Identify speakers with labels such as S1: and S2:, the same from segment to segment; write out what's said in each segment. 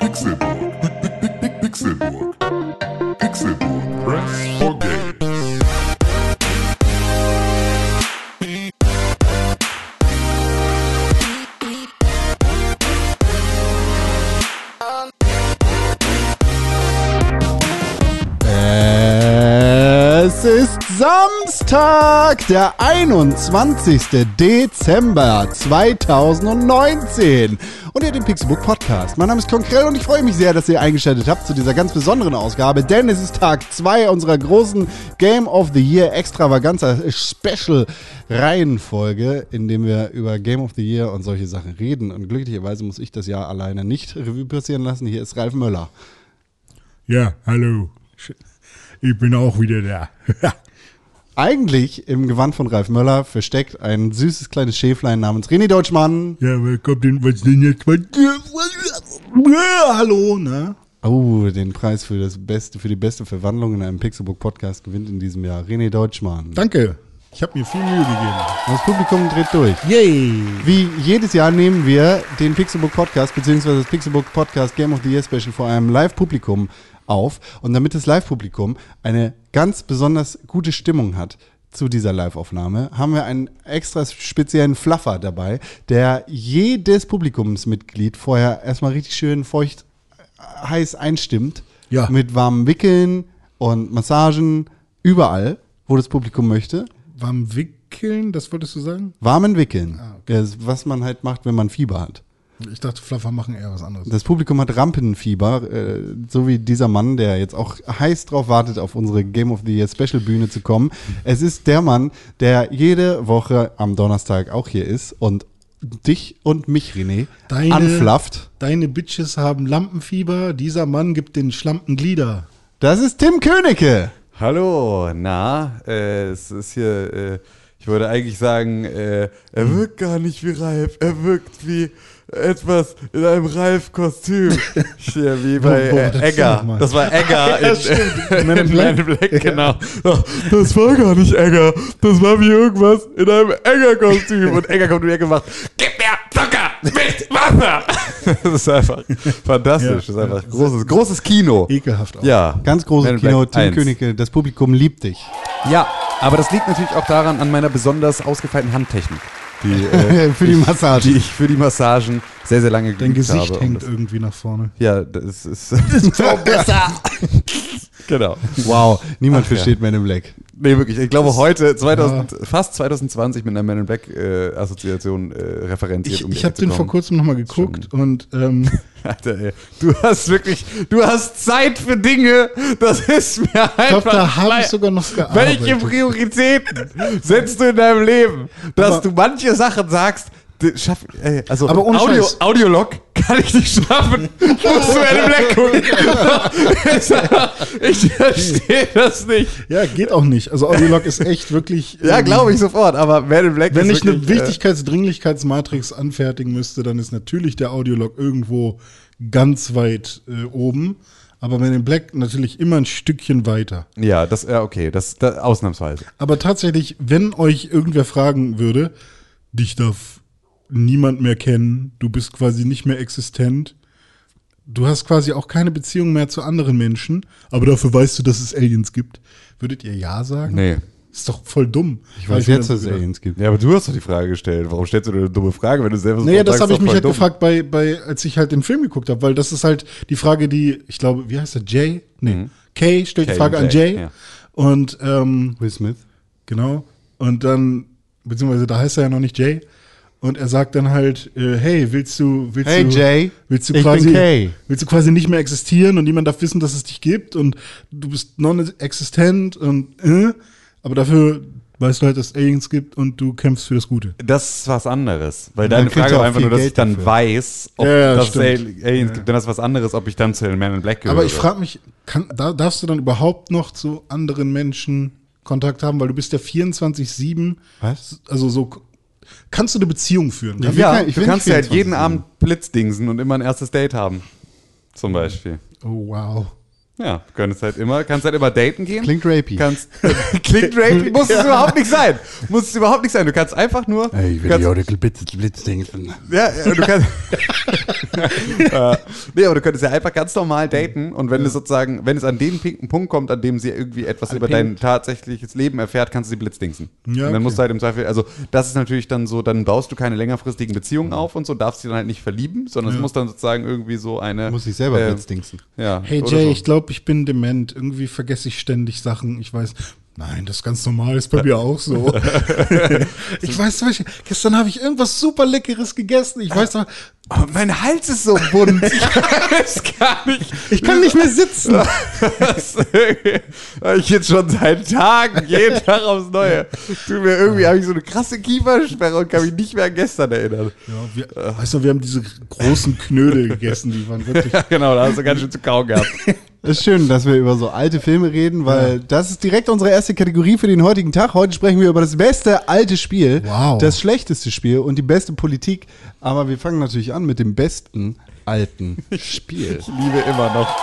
S1: Pixelburg. Pixelburg. Pixelburg. Press for Games.
S2: Es ist Samstag, der 21. Dezember 2019. Und ihr habt den Pixelbook Podcast. Mein Name ist Konkrell und ich freue mich sehr, dass ihr eingeschaltet habt zu dieser ganz besonderen Ausgabe, denn es ist Tag 2 unserer großen Game of the Year Extravaganza Special Reihenfolge, in dem wir über Game of the Year und solche Sachen reden. Und glücklicherweise muss ich das Jahr alleine nicht Revue passieren lassen. Hier ist Ralf Möller.
S3: Ja, hallo. Ich bin auch wieder da.
S2: Eigentlich im Gewand von Ralf Möller versteckt ein süßes kleines Schäflein namens René Deutschmann.
S3: ja, was kommt denn, was denn jetzt? Was, ja, hallo, ne?
S2: Oh, den Preis für das Beste, für die beste Verwandlung in einem Pixelbook-Podcast gewinnt in diesem Jahr René Deutschmann.
S3: Danke. Ich habe mir viel Mühe gegeben.
S2: Das Publikum dreht durch.
S3: Yay.
S2: Wie jedes Jahr nehmen wir den Pixelbook Podcast bzw. das Pixelbook Podcast Game of the Year Special vor einem Live-Publikum auf. Und damit das Live-Publikum eine ganz besonders gute Stimmung hat zu dieser Live-Aufnahme, haben wir einen extra speziellen Fluffer dabei, der jedes Publikumsmitglied vorher erstmal richtig schön feucht äh, heiß einstimmt.
S3: Ja.
S2: Mit warmen Wickeln und Massagen überall, wo das Publikum möchte.
S3: Warm wickeln, das wolltest du sagen?
S2: Warmen Wickeln.
S3: Ah,
S2: Das, was man halt macht, wenn man Fieber hat.
S3: Ich dachte, Fluffer machen eher was anderes.
S2: Das Publikum hat Rampenfieber, äh, so wie dieser Mann, der jetzt auch heiß drauf wartet, auf unsere Game of the Year Special Bühne zu kommen. Es ist der Mann, der jede Woche am Donnerstag auch hier ist und dich und mich, René,
S3: Deine-
S2: anflafft.
S3: Deine Bitches haben Lampenfieber, dieser Mann gibt den schlampen Glieder.
S2: Das ist Tim Königke.
S4: Hallo, na, äh, es ist hier, äh, ich würde eigentlich sagen, äh, er wirkt gar nicht wie Ralf, er wirkt wie etwas in einem Ralf-Kostüm. Hier, wie bei
S3: Boah, das
S4: äh,
S3: stimmt
S4: Egger.
S3: mal.
S4: Das war Egger in, in Men in Black, genau. So, Das war gar nicht Egger, das war wie irgendwas in einem Egger-Kostüm. Und Egger kommt um die Ecke und macht, gib mir Zucker mit Wasser. Das ist einfach fantastisch, das ist einfach großes, großes Kino.
S3: Ekelhaft auch.
S4: Ja.
S2: Ganz
S4: Men
S2: großes
S4: in Black
S2: Kino, Tim
S4: 1.
S2: Königke, das Publikum liebt dich.
S4: Ja, aber das liegt natürlich auch daran an meiner besonders ausgefeilten Handtechnik, die, äh,
S2: Für die Massage.
S4: die ich für die Massagen sehr, sehr lange
S3: Dein
S4: geübt
S3: Gesicht
S4: habe. um
S3: hängt
S4: das-
S3: irgendwie nach vorne.
S4: ja, das ist, ist besser. genau.
S2: Wow, niemand versteht Men in Black.
S4: Nee, wirklich. Ich glaube, heute, 2000, fast 2020 mit einer Man in Black äh, Assoziation äh, referenziert.
S3: Ich,
S4: die
S3: ich habe
S4: Ecke zu
S3: den vor
S4: kommen.
S3: kurzem nochmal geguckt und ähm,
S4: Alter, ey. Du hast wirklich, du hast Zeit für Dinge. Das ist mir einfach.
S3: ich glaube, da habe ich
S4: leid.
S3: sogar noch gearbeitet.
S4: Welche Prioritäten setzt du in deinem Leben, dass
S3: Aber-
S4: du manche Sachen sagst, die schaff, ey, also
S3: Aber ohne
S4: Audio,
S3: Scheiß.
S4: Audiolog kann ich nicht schaffen. Ich muss zu einem Black gucken. ich verstehe das nicht.
S3: Ja, geht auch nicht. Also Audiolog ist echt wirklich.
S4: Ja,
S3: ähm,
S4: glaube ich sofort, aber Man in Black
S3: Wenn
S2: Also
S4: ist
S3: ich eine
S2: äh,
S4: wirklich, äh,
S3: Wichtigkeits-Dringlichkeitsmatrix anfertigen müsste, dann ist natürlich der Audiolog irgendwo ganz weit äh, oben. Aber Man in Black natürlich immer ein Stückchen weiter.
S4: Äh, ja, das, ja, okay, das, das ausnahmsweise.
S3: Aber tatsächlich, wenn euch irgendwer fragen würde, dich darf niemand mehr kennen, du bist quasi nicht mehr existent, du hast quasi auch keine Beziehung mehr zu anderen Menschen, aber dafür weißt du, dass es Aliens gibt, würdet ihr Ja sagen?
S4: Nee.
S3: Ist doch voll dumm.
S2: Ich weiß jetzt, dass es Aliens gibt.
S4: Ja, aber du hast doch die Frage gestellt. Warum stellst du dir eine dumme Frage, wenn du selber so
S3: Naja,
S4: sagst,
S3: das habe
S4: doch
S3: ich mich
S4: voll
S3: halt
S4: dumm.
S3: gefragt, bei, bei, als ich halt den Film geguckt habe, weil das ist halt die Frage, die, ich glaube, wie heißt der? Jay? Nee. Kay stellt
S4: Mhm. Kay
S3: die Frage
S4: und
S3: an
S4: Jay,
S3: Jay.
S4: ja.
S3: Und, ähm,
S2: Will Smith.
S3: genau. Und dann, beziehungsweise da heißt er ja noch nicht Jay. Und er sagt dann halt, äh, hey, willst du, willst
S2: Hey,
S3: du,
S2: Jay,
S3: willst du
S2: ich bin
S3: quasi,
S2: Kay.
S3: willst du quasi nicht mehr existieren und niemand darf wissen, dass es dich gibt und du bist non-existent und, äh, aber dafür weißt du halt, dass es Aliens gibt und du kämpfst für das Gute.
S4: Das ist was anderes. Weil
S2: Man
S4: deine
S2: kriegt
S4: Frage
S2: ja auch
S4: war einfach
S2: viel
S4: nur, dass
S2: Geld
S4: ich dann
S2: dafür.
S4: weiß, ob
S3: Ja, ja,
S4: das
S3: stimmt.
S4: Aliens gibt. Dann ist was anderes, ob ich dann zu den Men in Black gehöre.
S3: Aber ich frage mich, kann, da, darfst du dann überhaupt noch zu anderen Menschen Kontakt haben? Weil du bist ja 24-7.
S2: Was?
S3: Also so. Kannst du eine Beziehung führen?
S2: Ja.
S3: Ja.
S4: ja,
S2: kann- ich
S4: du
S2: will
S4: kannst
S2: nicht
S4: ja halt
S2: 24
S4: jeden
S2: sein.
S4: Abend blitzdingsen und immer ein erstes Date haben. Zum Beispiel.
S3: Oh, wow.
S4: Ja, du könntest halt immer, kannst halt immer daten gehen.
S2: Klingt rapey.
S4: Kannst, klingt rapey, muss es überhaupt nicht sein. Muss es überhaupt nicht sein. Du kannst einfach nur. du kannst,
S2: Oracle Blitz, Blitz denken.
S4: ja, ja, du kannst. äh, nee, aber du könntest ja einfach ganz normal daten und wenn es sozusagen, wenn es an den pinken Punkt kommt, an dem sie irgendwie etwas über dein tatsächliches Leben erfährt, kannst du sie blitzdingsen.
S3: Ja,
S4: und
S3: okay.
S4: dann musst du halt im Zweifel, also das ist natürlich dann so, dann baust du keine längerfristigen Beziehungen auf und so, darfst sie dann halt nicht verlieben, sondern es muss dann sozusagen irgendwie so eine.
S2: Muss ich selber
S4: äh,
S2: blitzdingsen.
S4: Ja.
S3: Hey
S4: oder
S3: Jay,
S4: so.
S3: ich glaube, ich bin dement. Irgendwie vergesse ich ständig Sachen. Ich weiß, nein, das ist ganz normal, ist bei mir auch so. ich weiß zum Beispiel, gestern habe ich irgendwas super Leckeres gegessen. Ich weiß noch,
S4: Oh, mein Hals ist so bunt. ich weiß gar nicht.
S2: Ich kann nicht mehr sitzen.
S4: Das habe ich jetzt schon seit Tagen, jeden Tag aufs Neue. Tut mir irgendwie, habe ich so eine krasse Kiefersperre und kann mich nicht mehr an gestern erinnern.
S3: ja, wir, Äh. weißt du, wir haben diese großen Knödel gegessen, die waren wirklich.
S4: Ja, genau, da hast du ganz schön zu kauen gehabt.
S2: Ist schön, dass wir über so alte Filme reden, weil das ist direkt unsere erste Kategorie für den heutigen Tag. Heute sprechen wir über das beste alte Spiel,
S3: Wow.
S2: das schlechteste Spiel und die beste Politik. Aber wir fangen natürlich an mit dem besten alten Spiel.
S4: Ich liebe immer noch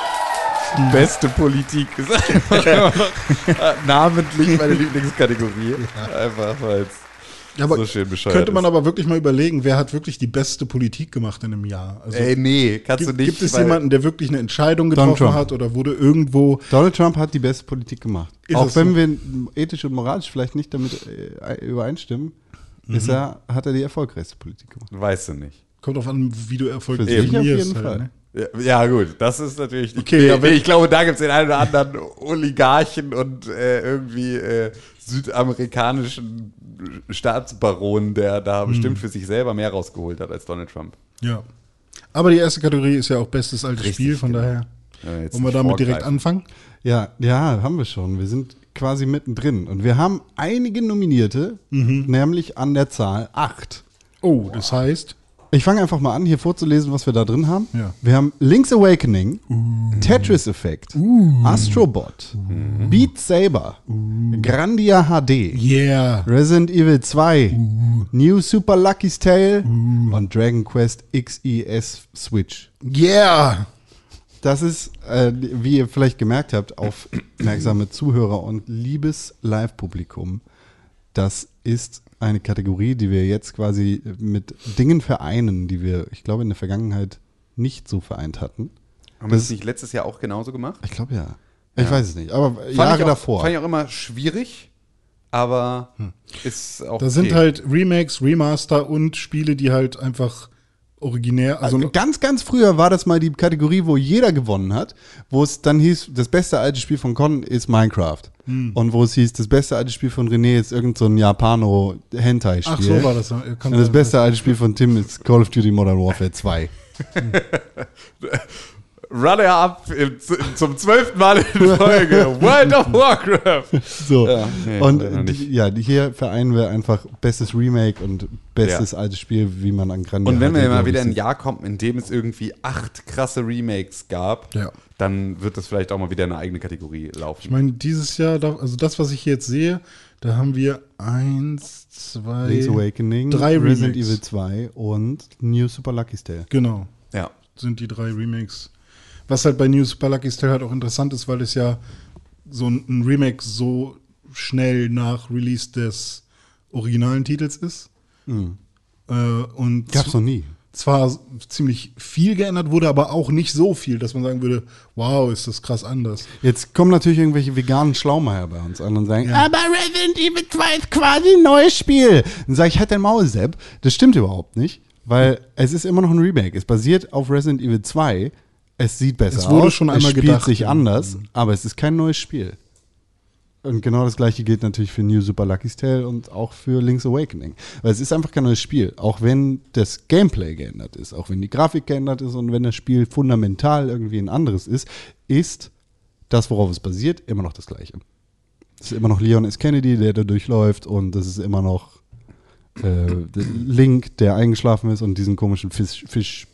S4: die beste Politik. Ist einfach immer noch, äh, namentlich meine Lieblingskategorie. Einfach weil es
S3: Ja, aber
S4: so schön bescheuert
S3: könnte man
S4: ist.
S3: aber wirklich mal überlegen, wer hat wirklich die beste Politik gemacht in einem Jahr? Also,
S4: Ey, nee, kannst
S3: gibt,
S4: du nicht.
S3: gibt es
S4: weil-
S3: jemanden, der wirklich eine Entscheidung
S2: Donald
S3: getroffen
S2: Trump.
S3: hat oder wurde irgendwo
S2: Donald Trump hat die beste Politik gemacht.
S3: Ist
S2: Auch
S3: es so?
S2: wenn wir ethisch und moralisch vielleicht nicht damit äh, übereinstimmen, ist
S3: Mhm.
S2: er, hat er die erfolgreichste Politik gemacht.
S4: Weißt du nicht.
S3: Kommt auf an, wie du Erfolg
S2: Für sich auf
S3: definierst halt, ne?
S2: jeden Fall.
S4: Ja, ja, gut, das ist natürlich.
S3: Okay,
S4: ich,
S3: aber-
S4: ich glaube, da gibt es den einen oder anderen Oligarchen und äh, irgendwie äh, südamerikanischen Staatsbaron, der
S3: Hm.
S4: da bestimmt für sich selber mehr rausgeholt hat als Donald Trump.
S3: Ja. Aber die erste Kategorie ist ja auch bestes altes
S4: Richtig,
S3: Spiel, von
S4: genau.
S3: daher
S4: Ja, jetzt
S3: wollen wir
S4: nicht
S3: damit direkt
S4: vorgreifen.
S3: anfangen.
S2: Ja, ja, haben wir schon. Wir sind quasi mittendrin. Und wir haben einige Nominierte,
S3: Mhm.
S2: nämlich an der Zahl acht.
S3: Oh, das heißt,
S2: Ich fange einfach mal an, hier vorzulesen, was wir da drin haben.
S3: Ja. Uh.
S2: Wir haben Link's Awakening, Tetris Effect, Astrobot, Beat Saber,
S3: Uh.
S2: Grandia HD,
S3: yeah.
S2: Resident Evil 2, New Super Lucky's Tale und Dragon Quest XIS Switch.
S3: Yeah.
S2: Das ist, äh, wie ihr vielleicht gemerkt habt, aufmerksame Zuhörer und liebes Live-Publikum, das ist eine Kategorie, die wir jetzt quasi mit Dingen vereinen, die wir, ich glaube, in der Vergangenheit nicht so vereint hatten.
S4: Haben wir das nicht letztes Jahr auch genauso gemacht?
S2: Ich glaube ja. Ich weiß es nicht, aber Jahre
S4: ich auch,
S2: davor.
S4: Fand ich auch immer schwierig, aber ist
S3: Hm.
S4: auch.
S3: Da sind
S4: okay.
S3: halt Remakes, Remaster und Spiele, die halt einfach originär, also,
S2: Also ganz, ganz früher war das mal die Kategorie, wo jeder gewonnen hat, wo es dann hieß, das beste alte Spiel von Con ist Minecraft.
S4: Hm.
S2: Und wo es hieß, das beste alte Spiel von René ist irgend so ein Japano-Hentai-Spiel.
S3: ach so war das. ja, Kann
S2: Und das
S3: sein.
S2: beste alte Spiel von Tim ist Call of Duty Modern Warfare 2.
S4: Runner-up im- zum zwölften Mal in Folge. World of Warcraft.
S2: So.
S4: Ja, nee,
S2: und
S4: leider nicht.
S2: die, ja, die hier vereinen wir einfach bestes Remake und bestes
S4: Ja.
S2: altes Spiel, wie man an Grandia
S4: Und wenn
S2: HD,
S4: wir mal
S2: glaub ich,
S4: wieder ein
S2: sind.
S4: Jahr kommen, in dem es irgendwie acht krasse Remakes gab,
S3: Ja.
S4: dann wird das vielleicht auch mal wieder in eine eigene Kategorie laufen.
S3: Ich meine, dieses Jahr, da- also das, was ich hier jetzt sehe, da haben wir eins, zwei,
S2: Link's Awakening,
S3: drei
S2: Resident
S3: Remakes.
S2: Evil 2 und New Super Lucky's Tale.
S3: Genau.
S4: ja.
S3: sind die drei Remakes. Was halt bei New Super Lucky's Tale halt auch interessant ist, weil es ja so ein ein Remake so schnell nach Release des originalen Titels ist. Äh, und
S2: Mhm. Gab's
S3: z-
S2: noch nie.
S3: zwar ziemlich viel geändert wurde, aber auch nicht so viel, dass man sagen würde, wow, ist das krass anders.
S2: Jetzt kommen natürlich irgendwelche veganen Schlaumeier bei uns an und sagen, aber Resident Evil 2 ist quasi ein neues Spiel. Dann sage ich, halt dein Maul, Sepp. Das stimmt überhaupt nicht, weil es ist immer noch ein Remake. Es basiert auf Resident Evil 2. Es sieht besser
S3: Es wurde
S2: aus.
S3: schon
S2: es
S3: einmal
S2: spielt
S3: gedacht,
S2: sich
S3: ja.
S2: anders, aber es ist kein neues Spiel. Und genau das gleiche gilt natürlich für New Super Lucky's Tale und auch für Link's Awakening. Weil es ist einfach kein neues Spiel, auch wenn das Gameplay geändert ist, auch wenn die Grafik geändert ist und wenn das Spiel fundamental irgendwie ein anderes ist, ist das, worauf es basiert, immer noch das gleiche. Es ist immer noch Leon S. Kennedy, der da durchläuft und es ist immer noch äh, Link, der eingeschlafen ist und diesen komischen Fisch, Fisch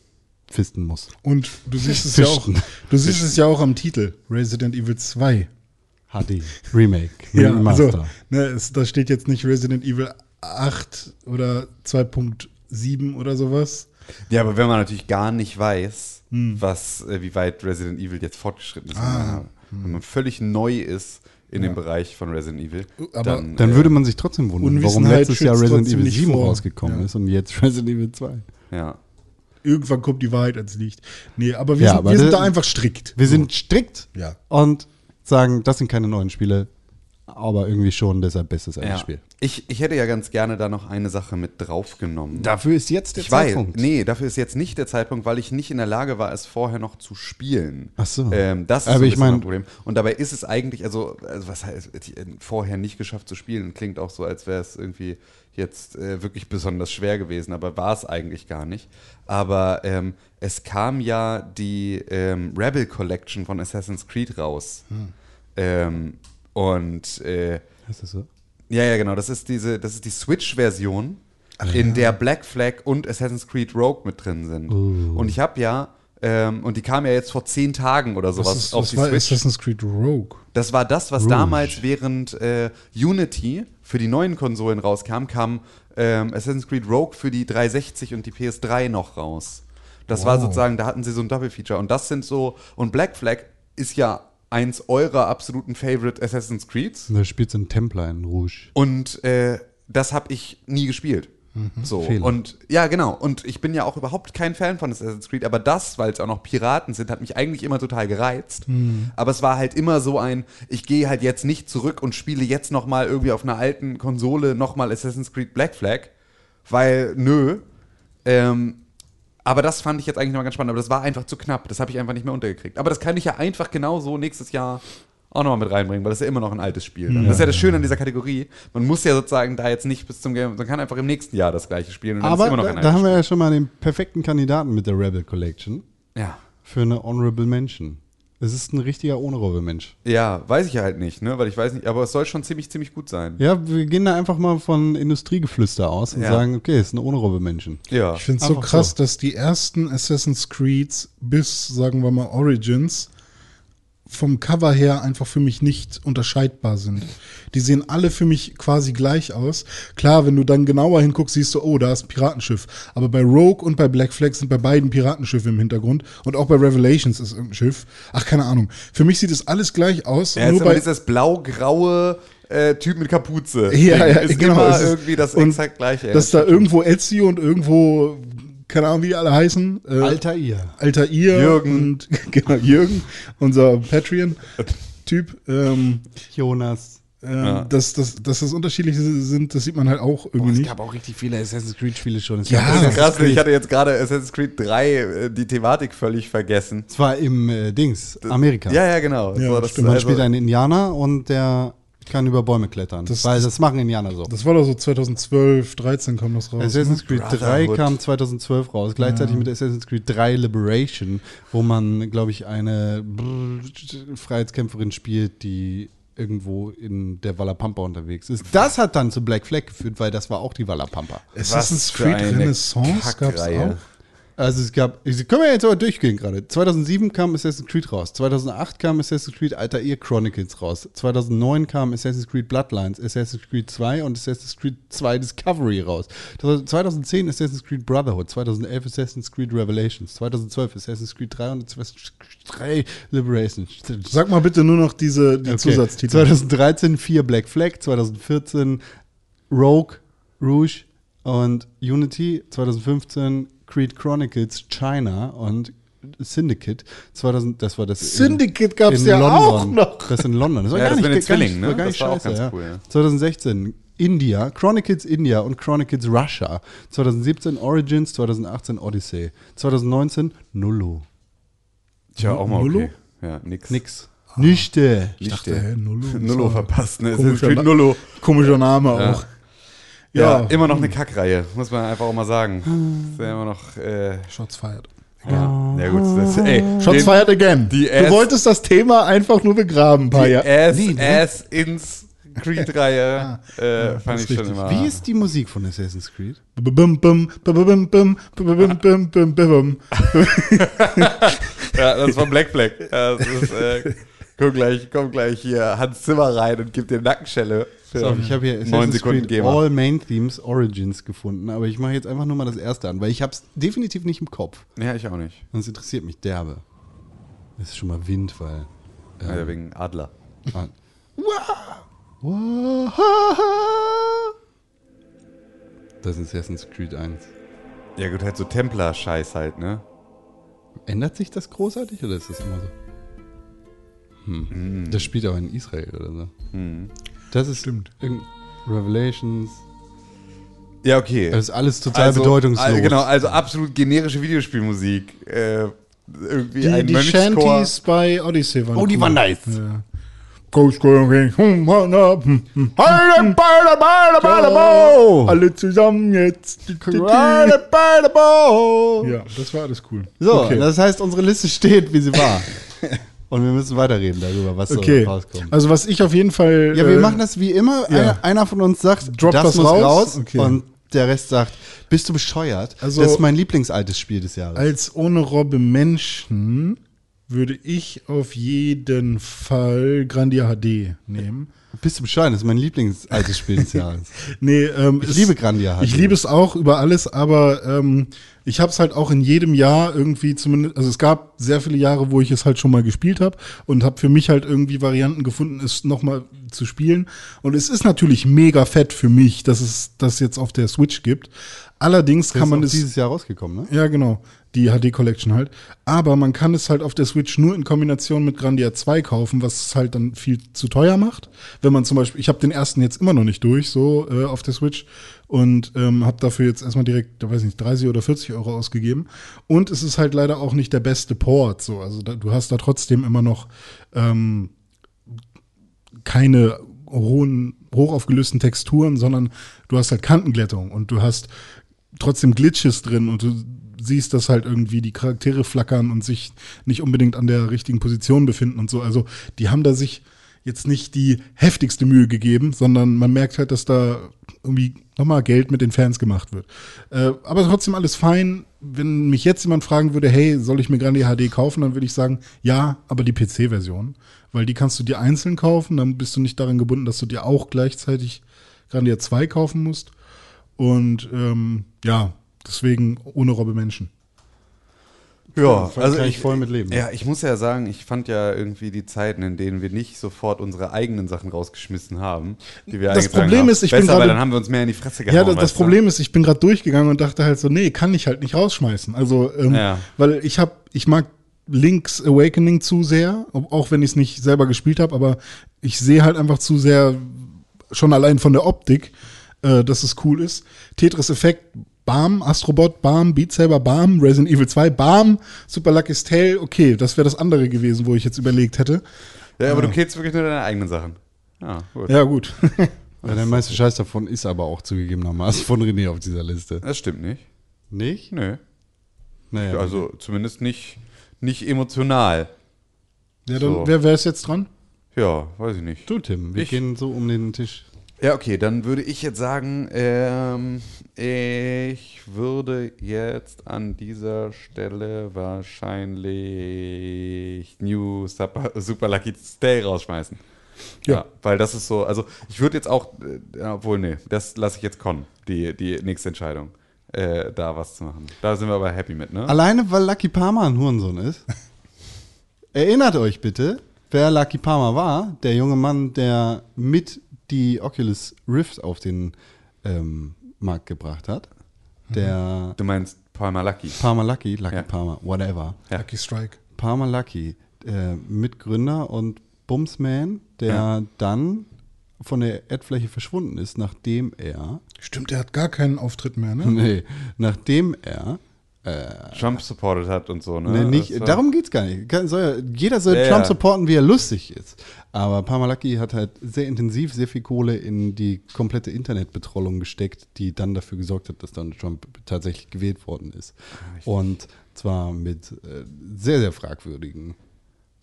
S2: fisten muss.
S3: Und du siehst es ja auch,
S2: Fischen.
S3: du siehst es ja auch am Titel, Resident Evil 2.
S2: HD. Remake.
S3: Ja,
S2: Remaster.
S3: also, ne, es, da steht jetzt nicht Resident Evil 8 oder 2.7 oder sowas.
S4: Ja, aber wenn man natürlich gar nicht weiß,
S2: Hm.
S4: was, äh, wie weit Resident Evil jetzt fortgeschritten
S2: Ah,
S4: ist,
S2: hm.
S4: wenn man völlig neu ist in dem Bereich von Resident Evil,
S3: Aber
S4: dann,
S2: Dann würde man sich trotzdem wundern, warum
S3: äh, Unwissenheit
S2: letztes Jahr
S3: schützt
S2: Resident
S3: trotzdem
S2: Evil
S3: nicht
S2: 7
S3: vor.
S2: rausgekommen
S3: Ja.
S2: ist und jetzt Resident Evil 2.
S4: ja.
S3: Irgendwann kommt die Wahrheit ans Licht. Nee, aber wir,
S2: Ja,
S3: sind,
S2: aber
S3: wir sind
S2: das-
S3: da einfach strikt.
S2: Wir sind strikt
S3: Ja.
S2: und sagen, das sind keine neuen Spiele, aber irgendwie schon deshalb bestes altes
S4: ja.
S2: Spiel.
S4: Ich, ich hätte ja ganz gerne da noch eine Sache mit draufgenommen.
S2: Dafür ist jetzt der
S4: ich weiß,
S2: Zeitpunkt.
S4: nee, dafür ist jetzt nicht der Zeitpunkt, weil ich nicht in der Lage war, es vorher noch zu spielen.
S2: Ach so.
S4: Ähm, das ist
S2: Aber
S4: so ein
S2: ich
S4: bisschen mein
S2: mein-
S4: Problem. Und dabei ist es eigentlich, also, also was heißt, ich, äh, vorher nicht geschafft zu spielen, klingt auch so, als wäre es irgendwie jetzt äh, wirklich besonders schwer gewesen, aber war es eigentlich gar nicht. Aber ähm, es kam ja die ähm, Rebel Collection von Assassin's Creed raus.
S2: Hm.
S4: Ähm, und äh,
S2: Ist das so?
S4: ja, ja, genau. Das ist diese, das ist die Switch-Version,
S3: Ah,
S4: in der Black Flag und Assassin's Creed Rogue mit drin sind.
S3: Oh.
S4: Und ich habe ja, ähm, und die kam ja jetzt vor zehn Tagen oder sowas
S3: Was ist,
S4: auf
S3: was
S4: die
S3: war
S4: Switch.
S3: Assassin's Creed Rogue?
S4: Das war das, was damals während äh, Unity für die neuen Konsolen rauskam, kam ähm, Assassin's Creed Rogue für die 360 und die PS3 noch raus. Das war sozusagen, da hatten sie so ein Doppelfeature. Und das sind so, und Black Flag ist ja eins eurer absoluten Favorite Assassin's Creeds.
S2: Da spielt so ein Templer in Rouge.
S4: Und äh, das habe ich nie gespielt. So.
S2: Fehler.
S4: Und ja, genau. Und ich bin ja auch überhaupt kein Fan von Assassin's Creed, aber das, weil es auch noch Piraten sind, hat mich eigentlich immer total gereizt. Aber es war halt immer so ein, ich gehe halt jetzt nicht zurück und spiele jetzt nochmal irgendwie auf einer alten Konsole nochmal Assassin's Creed Black Flag, weil nö. Ähm, aber das fand ich jetzt eigentlich nochmal ganz spannend, aber das war einfach zu knapp. Das habe ich einfach nicht mehr untergekriegt. Aber das kann ich ja einfach genauso nächstes Jahr auch nochmal mit reinbringen, weil das ist ja immer noch ein altes Spiel. Das ist ja das Schöne an dieser Kategorie. Man muss ja sozusagen da jetzt nicht bis zum Game, man kann einfach im nächsten Jahr das gleiche spielen und dann
S2: Aber
S4: ist immer noch
S2: da,
S4: ein
S2: da
S4: altes
S2: haben wir ja schon mal den perfekten Kandidaten mit der Rebel Collection
S4: Spiel. Ja.
S2: für eine Honorable Mention. Es ist ein richtiger Honorable Mensch.
S4: ja, weiß ich ja halt nicht, ne? weil ich weiß nicht, aber es soll schon ziemlich, ziemlich gut sein.
S2: Ja, wir gehen da einfach mal von Industriegeflüster aus und
S4: Ja.
S2: sagen, okay, es ist ein Honorable Menschen.
S4: Ja.
S3: Ich finde es so
S2: Einfach
S3: krass,
S2: so.
S3: dass die ersten Assassin's Creeds bis, sagen wir mal, Origins vom Cover her einfach für mich nicht unterscheidbar sind. Die sehen alle für mich quasi gleich aus. Klar, wenn du dann genauer hinguckst, siehst du, oh, da ist ein Piratenschiff. Aber bei Rogue und bei Black Flag sind bei beiden Piratenschiffe im Hintergrund. Und auch bei Revelations ist irgendein Schiff. Ach, keine Ahnung. Für mich sieht es alles gleich aus.
S4: ja, jetzt
S3: nur
S4: immer
S3: bei,
S4: dieses blau-graue äh, Typ mit Kapuze.
S3: Ja, ja,
S4: ist
S3: genau.
S4: immer
S3: es ist-
S4: irgendwie das
S3: und
S4: exakt gleiche.
S3: Dass da irgendwo Ezio und irgendwo, keine Ahnung, wie die alle heißen. Äh,
S2: ihr.
S3: Alter ihr
S4: Jürgen.
S3: und genau, Jürgen, unser Patreon-Typ, ähm,
S2: Jonas.
S3: ähm, dass, dass, dass das unterschiedliche sind, das sieht man halt auch irgendwie nicht.
S2: auch richtig viele Assassin's Creed-Spiele schon. Es
S3: Ja.
S2: gab
S4: Das ist
S2: Assassin's
S4: krass,
S2: Creed.
S4: ich hatte jetzt gerade Assassin's Creed 3 äh, die Thematik völlig vergessen.
S2: Es war im äh, Dings, Amerika.
S4: Ja, ja, genau.
S3: Ja,
S4: So, das
S3: stimmt.
S2: Man
S4: also-
S2: spielt einen Indianer und der kann über Bäume klettern.
S3: Das-
S2: weil das machen Indianer so.
S3: Das war doch so 2012, 13 kam das raus.
S2: Assassin's Creed 3
S4: Brotherhood.
S2: kam 2012 raus, gleichzeitig mit Assassin's Creed 3 Liberation, wo man, glaube ich, eine brrr- Freiheitskämpferin spielt, die irgendwo in der Walla Pampa unterwegs ist. Das hat dann zu Black Flag geführt, weil das war auch die Walla Pampa.
S3: ne? Assassin's
S4: Was für
S3: Creed
S4: eine
S3: Renaissance gab es
S4: Kackreihe.
S3: auch.
S2: Also es gab, ich- können wir jetzt aber durchgehen gerade. 2007 kam Assassin's Creed raus, 2008 kam Assassin's Creed Altair Chronicles raus, 2009 kam Assassin's Creed Bloodlines, Assassin's Creed 2 und Assassin's Creed 2 Discovery raus. 2010 Assassin's Creed Brotherhood, 2011 Assassin's Creed Revelations, 2012 Assassin's Creed 3 und Assassin's Creed 3 Liberation.
S3: Sag mal bitte nur noch diese die Zusatztitel.
S2: 2013 4 Black Flag, 2014 Rogue, Rouge und Unity, 2015 Creed Chronicles China und Syndicate. 2000, das war das
S3: Syndicate
S2: in,
S3: gab's
S2: in
S3: ja
S2: London.
S3: auch noch.
S2: Das in London. Das war
S4: Ja,
S2: gar
S4: das
S2: nicht
S4: mit den
S2: gar nicht-
S4: Zwillingen, ne?
S2: War gar
S4: Das
S2: nicht
S4: war auch
S2: scheiße,
S4: ganz
S2: ja.
S4: cool, ja.
S2: 2016 India, Chronicles India und Chronicles Russia. 2017 Origins, 2018 Odyssey. 2019 Nullo.
S4: Tja, auch mal
S3: Nullo?
S4: okay. Ja, nix.
S2: Nix.
S3: Ah.
S2: Nichte.
S4: Ich
S3: dachte, hä, Nullo?
S4: Nullo verpasst, ne? Assassin's
S3: Komischer,
S4: Creed
S3: Na-
S4: Nullo.
S3: komischer Name auch.
S4: Ja,
S3: Ja,
S4: immer noch eine Kackreihe, muss man einfach auch mal sagen. Ist ja immer noch, äh,
S3: Shots fired.
S4: ja. ja gut, das, ey.
S3: Shots
S4: den-
S3: fired again.
S4: die
S3: du
S4: Ass-
S3: wolltest das Thema einfach nur begraben,
S4: Die
S3: Paya.
S4: Ass,
S3: Nee, ne?
S4: Ass ins Creed-Reihe äh, fand
S3: das
S4: ich
S3: ist
S4: schon
S3: richtig.
S4: immer.
S2: Wie ist die Musik von Assassin's Creed?
S3: Bum, bum, bum, bum, bum, bum, bum, bum, bum, bum.
S4: Ja, das war Black Black. Ja, Das ist, äh, komm gleich, komm gleich hier Hans Zimmer rein und gib dir Nackenschelle. für
S2: So, ich habe hier
S4: neun Sekunden
S2: Creed
S4: Gamer.
S2: All Main Themes Origins gefunden, aber ich mache jetzt einfach nur mal das erste an, weil ich habe es definitiv nicht im Kopf.
S4: Ja, ich auch nicht.
S2: Und es interessiert mich derbe. Es ist schon mal Wind, weil. ähm,
S4: Also wegen Adler.
S2: ah. Wah! Wah! Das ist Assassin's Creed 1.
S4: Ja gut, halt so Templer-Scheiß halt, ne?
S2: Ändert sich das großartig oder ist das immer so? Hm. Das spielt auch in Israel oder so.
S4: Hm.
S2: Das ist Stimmt. Revelations.
S4: Ja, okay.
S2: Das ist alles total bedeutungslos.
S4: al- Genau, also absolut generische Videospielmusik. Äh, irgendwie
S3: Die,
S4: ein
S3: die
S4: Mönchschor.
S3: Shanties bei Odyssey waren
S2: Oh, die
S3: cool.
S2: waren nice.
S3: Ja. Coach Golden King, hm, Mann, ab, hm, hm. Alle zusammen jetzt. Ja,
S2: So,
S3: das war alles cool.
S2: das heißt, unsere Liste steht, wie sie war. Und wir müssen weiterreden darüber, was
S3: okay.
S2: so rauskommt.
S3: Also was ich auf jeden Fall.
S2: Ja, wir
S3: äh,
S2: machen das wie immer.
S3: ja.
S2: Einer, einer von uns sagt,
S3: Droppt
S2: das,
S3: das
S2: muss
S3: raus?
S2: raus,
S3: Okay.
S2: und der Rest sagt, bist du bescheuert?
S3: Also-
S2: das ist mein Lieblingsaltes Spiel des Jahres.
S3: Als ohne Robbe Menschen würde ich auf jeden Fall Grandia HD nehmen.
S2: bist du bescheuert? Das ist mein Lieblingsaltes Spiel des Jahres.
S3: Nee, ähm,
S2: Ich liebe Grandia HD.
S3: Ich liebe es auch über alles, aber ähm, ich habe es halt auch in jedem Jahr irgendwie zumindest, also es gab sehr viele Jahre, wo ich es halt schon mal gespielt habe und habe für mich halt irgendwie Varianten gefunden, es nochmal zu spielen. Und es ist natürlich mega fett für mich, dass es das jetzt auf der Switch gibt. Allerdings
S2: Das
S3: kann man
S2: ist auch
S3: es
S2: dieses Jahr rausgekommen, ne?
S3: ja, genau. Die HD-Collection halt. Aber man kann es halt auf der Switch nur in Kombination mit Grandia 2 kaufen, was es halt dann viel zu teuer macht. Wenn man zum Beispiel, ich habe den ersten jetzt immer noch nicht durch, so äh, auf der Switch und ähm, habe dafür jetzt erstmal direkt, da weiß ich nicht, 30 oder 40 Euro ausgegeben. Und es ist halt leider auch nicht der beste Port, so. Also da, du hast da trotzdem immer noch ähm, keine hohen, hochaufgelösten Texturen, sondern du hast halt Kantenglättung und du hast trotzdem Glitches drin und du siehst, dass halt irgendwie die Charaktere flackern und sich nicht unbedingt an der richtigen Position befinden und so. Also die haben da sich jetzt nicht die heftigste Mühe gegeben, sondern man merkt halt, dass da irgendwie nochmal Geld mit den Fans gemacht wird. Äh, aber trotzdem alles fein. Wenn mich jetzt jemand fragen würde, hey, soll ich mir gerade die HD kaufen, dann würde ich sagen, ja, aber die PC-Version. Weil die kannst du dir einzeln kaufen, dann bist du nicht daran gebunden, dass du dir auch gleichzeitig Grandia 2 kaufen musst. Und ähm, ja, deswegen ohne Robbe Menschen.
S4: Ja,
S3: also
S2: voll- kann ich voll mit leben.
S4: Ja, ich muss ja sagen, ich fand ja irgendwie die Zeiten, in denen wir nicht sofort unsere eigenen Sachen rausgeschmissen haben, die wir
S3: Das
S4: eingetragen
S3: Problem
S4: haben.
S3: ist, ich
S4: Besser,
S3: bin gerade-
S4: weil dann haben wir uns mehr in die Fresse gehauen.
S3: Ja, das, das
S4: weißt du?
S3: Problem ist, ich bin gerade durchgegangen und dachte halt so, nee, kann ich halt nicht rausschmeißen. Also, ähm,
S4: Ja.
S3: weil ich habe, ich mag Links Awakening zu sehr, ob- auch wenn ich es nicht selber gespielt habe, aber ich sehe halt einfach zu sehr schon allein von der Optik, äh, dass es cool ist. Tetris Effekt, bam, Astrobot, bam, Beat Saber, bam, Resident Evil 2, bam, Super Lucky's Tale, okay, das wäre das andere gewesen, wo ich jetzt überlegt hätte.
S4: Ja, aber du killst wirklich nur deine eigenen Sachen. Ja, gut.
S3: Ja, gut.
S2: Ja, der meiste Scheiß davon ist aber auch zugegebenermaßen von René auf dieser Liste.
S4: Das stimmt nicht.
S2: Nicht?
S4: Nö.
S2: Naja.
S4: Also zumindest nicht, nicht emotional.
S3: ja, dann,
S4: So.
S3: Wer wäre es jetzt dran?
S4: Ja, weiß ich nicht.
S2: du, Tim, wir
S4: Ich-
S2: gehen so um den Tisch.
S4: Ja, okay, dann würde ich jetzt sagen, ähm, ich würde jetzt an dieser Stelle wahrscheinlich New Super, Super Lucky Stay rausschmeißen. Ja. weil das ist so, also ich würde jetzt auch, äh, ja, obwohl, nee, das lasse ich jetzt Con, die, die nächste Entscheidung, äh, da was zu machen. Da sind wir aber happy mit, ne?
S2: Alleine, weil Lucky Palmer ein Hurensohn ist. Erinnert euch bitte, wer Lucky Palmer war. Der junge Mann, der mit die Oculus Rift auf den ähm, Markt gebracht hat. Mhm. Der
S4: Du meinst Palmer Lucky.
S2: Palmer Lucky, Lucky
S4: Ja.
S2: Palmer, whatever.
S4: Ja.
S3: Lucky Strike.
S2: Palmer Lucky, äh, Mitgründer und Bumsman, der
S4: Ja.
S2: dann von der Ad-Fläche verschwunden ist, nachdem er,
S3: Stimmt, der hat gar keinen Auftritt mehr, ne?
S2: nee, nachdem er
S4: Trump supported hat und so, ne?
S2: Nee,
S4: Das
S2: nicht,
S4: war-
S2: darum geht's gar nicht. Kann, soll, ja- jeder soll
S4: Ja, ja.
S2: Trump supporten, wie er lustig ist. Aber Parmalaki hat halt sehr intensiv sehr viel Kohle in die komplette Internetbetrollung gesteckt, die dann dafür gesorgt hat, dass Donald Trump tatsächlich gewählt worden ist. Und zwar mit äh, sehr, sehr fragwürdigen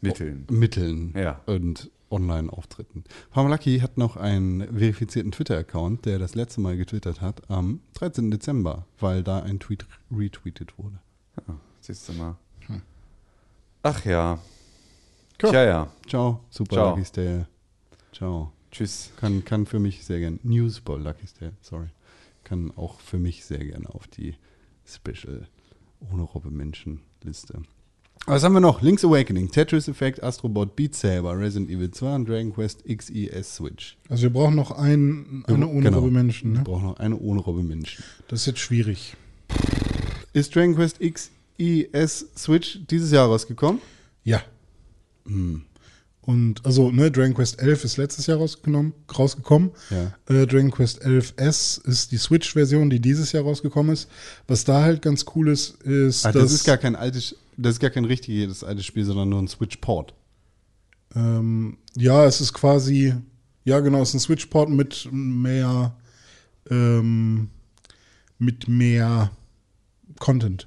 S4: Mitteln.
S2: Mitteln
S4: Ja.
S2: und Online-Auftritten. Parmalaki hat noch einen verifizierten Twitter-Account, der das letzte Mal getwittert hat am 13. Dezember, weil da ein Tweet retweetet wurde. Hm.
S4: Ah, siehst du mal. Ach ja. Tja, ja.
S2: Ciao, Super
S4: Ciao.
S2: Lucky Stale. Ciao.
S4: Tschüss.
S2: Kann, kann für mich sehr gern. Newsball Lucky Stale, sorry. Kann auch für mich sehr gerne auf die Special ohne Robbe Menschen Liste. Was haben wir noch? Link's Awakening, Tetris Effect, Astrobot, Beat Saber, Resident Evil 2 und Dragon Quest XES Switch.
S3: Also wir brauchen noch einen, eine ohne
S2: Genau.
S3: genau. Menschen.
S2: Wir
S3: Ne?
S2: brauchen noch eine ohne Robbe Menschen.
S3: Das ist jetzt schwierig.
S2: Ist Dragon Quest XES Switch dieses Jahr rausgekommen?
S3: Ja.
S2: Hm.
S3: Und also, ne, Dragon Quest 11 ist letztes Jahr rausgenommen, rausgekommen.
S2: Ja.
S3: Äh, Dragon Quest 11 S ist die Switch-Version, die dieses Jahr rausgekommen ist. Was da halt ganz cool ist, ist,
S2: Ah, das, ist gar kein altes, das ist gar kein richtiges altes Spiel, sondern nur ein Switch-Port.
S3: ähm, ja, es ist quasi, ja genau, es ist ein Switch-Port mit mehr, ähm, mit mehr Content.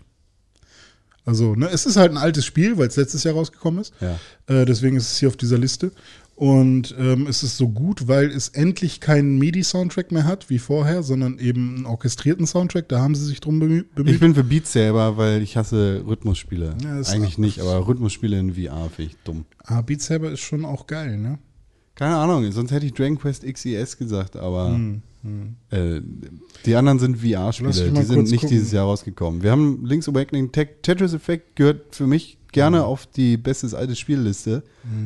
S3: Also, ne, es ist halt ein altes Spiel, weil es letztes Jahr rausgekommen ist.
S2: Ja.
S3: Äh, deswegen ist es hier auf dieser Liste. Und ähm, es ist so gut, weil es endlich keinen MIDI-Soundtrack mehr hat, wie vorher, sondern eben einen orchestrierten Soundtrack. Da haben sie sich drum bemü- bemüht.
S2: Ich bin für Beat Saber, weil ich hasse Rhythmusspiele.
S3: Ja, ist
S2: Eigentlich nicht, aber Rhythmusspiele in VR finde ich dumm.
S3: ah, Beat Saber ist schon auch geil, ne?
S2: Keine Ahnung, sonst hätte ich Dragon Quest XES gesagt, aber Äh, die anderen sind
S3: Hm, Lass
S2: VR-Spiele,
S3: mich mal
S2: die sind
S3: kurz
S2: nicht
S3: gucken.
S2: dieses Jahr rausgekommen. Wir haben Link's Awakening, Tet- Tetris Effect gehört für mich
S3: Hm.
S2: gerne auf die bestes altes Spielliste.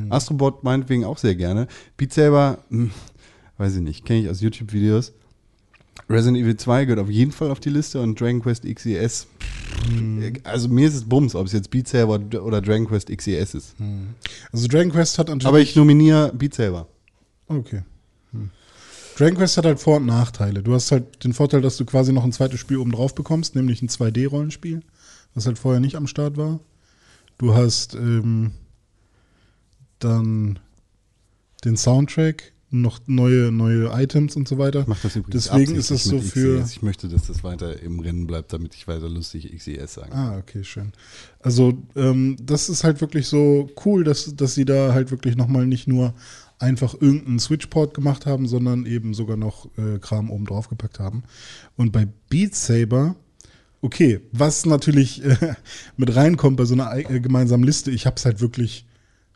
S2: Astrobot meinetwegen auch sehr gerne. Beat Saber, hm, weiß ich nicht, kenne ich aus YouTube-Videos. Resident Evil 2 gehört auf jeden Fall auf die Liste und Dragon Quest XES.
S3: Hm.
S2: Also mir ist es Bums, ob es jetzt Beat Saber oder Dragon Quest XES ist.
S3: Also Dragon Quest hat natürlich.
S2: Aber ich nominiere Beat Saber.
S3: Okay. Hm. Dragon Quest hat halt Vor- und Nachteile. Du hast halt den Vorteil, dass du quasi noch ein zweites Spiel oben drauf bekommst, nämlich ein 2D-Rollenspiel, was halt vorher nicht am Start war. Du hast ähm, dann den Soundtrack, noch neue, neue Items und so weiter.
S2: Mach das übrigens
S3: Deswegen ist das so
S2: absichtlich mit
S3: für.
S2: XES. Ich möchte, dass das weiter im Rennen bleibt, damit ich weiter lustig XES sage.
S3: Ah, okay, schön. Also ähm, das ist halt wirklich so cool, dass, dass sie da halt wirklich nochmal nicht nur einfach irgendeinen Switchport gemacht haben, sondern eben sogar noch äh, Kram oben drauf gepackt haben. Und bei Beat Saber, okay, was natürlich äh, mit reinkommt bei so einer ei- äh, gemeinsamen Liste, ich habe es halt wirklich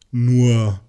S3: nur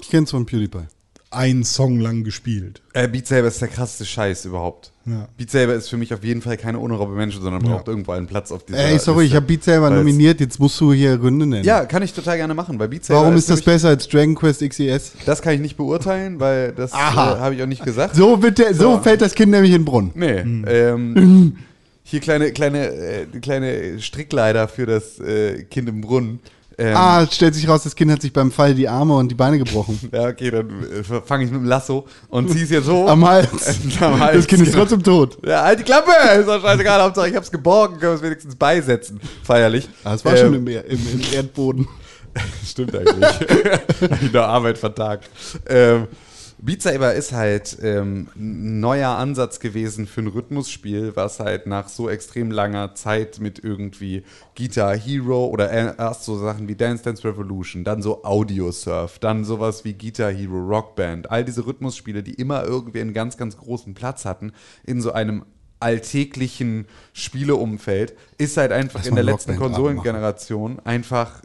S2: Ich kenne es von PewDiePie.
S3: einen Song lang gespielt.
S4: Äh, Beat Saber ist der krasseste Scheiß überhaupt.
S3: Ja.
S4: Beat Saber ist für mich auf jeden Fall keine unraube Menschen, sondern braucht irgendwo einen Platz auf dieser
S2: Ey, sorry, ich
S4: Liste.
S2: habe Beat Saber
S4: Weil's-
S2: nominiert, jetzt musst du hier Gründe nennen.
S4: Ja, kann ich total gerne machen, weil Beat Saber
S2: Warum ist das
S4: nämlich-
S2: besser als Dragon Quest XES?
S4: Das kann ich nicht beurteilen, weil das äh,
S2: Aha.
S4: habe ich auch nicht gesagt.
S2: So, Hm. wird der, so fällt das Kind nämlich in den Brunnen.
S4: Nee. Ähm, hier kleine, kleine, äh, kleine Strickleiter für das äh, Kind im Brunnen. Ähm,
S2: Ah, es stellt sich raus, das Kind hat sich beim Fall die Arme und die Beine gebrochen.
S4: Ja, okay, dann äh, fange ich mit dem Lasso und zieh's jetzt hoch.
S2: Am Hals.
S4: Am Hals,
S2: Das Kind ist
S4: genau.
S2: trotzdem tot.
S4: Ja, halt die Klappe! Ist doch scheißegal, Hauptsache ich hab's geborgen, können wir es wenigstens beisetzen. Feierlich. Ähm,
S2: Ah, das war schon im, Er- im, im Erdboden.
S4: Stimmt eigentlich. In der Arbeit vertagt. Ähm, Beat Saber ist halt ähm, ein neuer Ansatz gewesen für ein Rhythmusspiel, was halt nach so extrem langer Zeit mit irgendwie Guitar Hero oder e- erst so Sachen wie Dance Dance Revolution, dann so Audio Surf, dann sowas wie Guitar Hero Rock Band, all diese Rhythmusspiele, die immer irgendwie einen ganz, ganz großen Platz hatten, in so einem alltäglichen Spieleumfeld, ist halt einfach
S2: Lass
S4: in
S2: mal
S4: der letzten
S2: Rockband
S4: Konsolengeneration. Generation einfach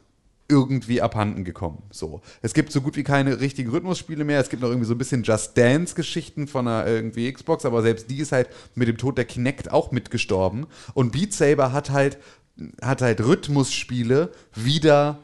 S4: irgendwie abhanden gekommen. So. Es gibt so gut wie keine richtigen Rhythmusspiele mehr. Es gibt noch irgendwie so ein bisschen Just Dance-Geschichten von einer irgendwie Xbox, aber selbst die ist halt mit dem Tod der Kinect auch mitgestorben. Und Beat Saber hat halt, hat halt Rhythmusspiele wieder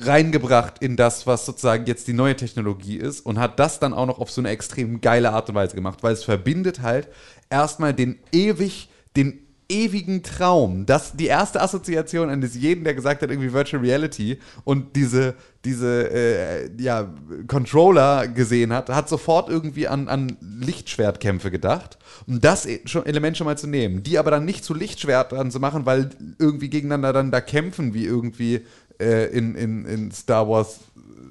S4: reingebracht in das, was sozusagen jetzt die neue Technologie ist und hat das dann auch noch auf so eine extrem geile Art und Weise gemacht, weil es verbindet halt erstmal den ewig, den ewigen Traum, das die erste Assoziation eines jeden, der gesagt hat irgendwie Virtual Reality und diese diese äh, ja Controller gesehen hat, hat sofort irgendwie an an Lichtschwertkämpfe gedacht, um das e- schon, Element schon mal zu nehmen, die aber dann nicht zu Lichtschwertern zu machen, weil irgendwie gegeneinander dann da kämpfen wie irgendwie äh, in, in, in Star Wars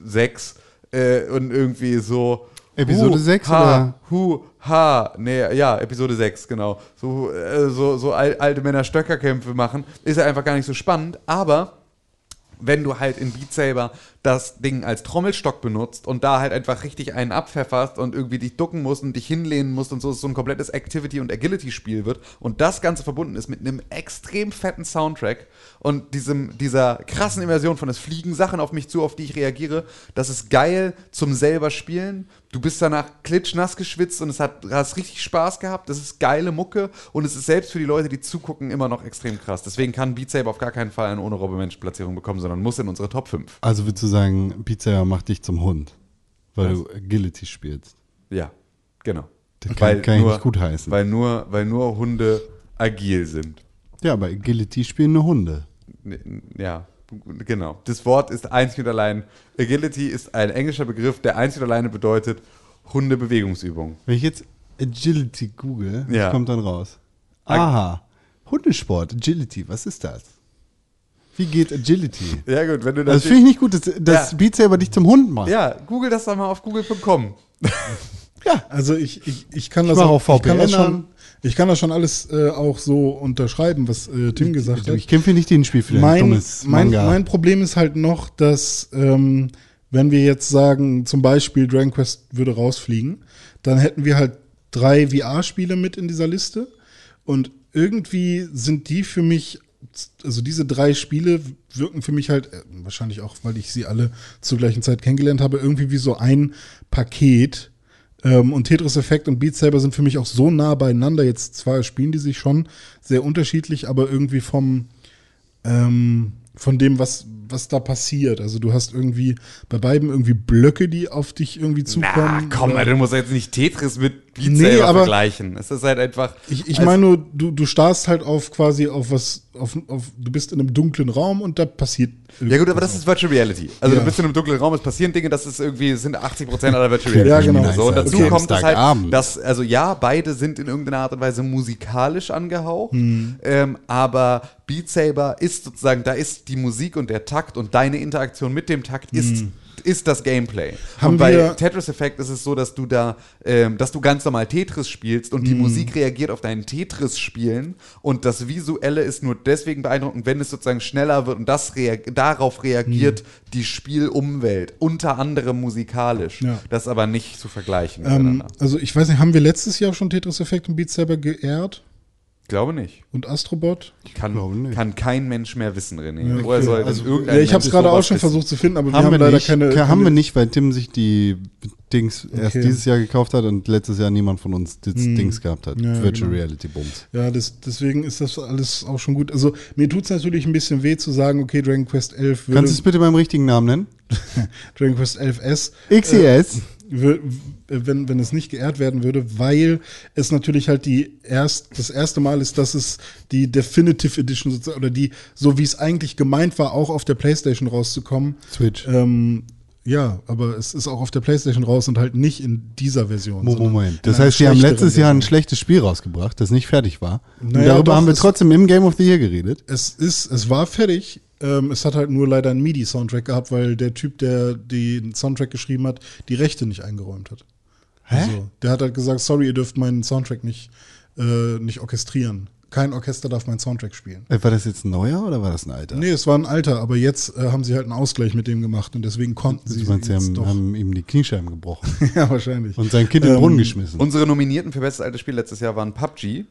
S4: 6 äh, und irgendwie so.
S2: Episode
S4: hu,
S2: 6
S4: ha, Hu, ha, nee, ja, Episode 6, genau. So, äh, so, so al- alte Männer Stöckerkämpfe machen, ist ja einfach gar nicht so spannend, aber wenn du halt in Beat Saber das Ding als Trommelstock benutzt und da halt einfach richtig einen abpfefferst und irgendwie dich ducken musst und dich hinlehnen musst und so, dass es so ein komplettes Activity- und Agility-Spiel wird und das Ganze verbunden ist mit einem extrem fetten Soundtrack und diesem, dieser krassen Immersion von es fliegen Sachen auf mich zu, auf die ich reagiere, das ist geil zum selber spielen. Du bist danach klitschnass geschwitzt und es hat hast richtig Spaß gehabt. Das ist geile Mucke und es ist selbst für die Leute, die zugucken, immer noch extrem krass. Deswegen kann Beat Saber auf gar keinen Fall eine ohne Robbe Mensch Platzierung bekommen, sondern muss in unsere Top 5.
S2: Also würdest du sagen, Pizza macht dich zum Hund, weil du Agility spielst.
S4: Ja, genau.
S2: Das kann- kann ich nicht gutheißen.
S4: Weil nur, weil nur Hunde agil sind.
S2: Ja, aber Agility spielen nur Hunde.
S4: N- Ja, genau. Das Wort ist einzig und allein. Agility ist ein englischer Begriff, der einzig und alleine bedeutet Hundebewegungsübung.
S2: Wenn ich jetzt Agility google,
S4: Ja.
S2: was kommt dann raus?
S4: Ag-
S2: Aha. Hundesport, Agility, was ist das? Wie geht Agility?
S4: Ja, gut, wenn du
S2: Das
S4: das.
S2: finde ich nicht gut, dass, dass
S4: Ja.
S2: Beat Saber dich zum Hund macht.
S4: ja, google das doch mal auf google.com.
S3: Also ich, ich, ich kann das
S2: mach auch
S3: ich kann das
S2: VPN an.
S3: schon, ich kann das schon alles äh, auch so unterschreiben, was äh, Tim gesagt
S2: Du,
S3: hat.
S2: Ich kämpfe nicht den Spiel für dein
S3: mein,
S2: dummes
S3: mein,
S2: Manga.
S3: mein Problem ist halt noch, dass ähm, wenn wir jetzt sagen, zum Beispiel Dragon Quest würde rausfliegen, dann hätten wir halt drei VR-Spiele mit in dieser Liste. Und irgendwie sind die für mich, also diese drei Spiele wirken für mich halt, äh, wahrscheinlich auch, weil ich sie alle zur gleichen Zeit kennengelernt habe, irgendwie wie so ein Paket. Ähm, und Tetris Effect und Beat Saber sind für mich auch so nah beieinander. Jetzt zwar spielen die sich schon sehr unterschiedlich, aber irgendwie vom, ähm, von dem, was, was da passiert. Also du hast irgendwie bei beiden irgendwie Blöcke, die auf dich irgendwie
S4: Na,
S3: zukommen.
S4: komm,
S3: Oder-
S4: Alter, du musst jetzt nicht Tetris mit Beat
S3: äh, Nee,
S4: Saber
S3: aber-
S4: vergleichen. Es ist halt einfach.
S3: Ich, ich
S4: als-
S3: meine nur, du, du starrst halt auf quasi auf was, auf, auf, du bist in einem dunklen Raum und da passiert.
S4: Ja, gut, aber das ist Virtual Reality. Also,
S3: Ja.
S4: du bist in einem dunklen Raum, es passieren Dinge, das ist irgendwie, sind 80% aller Virtual
S3: Ja,
S4: Reality.
S3: genau.
S4: Spiele. So, und dazu
S2: Okay.
S4: kommt es
S2: Samstagabend.
S4: halt, dass, also ja, beide sind in irgendeiner Art und Weise musikalisch angehaucht,
S3: Hm.
S4: ähm, aber Beat Saber ist sozusagen, da ist die Musik und der Takt und deine Interaktion mit dem Takt ist. Ist das Gameplay.
S3: Hm. Haben
S4: und bei
S3: wir-
S4: Tetris Effect ist es so, dass du da, ähm, dass du ganz normal Tetris spielst und die
S3: Mhm.
S4: Musik reagiert auf deinen Tetris-Spielen und das Visuelle ist nur deswegen beeindruckend, wenn es sozusagen schneller wird und das reag darauf reagiert
S3: Mhm.
S4: die Spielumwelt, unter anderem musikalisch.
S3: Ja.
S4: Das ist aber nicht zu vergleichen
S3: ähm,
S4: miteinander.
S3: also ich weiß nicht, haben wir letztes Jahr schon Tetris Effect und Beat Saber geehrt
S4: Ich glaube nicht.
S3: und Astrobot?
S4: Kann,
S2: glaube nicht.
S4: kann kein Mensch mehr wissen, René.
S3: Ja,
S4: Woher
S3: okay.
S4: soll denn
S3: Also,
S4: irgendein
S3: Ja, ich habe es
S4: Mensch
S3: gerade auch
S4: sowas
S3: schon
S4: wissen?
S3: versucht zu finden, aber
S2: haben
S3: wir
S2: wir,
S3: haben leider
S2: nicht,
S3: keine.
S2: Ke- haben
S3: keine-
S2: wir nicht, weil Tim sich die Dings erst
S3: Okay. Hm.
S2: dieses Jahr gekauft hat und letztes Jahr niemand von uns das Dings gehabt hat.
S3: Ja,
S2: Virtual
S3: genau.
S2: Reality Bums.
S3: Ja, das, deswegen ist das alles auch schon gut. Also mir tut's natürlich ein bisschen weh zu sagen, okay, Dragon Quest 11 würde,
S2: Kannst du es bitte beim richtigen Namen nennen? E
S3: Dragon Quest 11S
S2: XES.
S3: Äh, wür- wenn, wenn es nicht geehrt werden würde, weil es natürlich halt die erst, das erste Mal ist, dass es die Definitive Edition sozusagen, oder die, so wie es eigentlich gemeint war, auch auf der Playstation rauszukommen.
S2: Switch.
S3: Ähm, ja, aber es ist auch auf der Playstation raus und halt nicht in dieser Version.
S2: Mo-
S3: sondern
S2: Moment.
S3: in
S2: Das
S3: einer
S2: heißt, sie haben
S3: schlechteren
S2: letztes Jahr ein
S3: Version.
S2: schlechtes Spiel rausgebracht, das nicht fertig war. Und
S3: Naja,
S2: darüber
S3: doch,
S2: haben wir
S3: es-
S2: trotzdem im Game of the Year geredet.
S3: Es ist, es war fertig. Ähm, es hat halt nur leider einen MIDI-Soundtrack gehabt, weil der Typ, der den Soundtrack geschrieben hat, die Rechte nicht eingeräumt hat.
S2: Hä?
S3: Also, der hat halt gesagt, sorry, ihr dürft meinen Soundtrack nicht, äh, nicht orchestrieren. Kein Orchester darf meinen Soundtrack spielen.
S2: Äh, War das jetzt ein neuer oder war das ein alter?
S3: Nee, es war ein Alter, aber jetzt äh, haben sie halt einen Ausgleich mit dem gemacht und deswegen konnten
S2: Sie,
S3: sie
S2: meinst, Also sie
S3: jetzt
S2: haben,
S3: doch.
S2: haben ihm die Kniescheiben gebrochen
S3: ja, wahrscheinlich. Ähm,
S2: und sein Kind in den Brunnen geschmissen.
S4: Unsere Nominierten für bestes altes Spiel letztes Jahr waren PUBG.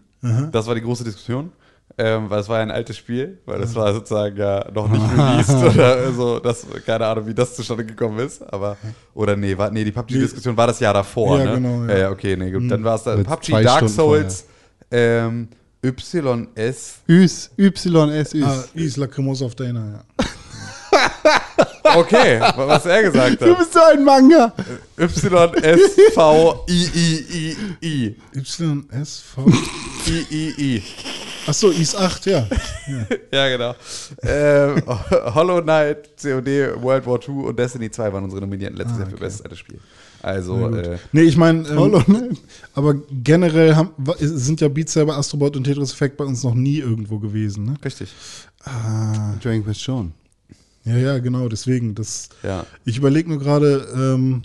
S4: Das war die große Diskussion. Ähm, weil es war ja ein altes Spiel, weil das war sozusagen ja noch nicht released oder so. Das, keine Ahnung, wie das zustande gekommen ist. Aber, oder nee, war, nee die PUBG-Diskussion war das Jahr davor.
S3: Ja,
S4: ne?
S3: genau, ja.
S4: ja. okay, nee, gut. Dann war es da
S2: Mit
S4: PUBG,
S2: zwei
S4: Dark
S2: Stunden
S4: Souls, ähm, YS.
S2: Üs, YS, Üs.
S3: Ah, Is Lacrimosa auf Dana, ja.
S4: Okay, wa- was er gesagt
S2: Du
S4: hat.
S2: bist so ein Manga.
S3: Äh.
S4: YSVIIII.
S3: YSV.
S4: III.
S3: Achso, Is 8, ja.
S4: Ja, genau. ähm, Hollow Knight, COD, World War II und Destiny 2 waren unsere Nominierten letztes Jahr für bestes altes Spiel. Also, äh,
S3: Nee, ich meine, ähm,
S2: Hollow Knight.
S3: aber generell haben, wa- sind ja Beat Saber, Astrobot und Tetris Effect bei uns noch nie irgendwo gewesen. Ne?
S4: richtig.
S2: Dragon Quest schon.
S3: Ja, ja, genau, deswegen. Das,
S4: Ja.
S3: Ich überlege nur gerade, ähm,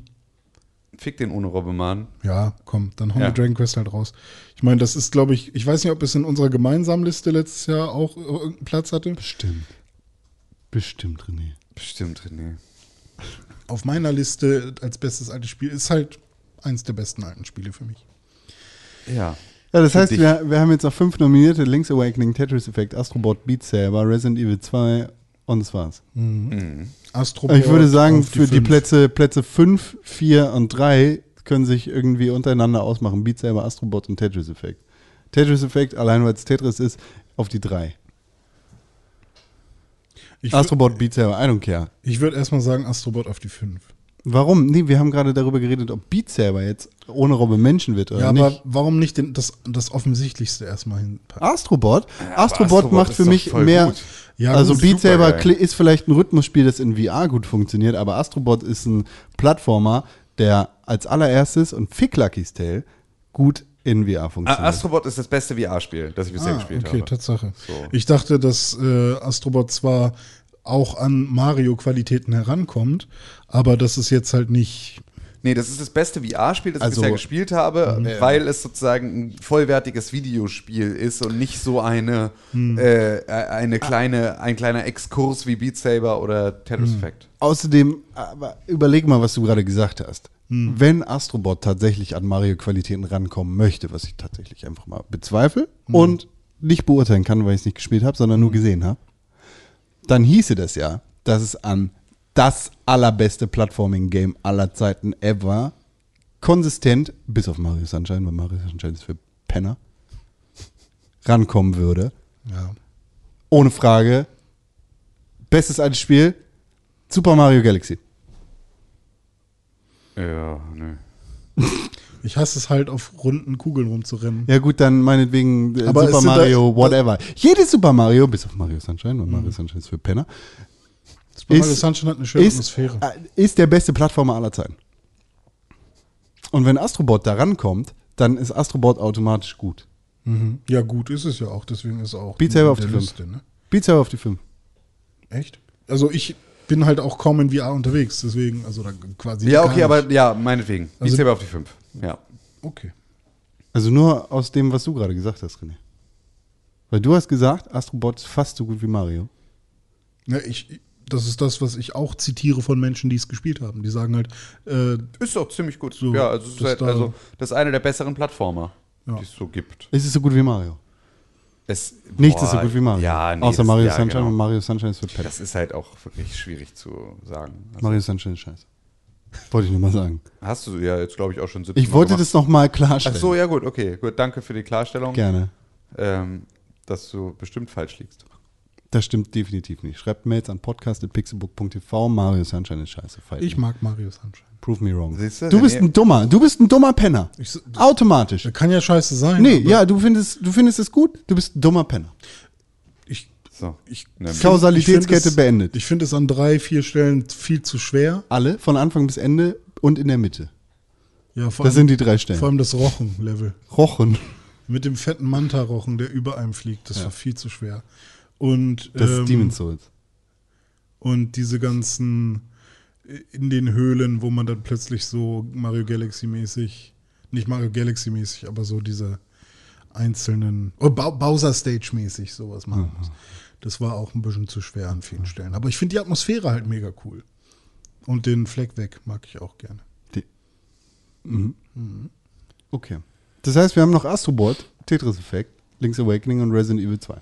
S4: Fick den ohne Robbemann.
S3: ja, komm, dann hauen
S4: Ja.
S3: wir Dragon Quest halt raus. Ich meine, das ist, glaube ich, ich weiß nicht, ob es in unserer gemeinsamen Liste letztes Jahr auch irgendeinen Platz hatte.
S2: Bestimmt. Bestimmt, René.
S4: Bestimmt, René.
S3: auf meiner Liste als bestes altes Spiel ist halt eins der besten alten Spiele für mich.
S4: Ja.
S2: Ja, das
S4: Für
S2: heißt,
S4: dich.
S2: wir, wir haben jetzt noch fünf nominierte: Link's Awakening, Tetris Effect, Astrobot, Beat Saber, Resident Evil 2 und das war's.
S3: Astro
S2: Ich würde
S3: Boy
S2: sagen,
S3: auf
S2: für die
S3: fünf.
S2: Plätze, Plätze 5, 4 und 3 können sich irgendwie untereinander ausmachen. Beat Saber, Astrobot und Tetris Effect. Tetris Effect, allein weil es Tetris ist, auf die 3.
S3: Ich, wür-
S2: Astrobot, Beat Saber, I don't care.
S3: ich würde erstmal sagen, Astrobot auf die 5.
S2: Warum? Nee, wir haben gerade darüber geredet, ob Beat Saber jetzt ohne Robbe Menschen wird oder
S3: Ja,
S2: nicht.
S3: aber warum nicht den, das, das Offensichtlichste erstmal hinpacken?
S2: Astrobot? Astrobot,
S4: Astrobot
S2: macht
S4: ist
S2: für
S4: doch
S2: mich
S4: voll
S2: mehr.
S4: gut.
S3: Ja,
S2: also
S3: gut,
S2: Beat Saber
S4: supergeil.
S2: kli- ist vielleicht ein Rhythmusspiel, das in VR gut funktioniert, aber Astrobot ist ein Plattformer, der als allererstes und Fick Lucky's Tale gut in VR
S4: A-
S2: funktioniert.
S4: Ah, Astrobot ist das beste VR-Spiel, das ich bisher
S3: Ah,
S4: gespielt
S3: okay,
S4: habe.
S3: Tatsache.
S4: So.
S3: Ich dachte, dass äh, Astrobot zwar auch an Mario-Qualitäten herankommt, aber das ist jetzt halt nicht.
S4: Nee, das ist das beste VR-Spiel, das
S2: Also-
S4: ich bisher gespielt habe, weil es sozusagen ein vollwertiges Videospiel ist und nicht so eine, äh, eine kleine, ein kleiner Exkurs wie Beat Saber oder Tetris Effect.
S2: Außerdem, aber überleg mal, was du gerade gesagt hast. Wenn Astrobot tatsächlich an Mario-Qualitäten rankommen möchte, was ich tatsächlich einfach mal bezweifle und nicht beurteilen kann, weil ich es nicht gespielt habe, sondern nur gesehen habe, dann hieße das ja, dass es an das allerbeste Plattforming-Game aller Zeiten ever konsistent, bis auf Mario Sunshine, weil Mario Sunshine ist für Penner, rankommen würde
S3: Ja.
S2: ohne Frage. Bestes altes Spiel, Super Mario Galaxy.
S4: Ja, nö.
S3: Ich hasse es halt, auf runden Kugeln rumzurennen.
S2: Ja gut, dann meinetwegen äh,
S3: Aber es
S2: Super
S3: sind da- Mhm.
S2: Mario, whatever. Jedes Super Mario, bis auf Mario Sunshine, weil Mario Sunshine ist für Penner,
S3: Super Mario
S2: Ist-
S3: Sunshine hat eine schöne
S2: ist,
S3: Atmosphäre.
S2: äh, ist der beste Plattformer aller Zeiten. Und wenn Astrobot da rankommt, dann ist Astrobot automatisch gut.
S3: Mhm. Ja, gut, ist es ja auch, deswegen ist auch.
S2: Beat
S3: in
S2: Saber auf
S3: der
S2: die fünf.
S3: ne?
S2: Beat Saber auf die 5.
S3: Echt? Also ich bin halt auch kaum in VR unterwegs, deswegen, also da quasi.
S4: Ja,
S3: gar
S4: okay, aber
S3: nicht.
S4: ja, meinetwegen. Beat
S3: Also-
S4: Saber auf die 5. Ja.
S3: Okay.
S2: Also nur aus dem, was du gerade gesagt hast, René. Weil du hast gesagt, Astrobot ist fast so gut wie Mario.
S3: Ja, Ne, ich, das ist das, was ich auch zitiere von Menschen, die es gespielt haben. Die sagen halt, äh,
S4: Ist doch ziemlich gut.
S3: So,
S4: ja, also, es ist
S3: das
S4: halt,
S3: da-
S4: also das ist eine der besseren Plattformer,
S3: Ja.
S4: die es so gibt.
S2: Es ist so gut wie Mario.
S4: Es,
S2: Nichts
S4: boah,
S2: ist so gut wie Mario.
S4: Ja, nee,
S2: Außer
S4: das-
S2: Mario
S4: ja,
S2: Sunshine
S4: genau.
S2: und Mario Sunshine ist für Pet.
S4: Das ist halt auch wirklich schwierig zu sagen. Also,
S2: Mario Sunshine ist scheiße. Wollte ich nur mal sagen.
S4: hast du ja jetzt, glaube ich, auch schon 17
S2: Ich wollte
S4: gemacht.
S2: das nochmal
S4: Ach
S2: klarstellen.
S4: so, ja gut, okay. Gut, danke für die Klarstellung.
S2: Gerne.
S4: ähm, dass du bestimmt falsch liegst.
S2: Das stimmt definitiv nicht. Schreibt Mails an podcast.pixelbook.tv. Mario Sunshine ist scheiße. Fight
S3: ich
S2: me.
S3: mag Mario Sunshine.
S2: Prove me wrong.
S4: Siehst du,
S2: du bist
S4: René-
S2: ein dummer. Du bist ein dummer Penner.
S3: Ich s-
S2: Automatisch.
S3: Der kann ja scheiße sein.
S2: Nee,
S3: aber
S2: ja, du findest, du findest es gut. Du bist ein dummer Penner.
S3: Ich,
S4: So.
S3: ich, ich
S4: Nämlich.
S3: find
S2: Kausalitätskette
S3: es-
S2: beendet.
S3: Ich finde es an drei, vier Stellen viel zu schwer.
S2: Alle von Anfang bis Ende und in der Mitte.
S3: Ja, vor
S2: Das
S3: allem,
S2: sind die drei
S3: vor
S2: Stellen.
S3: allem das Rochen-Level.
S2: Rochen.
S3: Mit dem fetten Manta-Rochen, der über einem fliegt. Das war viel zu schwer. Und,
S2: Das
S3: ähm,
S2: ist Demon's Souls.
S3: und diese ganzen äh, in den Höhlen, wo man dann plötzlich so Mario Galaxy-mäßig, nicht Mario Galaxy-mäßig, aber so diese einzelnen, oh, Bau- Bowser Stage-mäßig sowas machen
S2: Mhm.
S3: muss. Das war auch ein bisschen zu schwer an vielen Stellen. Aber ich finde die Atmosphäre halt mega cool. Und den Fleck weg mag ich auch gerne.
S2: Die. Mhm. Okay. Das heißt, wir haben noch Astrobot, Tetris Effect, Link's Awakening und Resident Evil 2.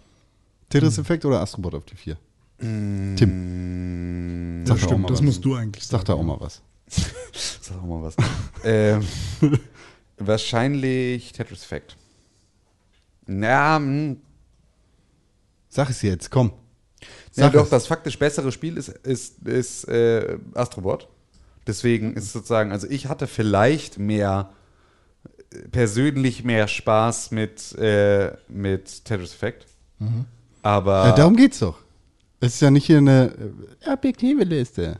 S2: Tetris Effect oder Astrobot auf die 4? Tim,
S4: Mm,
S2: Sag
S3: Das
S2: doch auch mal
S3: stimmt, das
S2: was.
S3: musst du eigentlich sagen.
S2: sag da auch mal was.
S4: Sag doch mal was. ähm, wahrscheinlich Tetris Effect. Na, hm, mh,
S2: Sag es jetzt, komm.
S4: ja,
S2: Sag
S4: doch,
S2: es.
S4: das faktisch bessere Spiel ist, ist, ist äh, Astrobot. Deswegen ist es sozusagen, also ich hatte vielleicht mehr, äh, persönlich mehr Spaß mit, äh, mit Tetris Effect. Aber.
S2: Mhm. ja, darum geht's doch. Es ist ja nicht hier eine äh, objektive Liste.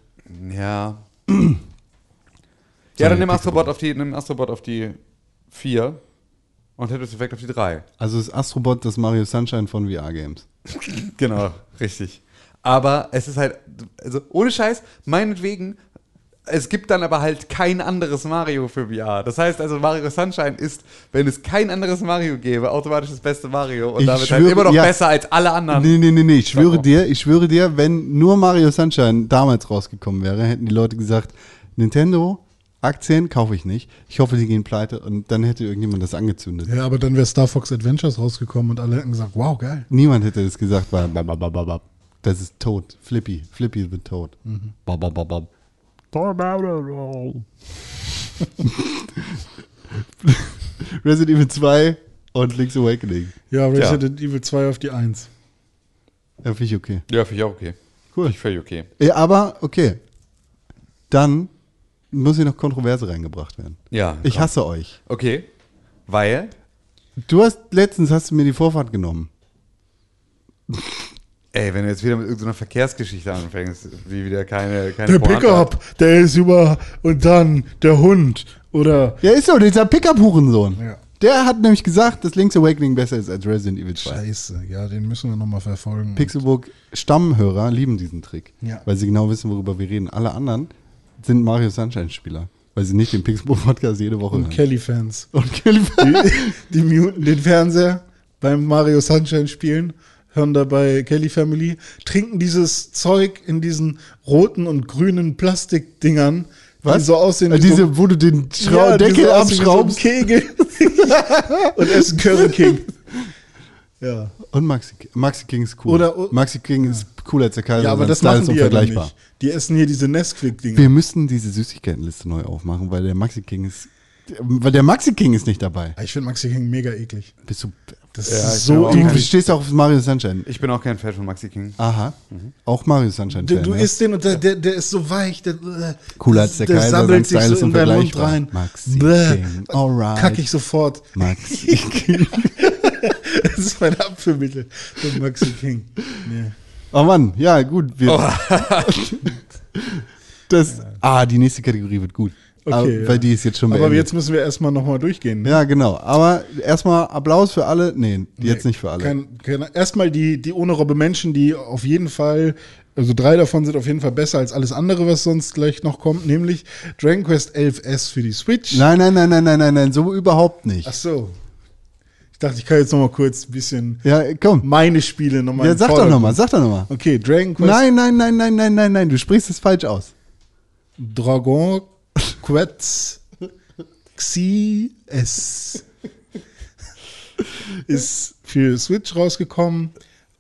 S4: Ja. ja,
S2: Sorry,
S4: dann nimm
S2: Pixelbook.
S4: Astrobot auf die, nimm Astrobot auf die 4 und Tetris Effect auf die 3.
S2: Also ist Astrobot das Mario Sunshine von VR-Games.
S4: Genau, richtig. Aber es ist halt, also ohne Scheiß, meinetwegen, es gibt dann aber halt kein anderes Mario für VR. Das heißt also, Mario Sunshine ist, wenn es kein anderes Mario gäbe, automatisch das beste Mario und
S2: Ich
S4: damit
S2: schwöre,
S4: halt immer noch
S2: ja.
S4: besser als alle anderen.
S2: Nee, nee, nee, nee, ich schwöre
S4: Doch.
S2: dir, ich schwöre dir, wenn nur Mario Sunshine damals rausgekommen wäre, hätten die Leute gesagt, Nintendo, Aktien kaufe ich nicht. Ich hoffe, die gehen pleite und dann hätte irgendjemand das angezündet.
S3: Ja, aber dann wäre Star Fox Adventures rausgekommen und alle hätten gesagt, wow, geil.
S2: Niemand hätte das gesagt, weil bam, bam, bam, bam, bam. das ist tot. Flippy, Flippy wird tot.
S4: Hm.
S2: Bam, bam, bam, bam. Resident Evil 2 und Link's Awakening.
S3: Ja, Resident Evil 2 auf die 1.
S2: Ja, finde ich okay.
S4: Ja, finde ich auch okay.
S2: Cool.
S4: Ich völlig okay.
S2: Ja, aber okay. Dann muss hier noch Kontroverse reingebracht werden.
S4: Ja.
S2: Ich hasse euch.
S4: Okay. Weil.
S2: Du hast letztens hast du mir die Vorfahrt genommen.
S4: Ey, wenn du jetzt wieder mit irgendeiner Verkehrsgeschichte anfängst, die wieder keine. keine
S3: Der
S4: Pointe hat.
S3: Pickup, der ist über und dann der Hund oder
S2: Ja, ist so, dieser Pickup-Hurensohn.
S3: Ja.
S2: Der hat nämlich gesagt, dass Link's Awakening besser ist als Resident Evil 2.
S3: Scheiße. Ja, den müssen wir nochmal verfolgen.
S2: Pixelburg Stammhörer lieben diesen Trick,
S3: Ja.
S2: weil sie genau wissen, worüber wir reden. Alle anderen sind Mario Sunshine Spieler, weil sie nicht den Pixelburg Podcast jede Woche
S3: und
S2: hören.
S3: Kelly-Fans.
S2: Und Kelly.
S3: Die, die muten den Fernseher beim Mario Sunshine spielen, hören dabei Kelly Family, trinken dieses Zeug in diesen roten und grünen Plastikdingern, die so aussehen
S2: Äh,
S3: wie so
S2: Diese, wo du den Schrau
S3: Ja,
S2: Deckel
S3: so aus wie so ein
S2: abschraubst.
S3: Kegel. und essen Curry King. Ja.
S2: Und Maxi, Maxi King ist cool.
S3: Oder-
S2: Maxi King ist cooler als der Kaiser.
S3: ja, aber
S2: sein
S3: das
S2: Style
S3: machen
S2: ist
S3: die ja dann
S2: unvergleichbar.
S3: nicht. Die essen hier diese Nesquik-Dinger.
S2: Wir müssen diese Süßigkeitenliste neu aufmachen, weil der Maxi King ist. Weil der Maxi King ist nicht dabei.
S3: Ah, Ich finde Maxi King mega eklig.
S2: Bist du.
S3: Das
S4: Ja, ich
S3: ist so
S4: bin auch-
S2: Du
S3: eklig.
S2: stehst auch auf Mario Sunshine.
S4: Ich bin auch kein Fan von Maxi King.
S2: Aha. Auch Mario Sunshine.
S3: Mhm. Du, du
S2: ja.
S3: isst den und der, der, der ist so weich. Der, äh,
S2: Cooler als der Kaiser, sein
S3: sabbelt sich
S2: Style
S3: so
S2: ist
S3: in deinen Mund
S2: unvergleichbar.
S3: rein.
S2: Maxi
S3: Bäh.
S2: King, Oh alright.
S3: Kacke ich sofort.
S2: Maxi King.
S3: Das ist mein Abführmittel. So Maxi King. Nee.
S2: Oh Mann, ja, gut. Wir
S3: Oh.
S2: Ah.
S4: Oh.
S2: das, ah, die nächste Kategorie wird gut.
S3: Okay,
S2: aber,
S3: ja.
S2: Weil die Ah, ist jetzt schon
S3: Aber
S2: beendet.
S3: jetzt müssen wir erstmal nochmal durchgehen. ne?
S2: ja, genau. Aber erstmal Applaus für alle. Nee, jetzt nicht für alle.
S3: Kein, kein, erstmal die, die ohne Robbe Menschen, die auf jeden Fall, also drei davon sind auf jeden Fall besser als alles andere, was sonst gleich noch kommt, nämlich Dragon Quest 11S für die Switch.
S2: nein, nein, nein, nein, nein, nein, nein, so überhaupt nicht.
S3: Ach so. Ich dachte, ich kann jetzt nochmal kurz ein bisschen
S2: Ja, komm.
S3: meine Spiele nochmal.
S2: Ja, sag doch nochmal, sag doch nochmal.
S3: Okay, Dragon Quest
S2: Nein, nein, nein, nein, nein, nein, nein, du sprichst es falsch aus.
S3: Dragon Quest XS ist für Switch rausgekommen.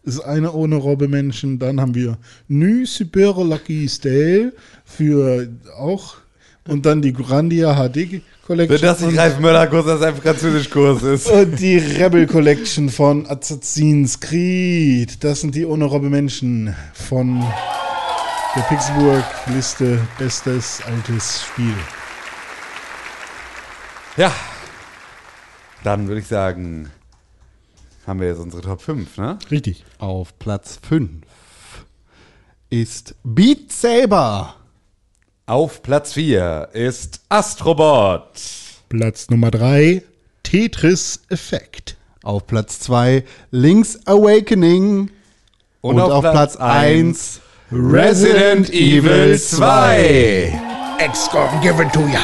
S3: Ist eine ohne Robbe Menschen. Dann haben wir New Super Lucky Stale für auch. Und dann die Grandia HD
S4: Wenn das
S3: Collection.
S4: nicht Ralf Möller-Kurs, das ein Französischkurs ist.
S3: Und die Rebel Collection von Assassin's Creed. Das sind die ohne Robbe Menschen von der Pixelburg Liste Bestes altes Spiel.
S4: Ja. Dann würde ich sagen, haben wir jetzt unsere Top 5, ne?
S3: Richtig.
S2: Auf Platz 5 ist Beat Saber.
S4: Auf Platz 4 ist Astrobot.
S3: Platz Nummer 3, Tetris Effekt.
S2: Auf Platz 2 Link's Awakening. Und, auf, Platz
S4: eins
S2: 1
S4: Resident Evil 2.
S3: It's gonna give it to ya.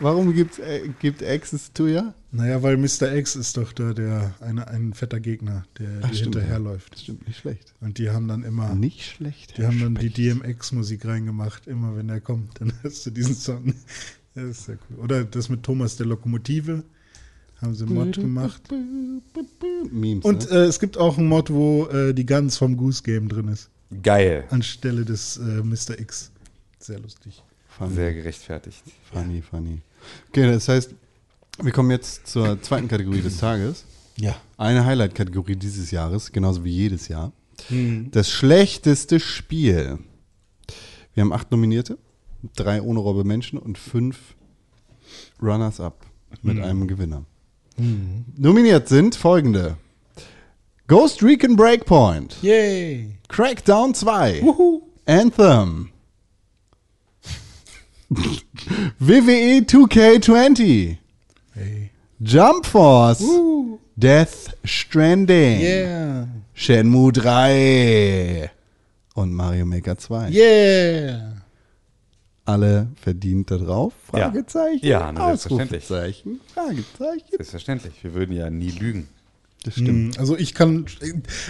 S2: Warum gibt's, äh, gibt Access to ya?
S3: Naja, weil Mr. X ist doch da der, eine, ein fetter Gegner, der dir
S2: stimmt,
S3: hinterherläuft.
S2: Stimmt, nicht schlecht.
S3: Und die haben dann immer,
S2: Nicht schlecht.
S3: die haben dann die DMX-Musik reingemacht, immer wenn er kommt, dann hast du diesen Song. Das ist sehr cool. Oder das mit Thomas der Lokomotive, haben sie einen Mod gemacht.
S2: Memes,
S3: Und
S2: ne?
S3: äh, es gibt auch einen Mod, wo äh, die Guns vom Goose Game drin ist,
S4: Geil.
S3: anstelle des äh, Mr. X. Sehr lustig.
S2: funny,
S4: Sehr gerechtfertigt.
S2: funny, funny. Okay, das heißt, wir kommen jetzt zur zweiten Kategorie des Tages.
S3: Ja.
S2: Eine Highlight-Kategorie dieses Jahres, genauso wie jedes Jahr. Das schlechteste Spiel. Wir haben acht Nominierte, drei ohne Robbe Menschen und fünf Runners-Up mit einem Gewinner. Nominiert sind folgende: Ghost Recon Breakpoint,
S3: Yay!
S2: Crackdown 2, Anthem, WWE 2K20, E
S3: Hey.
S2: Jump Force, Death Stranding,
S3: Yeah.
S2: Shenmue 3 und Mario Maker 2.
S3: Yeah.
S2: Alle verdient da drauf?
S4: Ja.
S2: Fragezeichen.
S4: Ja, na, selbstverständlich.
S2: Ausrufezeichen. Fragezeichen.
S4: Selbstverständlich, wir würden ja nie lügen.
S2: Das stimmt.
S3: Also ich kann.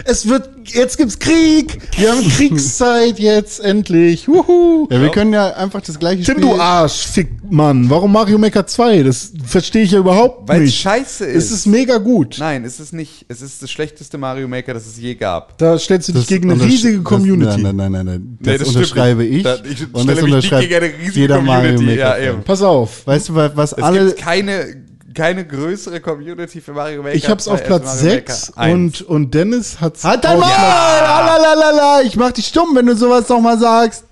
S3: Es wird. Jetzt gibt's Krieg. Wir haben Kriegszeit jetzt endlich. Wuhu.
S2: Ja, wir können ja einfach das gleiche
S3: Tim,
S2: Spiel.
S3: du Arsch, Fick, Mann. Warum Mario Maker 2? Das verstehe ich ja überhaupt
S4: Weil's
S3: nicht.
S4: scheiße
S3: Es
S4: ist.
S3: ist mega gut.
S4: Nein, es ist nicht. Es ist das schlechteste Mario Maker, das es je gab.
S3: Da stellst du dich
S2: Das
S3: gegen eine
S2: untersch-
S3: riesige
S2: das-
S3: Community.
S2: Nein, nein, nein, nein. Das,
S4: Nee, das stimmt
S2: unterschreibe
S4: nicht.
S2: ich.
S4: Da- ich
S2: und
S4: stelle
S2: das
S4: mich nicht
S2: unterschreibt
S4: gegen eine riesige
S2: jeder Mario
S4: Community.
S2: Maker.
S4: Ja,
S2: Fan.
S4: eben.
S3: Pass auf.
S2: Weißt du, was, was
S4: Es
S2: alle.
S4: gibt keine, keine größere Community für Mario Maker.
S3: Ich hab's auf
S4: 2 als
S3: Platz
S4: Mario
S3: 6
S4: Maker
S3: und,
S4: 1.
S3: und Dennis hat's.
S2: Halt dein
S4: Oh,
S3: auf-
S2: Maul! Alalala, Ich mach dich stumm, wenn du sowas nochmal sagst.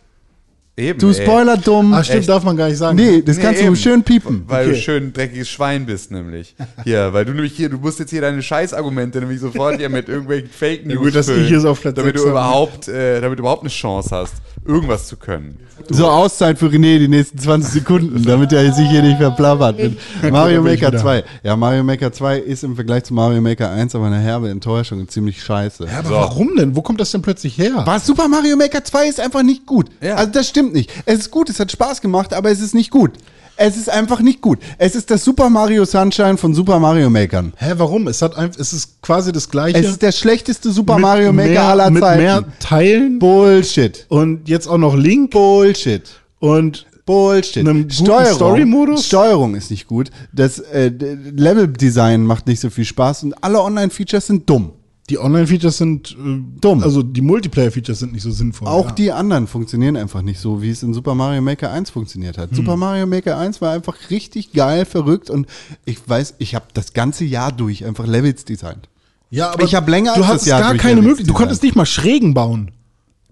S4: Eben,
S2: Du
S4: ey.
S2: Spoiler dumm.
S3: Ah, stimmt,
S4: Echt?
S3: darf man gar nicht sagen. ne?
S2: Nee, das
S4: Nee,
S2: kannst du
S4: eben.
S2: schön piepen.
S4: Weil du
S3: Okay.
S4: schön ein dreckiges Schwein bist, nämlich. Ja, weil du nämlich hier, du musst jetzt hier deine Scheißargumente nämlich sofort hier mit irgendwelchen Fake News.
S3: gut, dass ich
S4: füllen,
S3: hier so auf Platz
S4: damit
S3: sechs
S4: du
S3: habe.
S4: überhaupt, äh, damit du überhaupt eine Chance hast, irgendwas zu können.
S2: So, Auszeit für René die nächsten 20 Sekunden, damit er sich hier nicht verplappert mit Mario
S3: bin ich
S2: Maker
S3: wieder.
S2: 2. Ja, Mario Maker 2 ist im Vergleich zu Mario Maker 1 aber eine herbe Enttäuschung und ziemlich scheiße.
S3: Ja, aber warum denn? Wo kommt das denn plötzlich her?
S2: Was Super Mario Maker 2 ist einfach nicht gut.
S4: Ja.
S2: Also das stimmt nicht. Es ist gut, es hat Spaß gemacht, aber es ist nicht gut. Es ist einfach nicht gut. Es ist das Super Mario Sunshine von Super Mario Makern.
S3: Hä, warum? Es hat einfach, es ist quasi das gleiche.
S2: Es ist der schlechteste Super
S3: Mit
S2: Mario Maker
S3: mehr,
S2: aller
S3: Mit
S2: Zeiten.
S3: mehr Teilen
S2: Bullshit.
S3: und jetzt auch noch Link
S2: Bullshit.
S3: und
S2: Bullshit.
S3: Einem guten Story-Modus?
S2: Steuerung ist nicht gut. Das äh, d- Level-Design macht nicht so viel Spaß und alle Online-Features sind dumm.
S3: die Online-Features sind äh,
S2: Dumm.
S3: Also die Multiplayer-Features sind nicht so sinnvoll.
S2: Auch
S3: ja.
S2: die anderen funktionieren einfach nicht so, wie es in Super Mario Maker 1 funktioniert
S4: Hm.
S2: hat. Super Mario Maker 1 war einfach richtig geil, verrückt und ich weiß, ich habe das ganze Jahr durch einfach Levels designt.
S3: Ja, aber
S2: Ich hab länger als
S3: du
S2: das
S3: hattest
S2: Jahr
S3: gar
S2: durch
S3: keine
S2: erlebt
S3: Möglichkeit. Du
S2: zu
S3: konntest
S2: sein.
S3: nicht mal Schrägen bauen.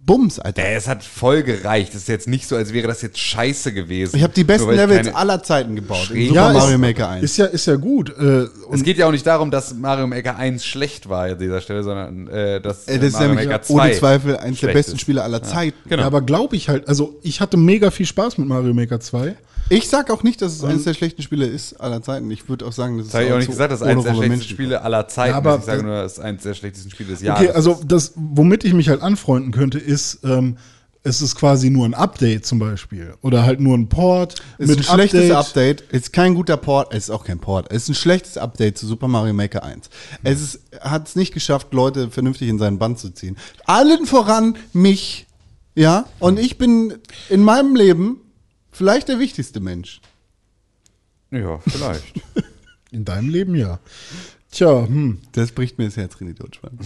S2: Bums, Alter.
S4: Äh, es hat voll gereicht. Es ist jetzt nicht so, als wäre das jetzt scheiße gewesen.
S2: Ich habe die besten
S4: Nur weil ich
S2: Levels
S4: keine-
S2: aller Zeiten gebaut. In
S4: Schräg-
S2: Super
S4: Ja,
S2: Mario
S3: ist,
S2: Maker 1.
S3: Ist ja, ist ja gut. Äh,
S4: Es
S3: und
S4: geht ja auch nicht darum, dass Mario Maker 1 schlecht war an dieser Stelle, sondern äh, dass
S2: Äh, das ist
S4: Mario
S2: nämlich
S4: Maker 2
S2: ohne Zweifel eines der
S4: schlecht
S2: besten
S4: ist.
S2: Spiele aller Zeiten.
S4: Genau.
S3: Aber glaube ich halt, also ich hatte mega viel Spaß mit Mario Maker 2.
S2: Ich sag auch nicht, dass es eines der schlechten Spiele ist aller Zeiten. Ich würde auch sagen, das ist
S4: Das habe ich auch nicht gesagt, das ist eines der schlechtesten Spiele aller Zeiten.
S3: Ja, aber
S4: ich sage
S3: das-
S4: nur, das ist eines der schlechtesten Spiele des Jahres.
S3: Okay, also das, womit ich mich halt anfreunden könnte, ist, ähm, es ist quasi nur ein Update zum Beispiel. Oder halt nur ein Port.
S2: Es ist ein schlechtes Update. Ist kein guter Port. Es ist auch kein Port. Es ist ein schlechtes Update zu Super Mario Maker 1. Es ist, hat es nicht geschafft, Leute vernünftig in seinen Bann zu ziehen. Allen voran mich. Ja. Und ich bin in meinem Leben vielleicht der wichtigste Mensch.
S4: ja, vielleicht.
S3: In deinem Leben ja. Tja, hm.
S2: Das bricht mir das Herz, René Deutschmann.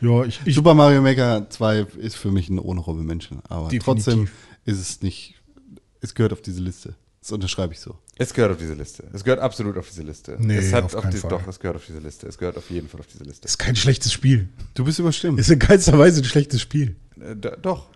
S3: Ja, ich, ich
S2: Super Mario Maker 2 ist für mich ein ohne Robbe Menschen. Aber
S3: Definitiv.
S2: trotzdem ist es nicht, es gehört auf diese Liste. Das unterschreibe ich so.
S4: Es gehört auf diese Liste. Es gehört absolut auf diese Liste.
S3: Nee,
S4: es hat
S3: auf
S4: auf,
S3: keinen
S4: die,
S3: Fall.
S4: Doch, es gehört auf diese Liste. Es gehört auf jeden Fall auf diese Liste.
S3: ist kein schlechtes Spiel.
S2: Du bist überstimmt.
S3: Ist in keinster Weise ein schlechtes Spiel.
S4: Äh, do- doch.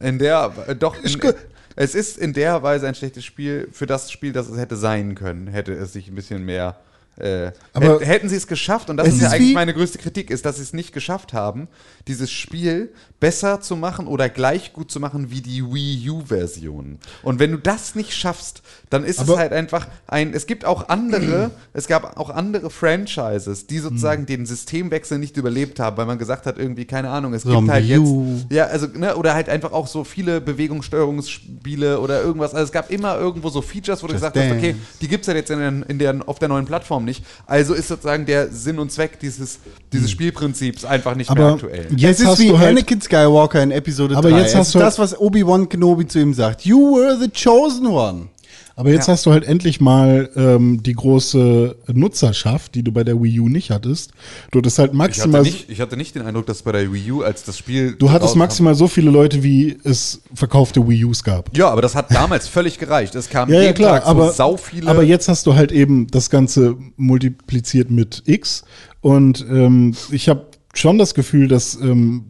S4: In der, äh, doch. In,
S3: gut.
S4: es ist in der Weise ein schlechtes Spiel für das Spiel, das es hätte sein können. Hätte es sich ein bisschen mehr. Äh,
S3: Aber-
S4: hätt- hätten sie es geschafft, und das
S2: Es
S4: ist ja
S2: ist
S4: eigentlich
S2: wie-
S4: meine größte Kritik, ist, dass sie es nicht geschafft haben, dieses Spiel besser zu machen oder gleich gut zu machen wie die Wii U-Version. Und wenn du das nicht schaffst, dann ist
S3: Aber-
S4: es halt einfach ein. Es gibt auch andere, es gab auch andere Franchises, die sozusagen den Systemwechsel nicht überlebt haben, weil man gesagt hat, irgendwie, keine Ahnung, es gibt
S2: Zombie
S4: halt jetzt.
S2: U.
S4: Ja, also, ne, oder halt einfach auch so viele Bewegungssteuerungsspiele oder irgendwas. Also es gab immer irgendwo so Features, wo du gesagt hast,
S2: Dance.
S4: okay, die gibt's halt jetzt in der, in der, auf der neuen Plattform nicht. Also ist sozusagen der Sinn und Zweck dieses, dieses Spielprinzips einfach nicht mehr
S3: Hm. Aber
S4: aktuell.
S3: jetzt
S2: es ist
S3: hast
S2: wie
S3: du halt,
S2: Anakin Skywalker in Episode
S3: Aber
S2: 3.
S3: jetzt hast
S2: es
S3: du
S2: ist
S3: halt-
S2: das, was Obi-Wan Kenobi zu ihm sagt. You were the chosen one.
S3: aber jetzt
S4: Ja.
S3: hast du halt endlich mal ähm, die große Nutzerschaft, die du bei der Wii U nicht hattest. Du hattest halt
S4: Ich hatte,
S3: maximal,
S4: nicht, ich hatte nicht den Eindruck, dass bei der Wii U, als das Spiel.
S3: du hattest
S4: rauskam-
S3: maximal so viele Leute, wie es verkaufte Wii Us gab.
S4: Ja, aber das hat damals völlig gereicht. Es kamen
S3: Ja, ja
S4: jeden
S3: klar,
S4: Tag so
S3: aber,
S4: sau viele.
S3: aber jetzt hast du halt eben das Ganze multipliziert mit X und ähm, ich habe schon das Gefühl, dass ähm,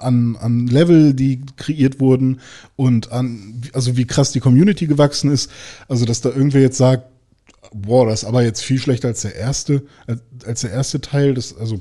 S3: an, an Level, die kreiert wurden und an, also wie krass die Community gewachsen ist, also dass da irgendwer jetzt sagt, boah, das ist aber jetzt viel schlechter als der erste, als, als der erste Teil, das, also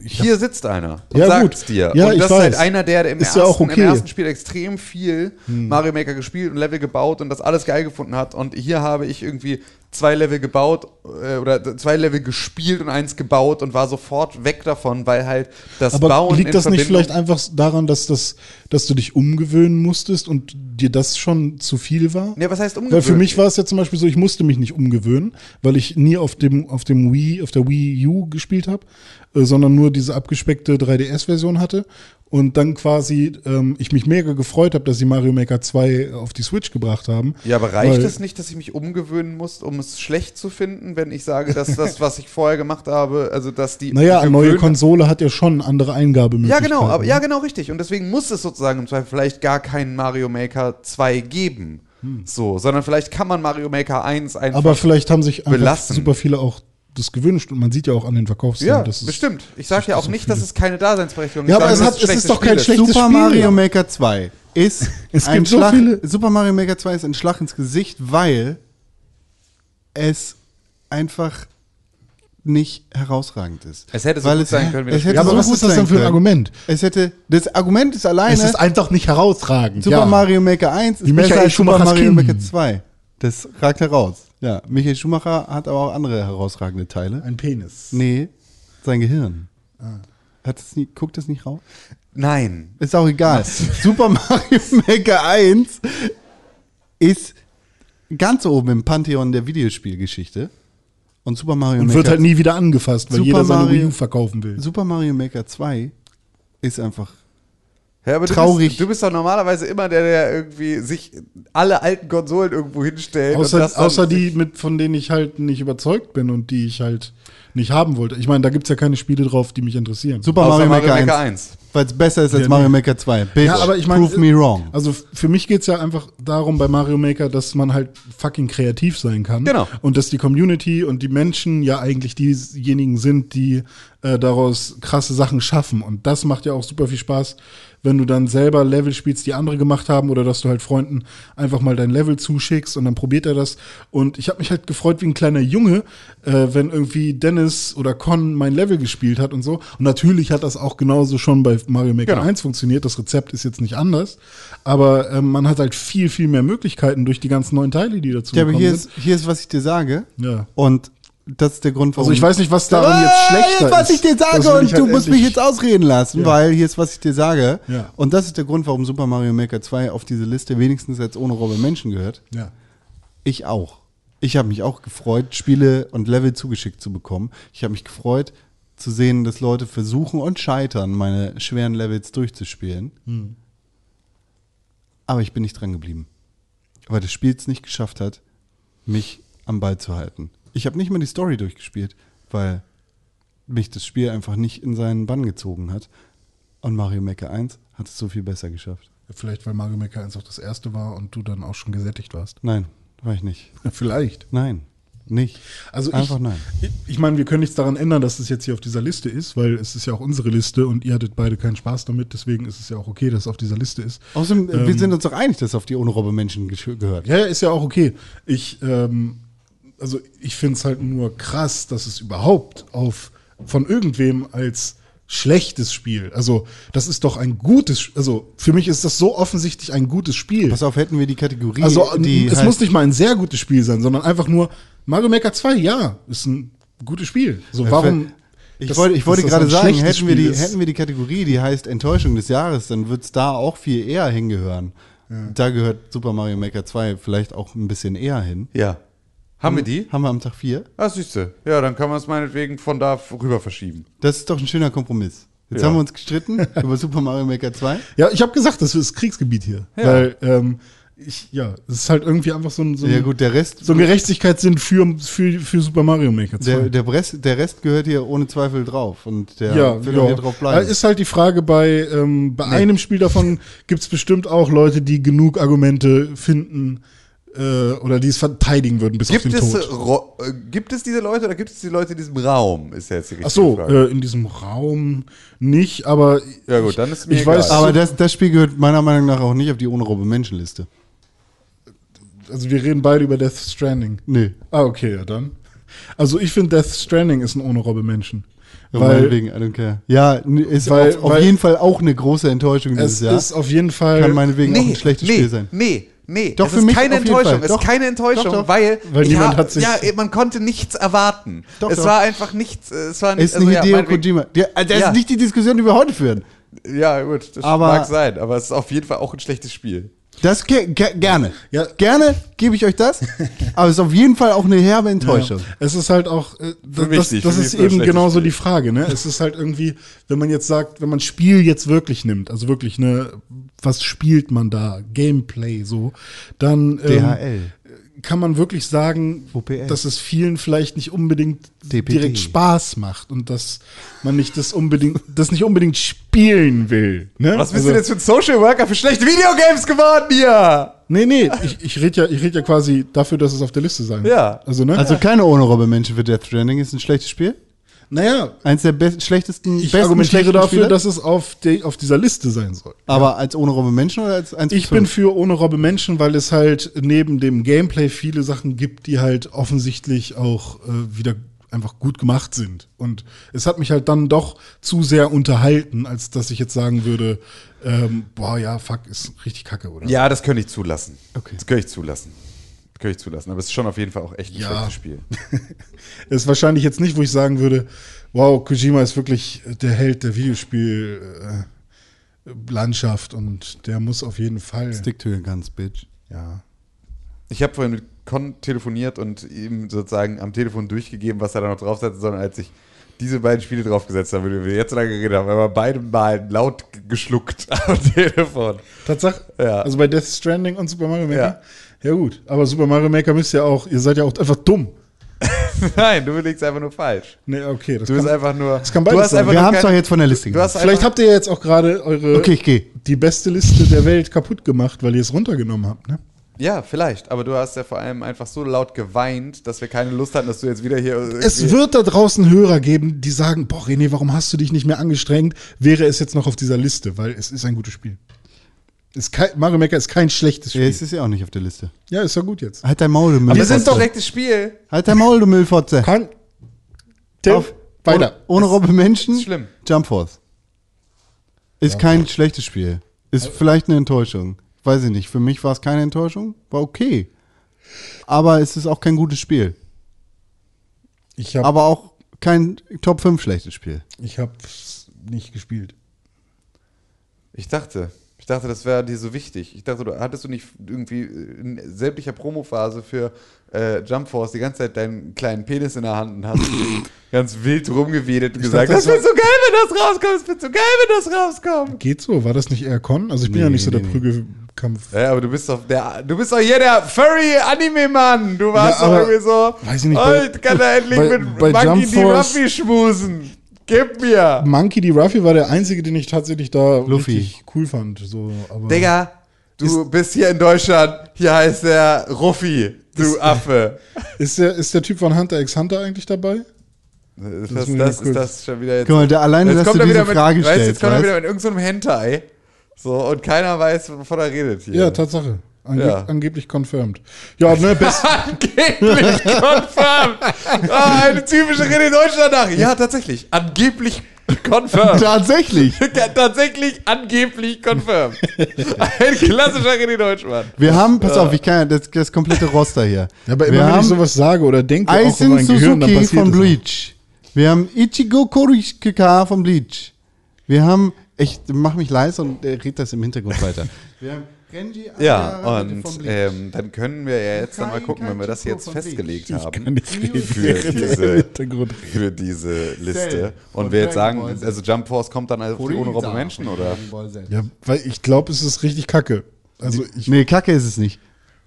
S4: Hier sitzt einer und
S3: Ja,
S4: sagt's
S3: gut.
S4: dir.
S3: Ja,
S4: und
S3: ich
S4: das ist halt
S3: weiß.
S4: einer, der im
S3: Ist
S4: ersten,
S3: ja auch okay. Hm.
S4: im ersten Spiel extrem viel Mario Maker gespielt und Level gebaut und das alles geil gefunden hat. Und hier habe ich irgendwie zwei Level gebaut äh, oder zwei Level gespielt und eins gebaut und war sofort weg davon, weil halt das
S3: Aber
S4: Bauen in
S3: liegt das nicht
S4: Verbindung-
S3: vielleicht einfach daran, dass, das, dass du dich umgewöhnen musstest und dir das schon zu viel war?
S4: Ja, was heißt
S3: Weil
S4: umgewöhnen?
S3: für mich war es ja zum Beispiel so, ich musste mich nicht umgewöhnen, weil ich nie auf dem, auf dem Wii, auf der Wii U gespielt habe, äh, sondern nur diese abgespeckte 3DS-Version hatte. Und dann quasi ähm, ich mich mega gefreut habe, dass sie Mario Maker 2 auf die Switch gebracht haben.
S4: Ja, aber reicht
S3: Weil-
S4: es nicht, dass ich mich umgewöhnen muss, um es schlecht zu finden, wenn ich sage, dass das, was ich vorher gemacht habe, also dass die
S3: Naja, eine neue
S4: gewöhnt-
S3: Konsole hat ja schon andere
S4: Ja,
S3: Eingabemöglichkeiten.
S4: genau, aber,
S3: ne?
S4: ja, genau, richtig. Und deswegen muss es sozusagen im Zweifel vielleicht gar keinen Mario Maker 2 geben. So, sondern vielleicht kann man Mario Maker 1 einfach.
S3: Hm. Aber vielleicht haben sich einfach
S4: belassen.
S3: super viele auch das gewünscht und man sieht ja auch an den Verkaufszahlen,
S4: ja,
S3: dass es
S4: bestimmt. Ich sage ja auch
S3: so
S4: nicht,
S3: viele.
S4: dass es keine Daseinsberechtigung
S3: Ja,
S4: Ich
S3: aber
S4: sage
S3: es
S4: nur,
S3: hat- es
S4: dass
S3: ist
S4: schlechtes
S3: doch kein
S4: Spiel
S3: schlechtes-
S2: Super
S3: Spiel,
S2: Mario
S3: ja.
S2: Maker 2 ist
S3: Es
S2: ein
S3: gibt so
S2: Schlag,
S3: viele-
S2: Super Mario Maker 2 ist ein Schlag ins Gesicht, weil es einfach nicht herausragend ist.
S4: Es hätte so
S2: weil
S4: gut sein können, wenn
S2: Es
S4: das
S2: hätte
S3: Ja, aber
S2: so
S3: was
S2: gut
S3: ist das
S2: sein
S3: denn für ein
S2: können.
S3: Argument?
S2: Es hätte das Argument ist alleine
S3: Es ist einfach nicht herausragend.
S2: Super
S3: ja.
S2: Mario Maker 1 ist
S3: Wie
S2: besser
S3: Michael
S2: als Super
S3: Schumachers
S2: Mario
S3: Kind.
S2: Maker 2. Das ragt heraus. Ja, Michael Schumacher hat aber auch andere herausragende Teile.
S3: Ein Penis.
S2: Nee, sein Gehirn.
S3: Ah.
S2: Hat das nie, guckt das nicht raus?
S4: Nein.
S2: Ist auch egal. Super Mario Maker 1 ist ganz oben im Pantheon der Videospielgeschichte. Und Super Mario
S3: Und
S2: Maker
S3: wird halt nie wieder angefasst, weil
S2: Super
S3: jeder seine
S2: Mario-
S3: Wii U verkaufen will.
S2: Super Mario Maker 2 ist einfach
S4: Ja, aber Du
S2: Traurig.
S4: bist, du bist doch normalerweise immer der, der irgendwie sich alle alten Konsolen irgendwo hinstellt. und
S3: Außer,
S4: das dann-
S3: außer die, mit, von denen ich halt nicht überzeugt bin und die ich halt nicht haben wollte. Ich meine, da gibt es ja keine Spiele drauf, die mich interessieren.
S2: Super
S4: Außer
S2: Mario,
S4: Mario
S2: Maker,
S4: Maker
S2: 1. Weil es besser ist als
S3: Ja,
S2: Mario
S3: nee.
S2: Maker 2. Bitch,
S3: Ja, aber ich meine,
S2: prove me wrong.
S3: Also f- für mich geht es ja einfach darum bei Mario Maker, dass man halt fucking kreativ sein kann.
S4: Genau.
S3: Und dass die Community und die Menschen ja eigentlich diejenigen sind, die äh, daraus krasse Sachen schaffen. Und das macht ja auch super viel Spaß, wenn du dann selber Level spielst, die andere gemacht haben, oder dass du halt Freunden einfach mal dein Level zuschickst und dann probiert er das. Und ich habe mich halt gefreut wie ein kleiner Junge, äh, wenn irgendwie Dennis oder Con mein Level gespielt hat und so. Und natürlich hat das auch genauso schon bei Mario Maker
S4: Genau.
S3: 1 funktioniert. Das Rezept ist jetzt nicht anders. Aber ähm, man hat halt viel, viel mehr Möglichkeiten durch die ganzen neuen Teile, die dazu
S2: Ja, aber
S3: gekommen
S2: hier
S3: sind.
S2: ist, hier ist, was ich dir sage.
S3: Ja.
S2: Und das ist der Grund, warum.
S3: Also ich weiß nicht, was daran jetzt
S2: Ah,
S3: schlechter
S2: jetzt, was
S3: ist.
S2: ich dir
S3: Das
S2: sage
S3: will
S2: und
S3: ich halt
S2: du musst mich
S3: endlich-
S2: jetzt ausreden lassen,
S3: Ja.
S2: weil hier ist, was ich dir sage.
S3: Ja.
S2: Und das ist der Grund, warum Super Mario Maker 2 auf diese Liste wenigstens jetzt ohne Robin Menschen gehört.
S3: Ja.
S2: Ich auch. Ich habe mich auch gefreut, Spiele und Level zugeschickt zu bekommen. Ich habe mich gefreut, zu sehen, dass Leute versuchen und scheitern, meine schweren Levels durchzuspielen.
S3: Hm.
S2: Aber ich bin nicht dran geblieben. Weil das Spiel es nicht geschafft hat, mich am Ball zu halten. Ich habe nicht mal die Story durchgespielt, weil mich das Spiel einfach nicht in seinen Bann gezogen hat. Und Mario Maker 1 hat es so viel besser geschafft.
S3: Vielleicht, weil Mario Maker 1 auch das erste war und du dann auch schon gesättigt warst.
S2: Nein, war ich nicht.
S3: Vielleicht.
S2: Nein, nicht.
S3: Also
S2: Einfach
S3: ich,
S2: nein.
S3: Ich, ich meine, wir können nichts daran ändern, dass es jetzt hier auf dieser Liste ist, weil es ist ja auch unsere Liste und ihr hattet beide keinen Spaß damit, deswegen ist es ja auch okay, dass es auf dieser Liste ist.
S2: Außerdem, äh,
S3: Ähm,
S2: wir sind uns doch einig, dass auf die ohne Robbe Menschen gesch- gehört.
S3: Ja, ja, ist ja auch okay. Ich, ähm, also ich finde es halt nur krass, dass es überhaupt auf von irgendwem als schlechtes Spiel. Also, das ist doch ein gutes, Sch- also für mich ist das so offensichtlich ein gutes Spiel.
S2: Pass auf, hätten wir die Kategorie,
S3: Also
S2: die
S3: es
S2: heißt-
S3: muss nicht mal ein sehr gutes Spiel sein, sondern einfach nur Mario Maker 2, ja, ist ein gutes Spiel. So, warum?
S2: Ich
S3: das-
S2: wollte, ich wollte
S3: dass das
S2: gerade
S3: ein
S2: sagen,
S3: schlechtes
S2: hätten wir,
S3: Spiel
S2: die,
S3: ist.
S2: hätten wir die Kategorie, die heißt Enttäuschung des Jahres, dann wird's da auch viel eher hingehören. Da gehört Super Mario Maker 2 vielleicht auch ein bisschen eher hin.
S4: ja. Haben wir
S3: Hm.
S4: die?
S2: Haben wir am Tag 4?
S4: Ah, siehste. Ja, dann kann man es meinetwegen von da rüber verschieben.
S2: Das ist doch ein schöner Kompromiss. Jetzt
S4: Ja.
S2: haben wir uns gestritten über Super Mario Maker 2.
S3: Ja, ich habe gesagt, das ist Kriegsgebiet hier,
S4: Ja.
S3: weil ähm, ich, ja, es ist halt irgendwie einfach so ein, so ein,
S2: Ja gut, der Rest,
S3: so ein Gerechtigkeitssinn für, für, für Super Mario Maker 2.
S2: der, der, Rest, der Rest gehört hier ohne Zweifel drauf und der
S3: ja,
S2: wird auch
S3: ja.
S2: hier drauf bleiben.
S3: Ist halt die Frage, bei, ähm, bei einem Spiel davon gibt es bestimmt auch Leute, die genug Argumente finden äh, oder die es verteidigen würden bis
S4: Gibt
S3: auf den
S4: es,
S3: Tod.
S4: äh, Ro- äh, gibt es diese Leute oder gibt es die Leute in diesem Raum? Ist ja jetzt die richtige
S3: Ach so,
S4: Frage.
S3: äh, in diesem Raum nicht, aber
S4: Ja gut, dann ist mir
S3: ich weiß,
S4: egal.
S2: Aber das, das Spiel gehört meiner Meinung nach auch nicht auf die unrobe Menschenliste.
S3: also wir reden beide über Death Stranding.
S2: Nee.
S3: Ah, okay, ja dann. Also ich finde Death Stranding ist ein ohne Robbe Menschen. Weil
S4: Um
S2: Meinetwegen, I don't care. Ja, n- ist
S3: weil-
S2: auf, auf
S3: weil-
S2: jeden Fall auch eine große Enttäuschung
S3: es
S2: dieses Jahr.
S3: ist auf jeden Fall
S2: Kann meinetwegen auch ein schlechtes
S4: nee,
S2: Spiel sein.
S4: Nee, Nee,
S2: Doch,
S4: es
S2: für
S4: ist
S2: mich
S4: keine
S2: auf jeden Fall.
S4: Enttäuschung. Es
S2: Doch.
S4: ist keine Enttäuschung,
S2: Doch, doch.
S4: weil,
S3: Weil
S4: ich
S3: niemand
S4: hab-
S3: hat sich-
S4: ja, man konnte nichts erwarten.
S2: Doch,
S4: es
S2: doch.
S4: war einfach nichts. Es war
S2: Ist
S4: also,
S2: nicht
S4: ja,
S2: Hideo
S4: meinetwegen-
S2: Kojima. Der, also das
S4: Ja.
S2: ist nicht die Diskussion, die wir heute führen.
S4: Ja, gut, das
S2: Aber-
S4: mag sein, aber es ist auf jeden Fall auch ein schlechtes Spiel.
S2: Das ge ge gerne.
S3: Ja.
S2: Gerne gebe ich euch das. aber es ist auf jeden Fall auch eine herbe Enttäuschung. Ähm,
S3: Ja. Es ist halt auch, äh, das,
S4: mich
S3: das,
S4: nicht,
S3: das
S4: für mich
S3: ist
S4: nur ein
S3: eben
S4: schlechtes
S3: genauso
S4: Spiel.
S3: die Frage. Ne? Es ist halt irgendwie, wenn man jetzt sagt, wenn man Spiel jetzt wirklich nimmt, also wirklich, ne, was spielt man da? Gameplay so, dann ähm,
S2: DHL.
S3: kann man wirklich sagen,
S2: UPS.
S3: dass es vielen vielleicht nicht unbedingt
S2: DPD.
S3: direkt Spaß macht und dass man nicht das unbedingt, das nicht unbedingt spielen will. Ne?
S4: Was bist
S3: Also-
S4: du denn jetzt für ein Social Worker für schlechte Videogames geworden hier?
S3: Nee, nee, ich, ich rede ja, ich red ja quasi dafür, dass es auf der Liste sein wird.
S4: Ja.
S3: Also, ne?
S2: Also keine ohne Robbe Menschen für Death Stranding ist ein schlechtes Spiel.
S3: naja,
S2: Eins der best- schlechtesten,
S3: ich
S2: besten
S3: argumentiere
S2: schlechten
S3: dafür,
S2: Spiele.
S3: dass es auf, de, auf dieser Liste sein soll.
S2: aber als ohne Robbe Menschen oder als eins
S3: Ich
S2: bis
S3: bin
S2: fünf?
S3: für ohne Robbe Menschen, weil es halt neben dem Gameplay viele Sachen gibt, die halt offensichtlich auch äh, wieder einfach gut gemacht sind. Und es hat mich halt dann doch zu sehr unterhalten, als dass ich jetzt sagen würde, ähm, boah, ja, fuck, ist richtig kacke, oder?
S4: Ja, das könnte ich zulassen.
S2: Okay.
S4: Das könnte ich zulassen. Das könnte ich zulassen, aber es ist schon auf jeden Fall auch echt ein
S3: Ja.
S4: schlechtes Spiel.
S3: ist wahrscheinlich jetzt nicht, wo ich sagen würde, wow, Kojima ist wirklich der Held der Videospiellandschaft äh, Landschaft und der muss auf jeden Fall.
S2: Stick to your guns, bitch.
S3: Ja.
S4: Ich habe vorhin mit Con telefoniert und ihm sozusagen am Telefon durchgegeben, was er da noch draufsetzen soll. Und als ich diese beiden Spiele draufgesetzt habe, über die wir jetzt lange geredet haben, haben wir beide mal laut g- geschluckt am Telefon.
S3: Tatsache,
S4: Ja.
S3: also bei Death Stranding und Super Mario Maker.
S4: Ja.
S3: Ja. gut, aber Super Mario Maker müsst ja auch, ihr seid ja auch einfach dumm.
S4: Nein, du liegst einfach nur falsch.
S3: Nee, okay, das
S4: Du bist
S3: kann,
S4: einfach nur.
S3: kann
S4: du
S3: beides
S4: hast
S3: sein.
S4: einfach
S2: Wir
S4: nur
S2: haben es doch
S4: kein-
S2: jetzt von der Liste
S4: Du hast
S2: gemacht.
S3: Vielleicht
S4: einfach,
S3: habt ihr ja jetzt auch gerade eure
S2: Okay, ich gehe.
S3: die beste Liste der Welt kaputt gemacht, weil ihr es runtergenommen habt, ne?
S4: ja, vielleicht, aber du hast ja vor allem einfach so laut geweint, dass wir keine Lust hatten, dass du jetzt wieder hier.
S3: Es
S4: irgendwie-
S3: wird da draußen Hörer geben, die sagen, boah, René, warum hast du dich nicht mehr angestrengt? Wäre es jetzt noch auf dieser Liste, weil es ist ein gutes Spiel. Ist kein, Mario Maker ist kein schlechtes
S2: Ja,
S3: Spiel.
S2: es ist ja auch nicht auf der Liste.
S3: ja, ist ja gut jetzt.
S2: Halt dein Maul, du
S4: Wir sind doch
S2: Müllfotze.
S4: rechtes Spiel.
S2: Halt dein Maul, du Müllfotze.
S3: Kann. Tim,
S2: Auf.
S3: weiter.
S2: Ohne, ohne Robbe Menschen.
S4: ist schlimm.
S2: Jump Force. Ist kein schlechtes Spiel. Ist
S4: Also-
S2: vielleicht eine Enttäuschung. Weiß ich nicht. Für mich war es keine Enttäuschung. War okay. Aber es ist auch kein gutes Spiel.
S3: Ich habe
S2: Aber auch kein Top 5 schlechtes Spiel.
S3: ich hab's nicht gespielt.
S4: Ich dachte, ich dachte, das wäre dir so wichtig. Ich dachte, du hattest du nicht irgendwie in sämtlicher Promophase für äh, Jump Force die ganze Zeit deinen kleinen Penis in der Hand und hast ganz wild rumgewedelt und gesagt,
S3: dachte,
S4: das
S3: das
S4: wird so geil, wenn das rauskommt, das wird so geil, wenn das rauskommt.
S3: Geht so? War das nicht eher Con? Also ich bin
S2: Nee,
S3: ja nicht so
S2: nee,
S3: der
S2: nee.
S3: Prügelkampf.
S4: Ja, aber du bist doch der, du bist doch hier der Furry-Anime-Mann. Du warst
S3: Ja,
S4: doch
S3: aber-
S4: irgendwie so,
S3: weiß ich nicht,
S4: oh,
S3: bei-
S4: ich kann da endlich
S3: bei-
S4: mit
S3: bei
S4: Monkey
S3: Jump
S4: die
S3: Force-
S4: Ruffy schmusen. Gib mir.
S3: Monkey D. Ruffy war der einzige, den ich tatsächlich da
S2: Luffy.
S3: richtig cool fand. So, aber
S4: Digga, du bist hier in Deutschland, hier heißt er Ruffi, du Affe.
S3: Ist, der, ist der Typ von Hunter x Hunter eigentlich dabei?
S4: Ist
S3: Das muss
S4: das,
S3: ich
S4: das,
S3: mal kurz-
S4: ist das schon wieder jetzt.
S2: Guck mal, der, alleine, dass du
S4: er
S2: diese
S4: mit,
S2: Frage
S4: weißt, du,
S2: stellst.
S4: jetzt kommt er
S2: weißt?
S4: wieder mit irgendeinem Hentai. So, und keiner weiß, wovon er redet hier.
S3: Ja, Tatsache. Ange
S4: Ja.
S3: Angeblich confirmed. Ja, ne, best,
S4: Angeblich confirmed. Ah, eine typische Rede Deutschland nach. Ja, tatsächlich. Angeblich confirmed.
S2: Tatsächlich.
S4: tatsächlich angeblich confirmed. Ein klassischer René Deutschmann.
S2: Wir haben, pass auf, ich kann ja das, das komplette Roster hier.
S3: Ja, aber
S2: wir
S3: immer wenn ich sowas sage oder denke auch in
S2: Aisin
S3: mein Gehirn, dann
S2: Suzuki
S3: passiert
S2: von
S3: das auch.
S2: Bleach. Wir haben Ichigo Korishika von Bleach. Wir haben, ich mach mich leise und äh, red das im Hintergrund weiter. Wir haben Renji
S4: Ja,
S2: Ararate
S4: und
S2: von Bleach.
S4: ähm, dann können wir ja jetzt dann mal gucken, wenn wir das jetzt festgelegt haben. Für
S3: Während der
S4: diese,
S3: Hintergrund.
S4: für diese Liste.
S2: von
S4: Und wir jetzt
S2: Dragon
S4: sagen,
S2: Ball Z.
S4: also Jump Force kommt dann also ohne Robben
S2: Kurisa
S4: Menschen,
S2: von
S4: oder?
S2: Dragon Ball Z.
S3: Ja, weil ich glaube, es ist richtig kacke. Also ich
S2: Nee, Kacke ist es nicht.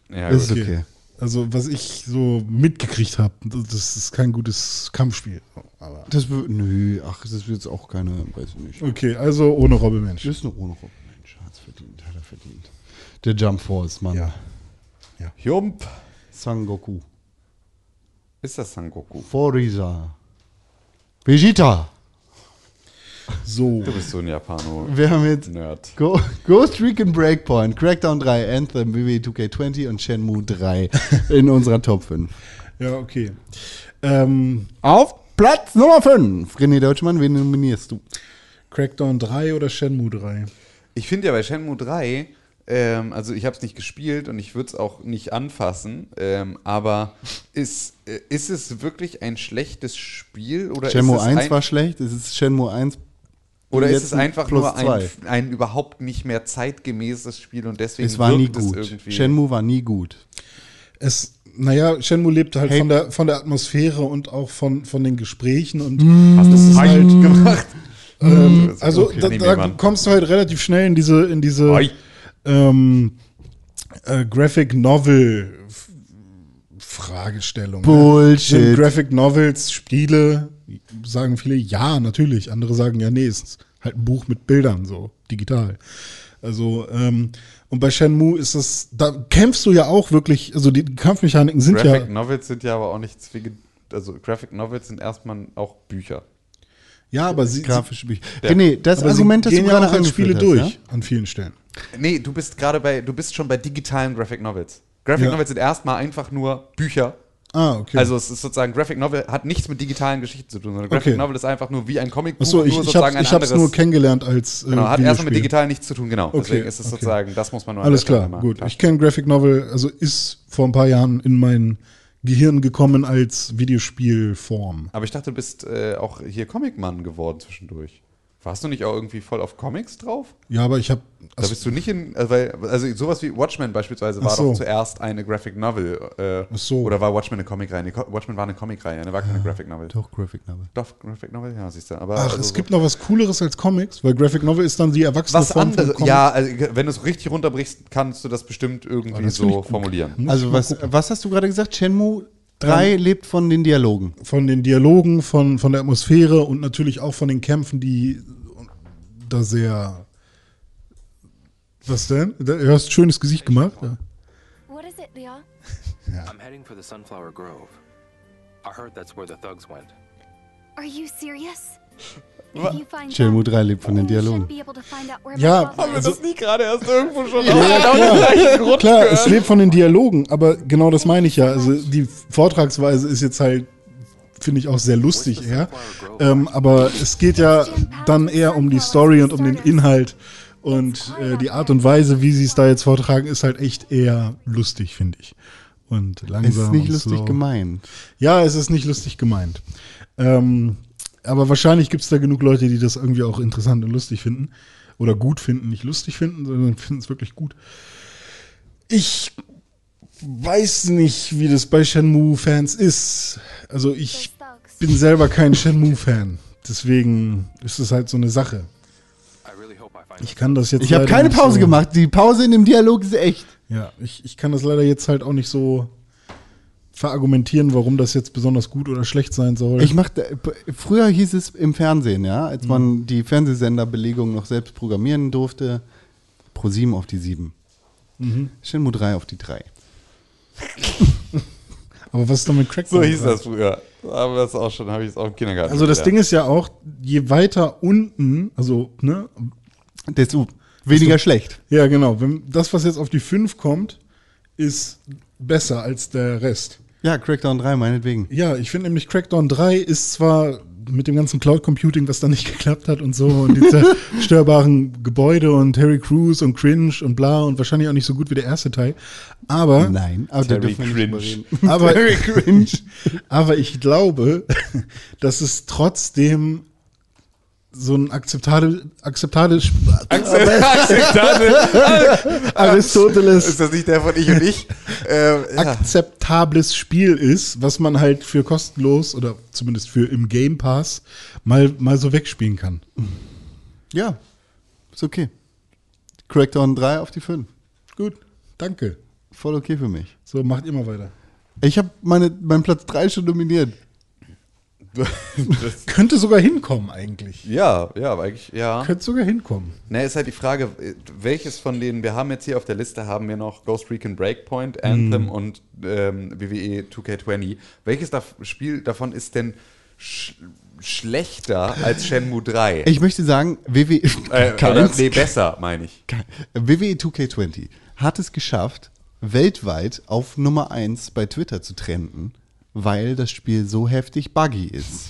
S4: Ja,
S2: Das ist
S4: gut.
S2: okay.
S3: Also, was ich so mitgekriegt habe, das ist kein gutes Kampfspiel. Aber
S2: Das wird, nö, ach, das wird jetzt auch keine, weiß ich nicht.
S3: okay, also ohne Robbe Mensch.
S2: Das ist eine ohne Robben. Mensch, hat's verdient, hat er verdient. Der Jump Force, Mann.
S3: Ja.
S4: Jump.
S2: Sangoku.
S4: Ist das Sangoku?
S2: Forisa. Vegeta.
S3: So.
S4: Du bist so ein Japano-Nerd.
S2: Wir haben jetzt Go Ghost Recon Breakpoint, Crackdown 3, Anthem, E WWE 2K20 und Shenmue 3 in unserer Top 5.
S3: Ja, okay. Ähm,
S2: Auf Platz Nummer 5. René Deutschmann, wen nominierst du?
S3: Crackdown 3 oder Shenmue 3?
S4: Ich finde ja bei Shenmue 3 Ähm, also ich habe es nicht gespielt und ich würde es auch nicht anfassen. Ähm, aber ist, äh, ist es wirklich ein schlechtes Spiel oder
S2: Shenmue
S4: ist es
S2: 1
S4: ein,
S2: war schlecht, es ist Shenmue 1.
S4: oder
S2: die
S4: ist es
S2: letzten
S4: einfach
S2: plus
S4: nur ein,
S2: zwei.
S4: ein überhaupt nicht mehr zeitgemäßes Spiel und deswegen
S2: Es war nie
S4: wirkt es
S2: gut.
S4: irgendwie.
S2: Shenmue war nie gut.
S3: Es, naja, Shenmue lebt halt
S2: Hey.
S3: von, der, von der Atmosphäre und auch von, von den Gesprächen und
S4: Hast du
S3: Hm.
S4: es halt gemacht?
S3: ähm, also
S4: Okay.
S3: da,
S4: Nee,
S3: da
S4: Mann.
S3: kommst du halt relativ schnell in diese, in diese
S4: Oi.
S3: ähm, äh, Graphic Novel F- Fragestellung. ne? Sind
S2: Bullshit.
S3: Graphic Novels Spiele? Sagen viele ja, natürlich. Andere sagen ja, nee, es ist halt ein Buch mit Bildern, so digital. Also, ähm, und bei Shenmue ist das, da kämpfst du ja auch wirklich, also die Kampfmechaniken sind
S4: Graphic
S3: ja,
S4: Novels sind ja aber auch nicht zwingend. Also Graphic Novels sind erstmal auch Bücher.
S3: ja, aber sie, sie,
S2: Grafische Bücher. Nee, das
S3: aber
S2: Argument,
S3: sie
S2: das du
S3: gehen ja
S2: gerade
S3: auch als
S2: angeführt
S3: Spiele
S2: hast,
S3: durch,
S2: Ja?
S3: an vielen Stellen.
S4: Nee, du bist gerade bei, du bist schon bei digitalen Graphic Novels. Graphic
S3: Ja.
S4: Novels sind erstmal einfach nur Bücher.
S3: Ah, okay.
S4: Also es ist sozusagen Graphic Novel hat nichts mit digitalen Geschichten zu tun, sondern Graphic
S3: Okay.
S4: Novel ist einfach nur wie ein Comicbuch,
S3: Achso, ich,
S4: nur
S3: ich habe
S4: ein
S3: es nur kennengelernt als äh,
S4: Genau, hat erstmal mit
S3: Videospiel.
S4: digital nichts zu tun, genau.
S3: Okay,
S4: Deswegen ist es
S3: okay.
S4: sozusagen, das muss man nur an
S3: Alles
S4: der Stelle
S3: klar,
S4: mal
S3: gut.
S4: klar-
S3: Ich kenne Graphic Novel, also ist vor ein paar Jahren in mein Gehirn gekommen als Videospielform.
S4: Aber ich dachte, du bist äh, auch hier Comicmann geworden zwischendurch. Warst du nicht auch irgendwie voll auf Comics drauf?
S3: Ja, aber ich habe
S4: Da bist du nicht in, also, weil, also sowas wie Watchmen beispielsweise war
S3: Ach so.
S4: doch zuerst eine Graphic Novel. Äh,
S3: Ach so.
S4: Oder war Watchmen eine Comicreihe? Nee, Co- Watchmen war eine Comicreihe, ne? war keine Graphic Novel. Doch.
S2: Doch, Graphic Novel.
S4: Graphic Novel, ja, siehst du. Aber
S3: Ach,
S4: also
S3: es
S4: so-
S3: gibt noch was Cooleres als Comics, weil Graphic Novel ist dann die erwachsene
S4: was
S3: Form
S4: anderes.
S3: von Comics.
S4: Ja, also, wenn du es richtig runterbrichst, kannst du das bestimmt irgendwie
S3: das find
S4: so
S3: ich Ähm, gut.
S4: formulieren.
S2: Also, was, was hast du gerade gesagt? Shenmue 3 lebt von den Dialogen.
S3: Von den Dialogen, von, von der Atmosphäre und natürlich auch von den Kämpfen, die da sehr. Was denn? Da- Du hast ein schönes Gesicht gemacht. Ja.
S5: What is it, Leon?
S6: I'm heading for the Sunflower Grove. I heard that's where the thugs went.
S5: Are you serious? If you find
S2: Shenmue
S5: out,
S2: 3 lebt von den
S5: then we should
S2: Dialogen.
S5: be able to find out where
S3: Ja,
S5: my father
S3: also-
S5: is.
S4: nicht gerade erst irgendwo schon
S3: Klar, klar es lebt von den Dialogen, aber genau das meine ich ja. Also die Vortragsweise ist jetzt halt, finde ich auch sehr lustig eher. Ähm, aber es geht ja dann eher um die Story und um den Inhalt. Und äh, die Art und Weise, wie sie es da jetzt vortragen, ist halt echt eher lustig, finde ich. Und langsam.
S2: Es ist nicht
S3: und
S2: lustig
S3: slow.
S2: gemeint.
S3: Ja, es ist nicht lustig gemeint. Ähm, aber wahrscheinlich gibt es da genug Leute, die das irgendwie auch interessant und lustig finden. Oder gut finden, nicht lustig finden, sondern finden es wirklich gut. Ich weiß nicht, wie das bei Shenmue-Fans ist. Also ich bin selber kein Shenmue-Fan. Deswegen ist es halt so eine Sache.
S6: I really hope I find
S3: Ich kann das jetzt
S2: Ich habe
S3: leider
S2: keine
S3: nicht so-
S2: Pause gemacht. Die Pause in dem Dialog ist echt.
S3: Ja, ich, ich kann das leider jetzt halt auch nicht so verargumentieren, warum das jetzt besonders gut oder schlecht sein soll.
S2: Ich mach, da- p- früher hieß es im Fernsehen, ja, als
S4: Mhm.
S2: man die Fernsehsenderbelegung noch selbst programmieren durfte, pro 7 auf die 7.
S4: Mhm.
S2: Shenmue 3 auf die 3.
S3: aber was ist denn mit Crackdown?
S4: So hieß
S3: dran?
S4: das früher. Aber das auch schon, habe ich es auch im Kindergarten.
S3: Also das
S4: gelernt.
S3: Ding ist ja auch, je weiter unten, also, ne?
S2: Desto weniger schlecht.
S3: Ja, genau. Wenn das, was jetzt auf die 5 kommt, ist besser als der Rest.
S2: Ja, Crackdown 3, meinetwegen.
S3: Ja, ich finde nämlich Crackdown 3 ist zwar mit dem ganzen Cloud Computing, was da nicht geklappt hat und so und die zerstörbaren Gebäude und Terry Crews und Cringe und bla und wahrscheinlich auch nicht so gut wie der erste Teil, aber
S2: Nein, aber da
S4: Terry
S2: dürfen wir nicht drüber
S4: Cringe.
S2: reden.
S3: aber, aber ich glaube, dass es trotzdem so ein akzeptable, akzeptable
S4: Ist
S3: Aristoteles
S4: das nicht der von ich und ich? ähm, ja.
S3: akzeptables Spiel ist, was man halt für kostenlos oder zumindest für im Game Pass mal, mal so wegspielen kann.
S2: Ja, ist okay. Crackdown 3 auf die 5.
S3: Gut, danke.
S2: Voll okay für mich.
S3: So, macht immer weiter.
S2: Ich habe meine, meinen Platz 3 schon dominiert.
S4: Das-
S3: Könnte sogar hinkommen eigentlich.
S4: ja, ja, aber eigentlich, ja.
S3: Könnte sogar hinkommen.
S4: Ne, ist halt die Frage, äh, welches von denen, wir haben jetzt hier auf der Liste, haben wir noch Ghost Recon Breakpoint, Anthem und ähm, WWE 2K20. Welches da Spiel davon ist denn sch schlechter als Shenmue 3?
S2: Ich möchte sagen, WW,
S4: äh, oder,
S2: Keins.
S4: nee, besser, meine ich.
S2: Geil. WWE 2K20 hat es geschafft, weltweit auf Nummer 1 bei Twitter zu trenden, weil das Spiel so heftig buggy ist.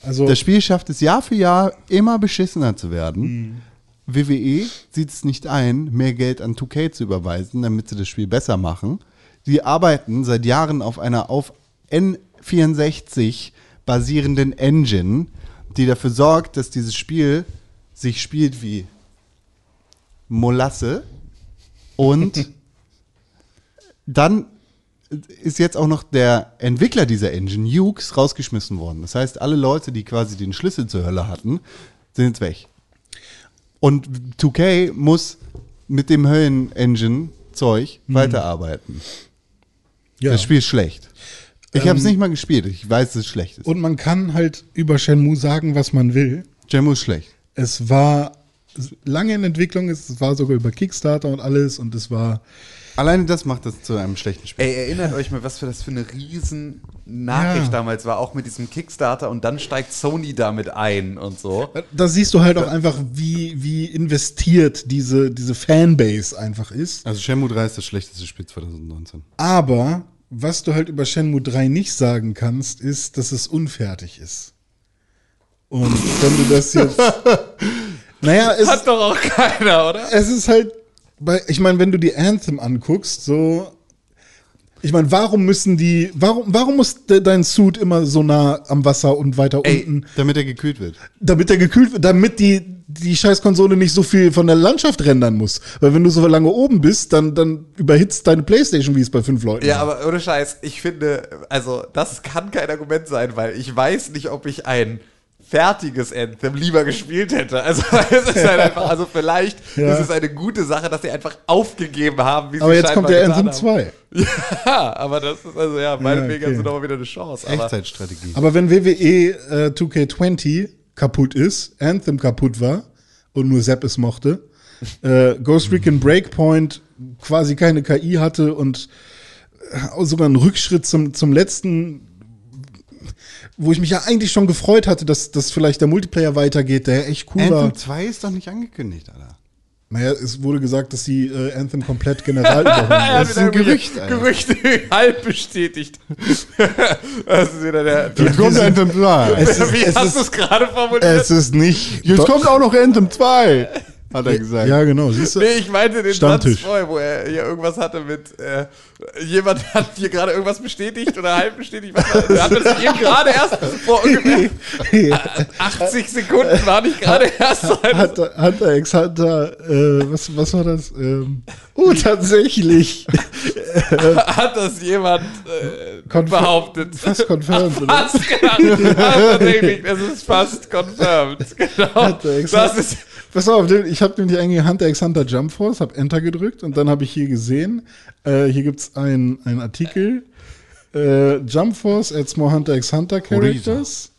S3: Also,
S2: Das Spiel schafft es Jahr für Jahr immer beschissener zu werden. WWE sieht es nicht ein, mehr Geld an 2K zu überweisen, damit sie das Spiel besser machen. Sie arbeiten seit Jahren auf einer auf N64 basierenden Engine, die dafür sorgt, dass dieses Spiel sich spielt wie Molasse und dann ist jetzt auch noch der Entwickler dieser Engine, Hughes, rausgeschmissen worden. Das heißt, alle Leute, die quasi den Schlüssel zur Hölle hatten, sind jetzt weg. Und 2K muss mit dem Höllen-Engine-Zeug weiterarbeiten.
S3: Ja.
S2: Das Spiel ist schlecht. Ich habe es nicht mal gespielt. Ich weiß, dass es schlecht ist.
S3: Und man kann halt über Shenmue sagen, was man will.
S2: Jemu ist schlecht.
S3: Es war lange in Entwicklung, es war sogar über Kickstarter und alles und es war
S2: Alleine das macht das zu einem schlechten Spiel.
S4: Ey, erinnert euch mal, was für das für eine riesen Nachricht
S3: Ja.
S4: damals war, auch mit diesem Kickstarter und dann steigt Sony damit ein und so.
S3: da siehst du halt auch einfach, wie, wie investiert diese, diese Fanbase einfach ist.
S2: Also Shenmue 3 ist das schlechteste Spiel 2019.
S3: Aber was du halt über Shenmue 3 nicht sagen kannst, ist, dass es unfertig ist. Und wenn du das jetzt. naja, es,
S7: Hat doch auch keiner, oder?
S3: es ist halt. Bei, ich meine, wenn du die Anthem anguckst, so. Ich meine, warum müssen die. Warum, warum muss de, dein Suit immer so nah am Wasser und weiter
S4: Ey,
S3: unten?
S2: Damit er gekühlt wird.
S3: Damit der gekühlt wird, damit die. Die Scheißkonsole nicht so viel von der Landschaft rendern muss. Weil wenn du so lange oben bist, dann, dann überhitzt deine Playstation, wie es bei fünf Leuten
S4: Ja,
S3: war.
S4: aber ohne Scheiß, ich finde, also das kann kein Argument sein, weil ich weiß nicht, ob ich ein fertiges Anthem lieber gespielt hätte. Also es ist halt einfach, also vielleicht
S3: Ja.
S4: ist es eine gute Sache, dass sie einfach aufgegeben haben, wie sie
S3: Aber jetzt kommt
S4: scheinbar
S3: der
S4: getan
S3: Anthem 2.
S4: haben. Ja, aber das ist also ja, meinetwegen
S3: okay.
S4: haben sie nochmal wieder eine Chance. Aber
S2: Echtzeitstrategie.
S3: Aber wenn WWE äh, 2K20 kaputt ist, Anthem kaputt war und nur Sepp es mochte, äh, Ghost Recon Breakpoint quasi keine KI hatte und äh, auch sogar einen Rückschritt zum, zum letzten, wo ich mich ja eigentlich schon gefreut hatte, dass, dass vielleicht der Multiplayer weitergeht, der echt cool war.
S2: Anthem 2 ist doch nicht angekündigt, Alter.
S3: Naja, es wurde gesagt, dass die äh, Anthem komplett general überholen
S2: Das ist ein Gerücht, Alter.
S7: Gerüchte halb bestätigt. das ist wieder der.
S2: Jetzt kommt Anthem 2.
S3: Es ist,
S7: Wie
S3: es
S7: hast
S3: ist,
S7: du es gerade formuliert?
S3: es ist nicht.
S2: Jetzt kommt auch noch Anthem 2, hat er gesagt.
S3: Ja, genau, siehst du?
S7: Nee, ich meinte den
S3: Stammtisch.
S7: Satz vorher, wo er hier irgendwas hatte mit, äh, jemand hat hier gerade irgendwas bestätigt oder halb bestätigt. Was war das? Er hat das eben gerade erst vor ungefähr 80 Sekunden war nicht gerade erst sein.
S3: Hunter, Hunter x Hunter, äh, was, was war das? Ähm, oh, tatsächlich.
S7: Hat das jemand äh,
S3: Konfer-
S7: behauptet?
S3: Fast confirmed, oder?
S7: Fast, genau. Fast tatsächlich, das ist fast confirmed. Genau.
S3: Hunter x
S7: Das
S3: Hunter.
S7: ist,
S3: Pass auf, ich habe nämlich eigentlich Hunter x Hunter Jump Force, habe Enter gedrückt und dann habe ich hier gesehen, äh, hier gibt's ein einen Artikel. Äh, Jump Force adds more Hunter x Hunter Characters.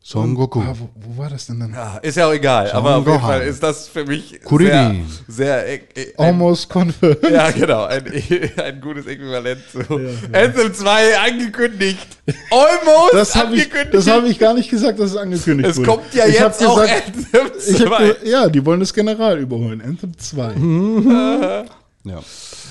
S2: Son Goku.
S3: Ah, wo, wo war das denn dann?
S7: Ah, Ist ja auch egal, aber auf jeden
S2: Gohan.
S7: Fall ist das für mich
S2: Kuririn.
S7: sehr, sehr äh, äh, ein,
S3: Almost confirmed.
S7: ja genau, ein, ein gutes Äquivalent zu Anthem 2 angekündigt. Almost
S3: Das habe ich,
S7: angekündigt.
S3: das hab ich gar nicht gesagt, dass es angekündigt
S7: es
S3: wurde.
S7: kommt ja
S3: ich hab
S7: jetzt auch
S3: gesagt,
S7: Anthem
S3: ich
S7: 2.
S3: hab ge- Ja, die wollen das General überholen. Anthem 2.
S2: Ja.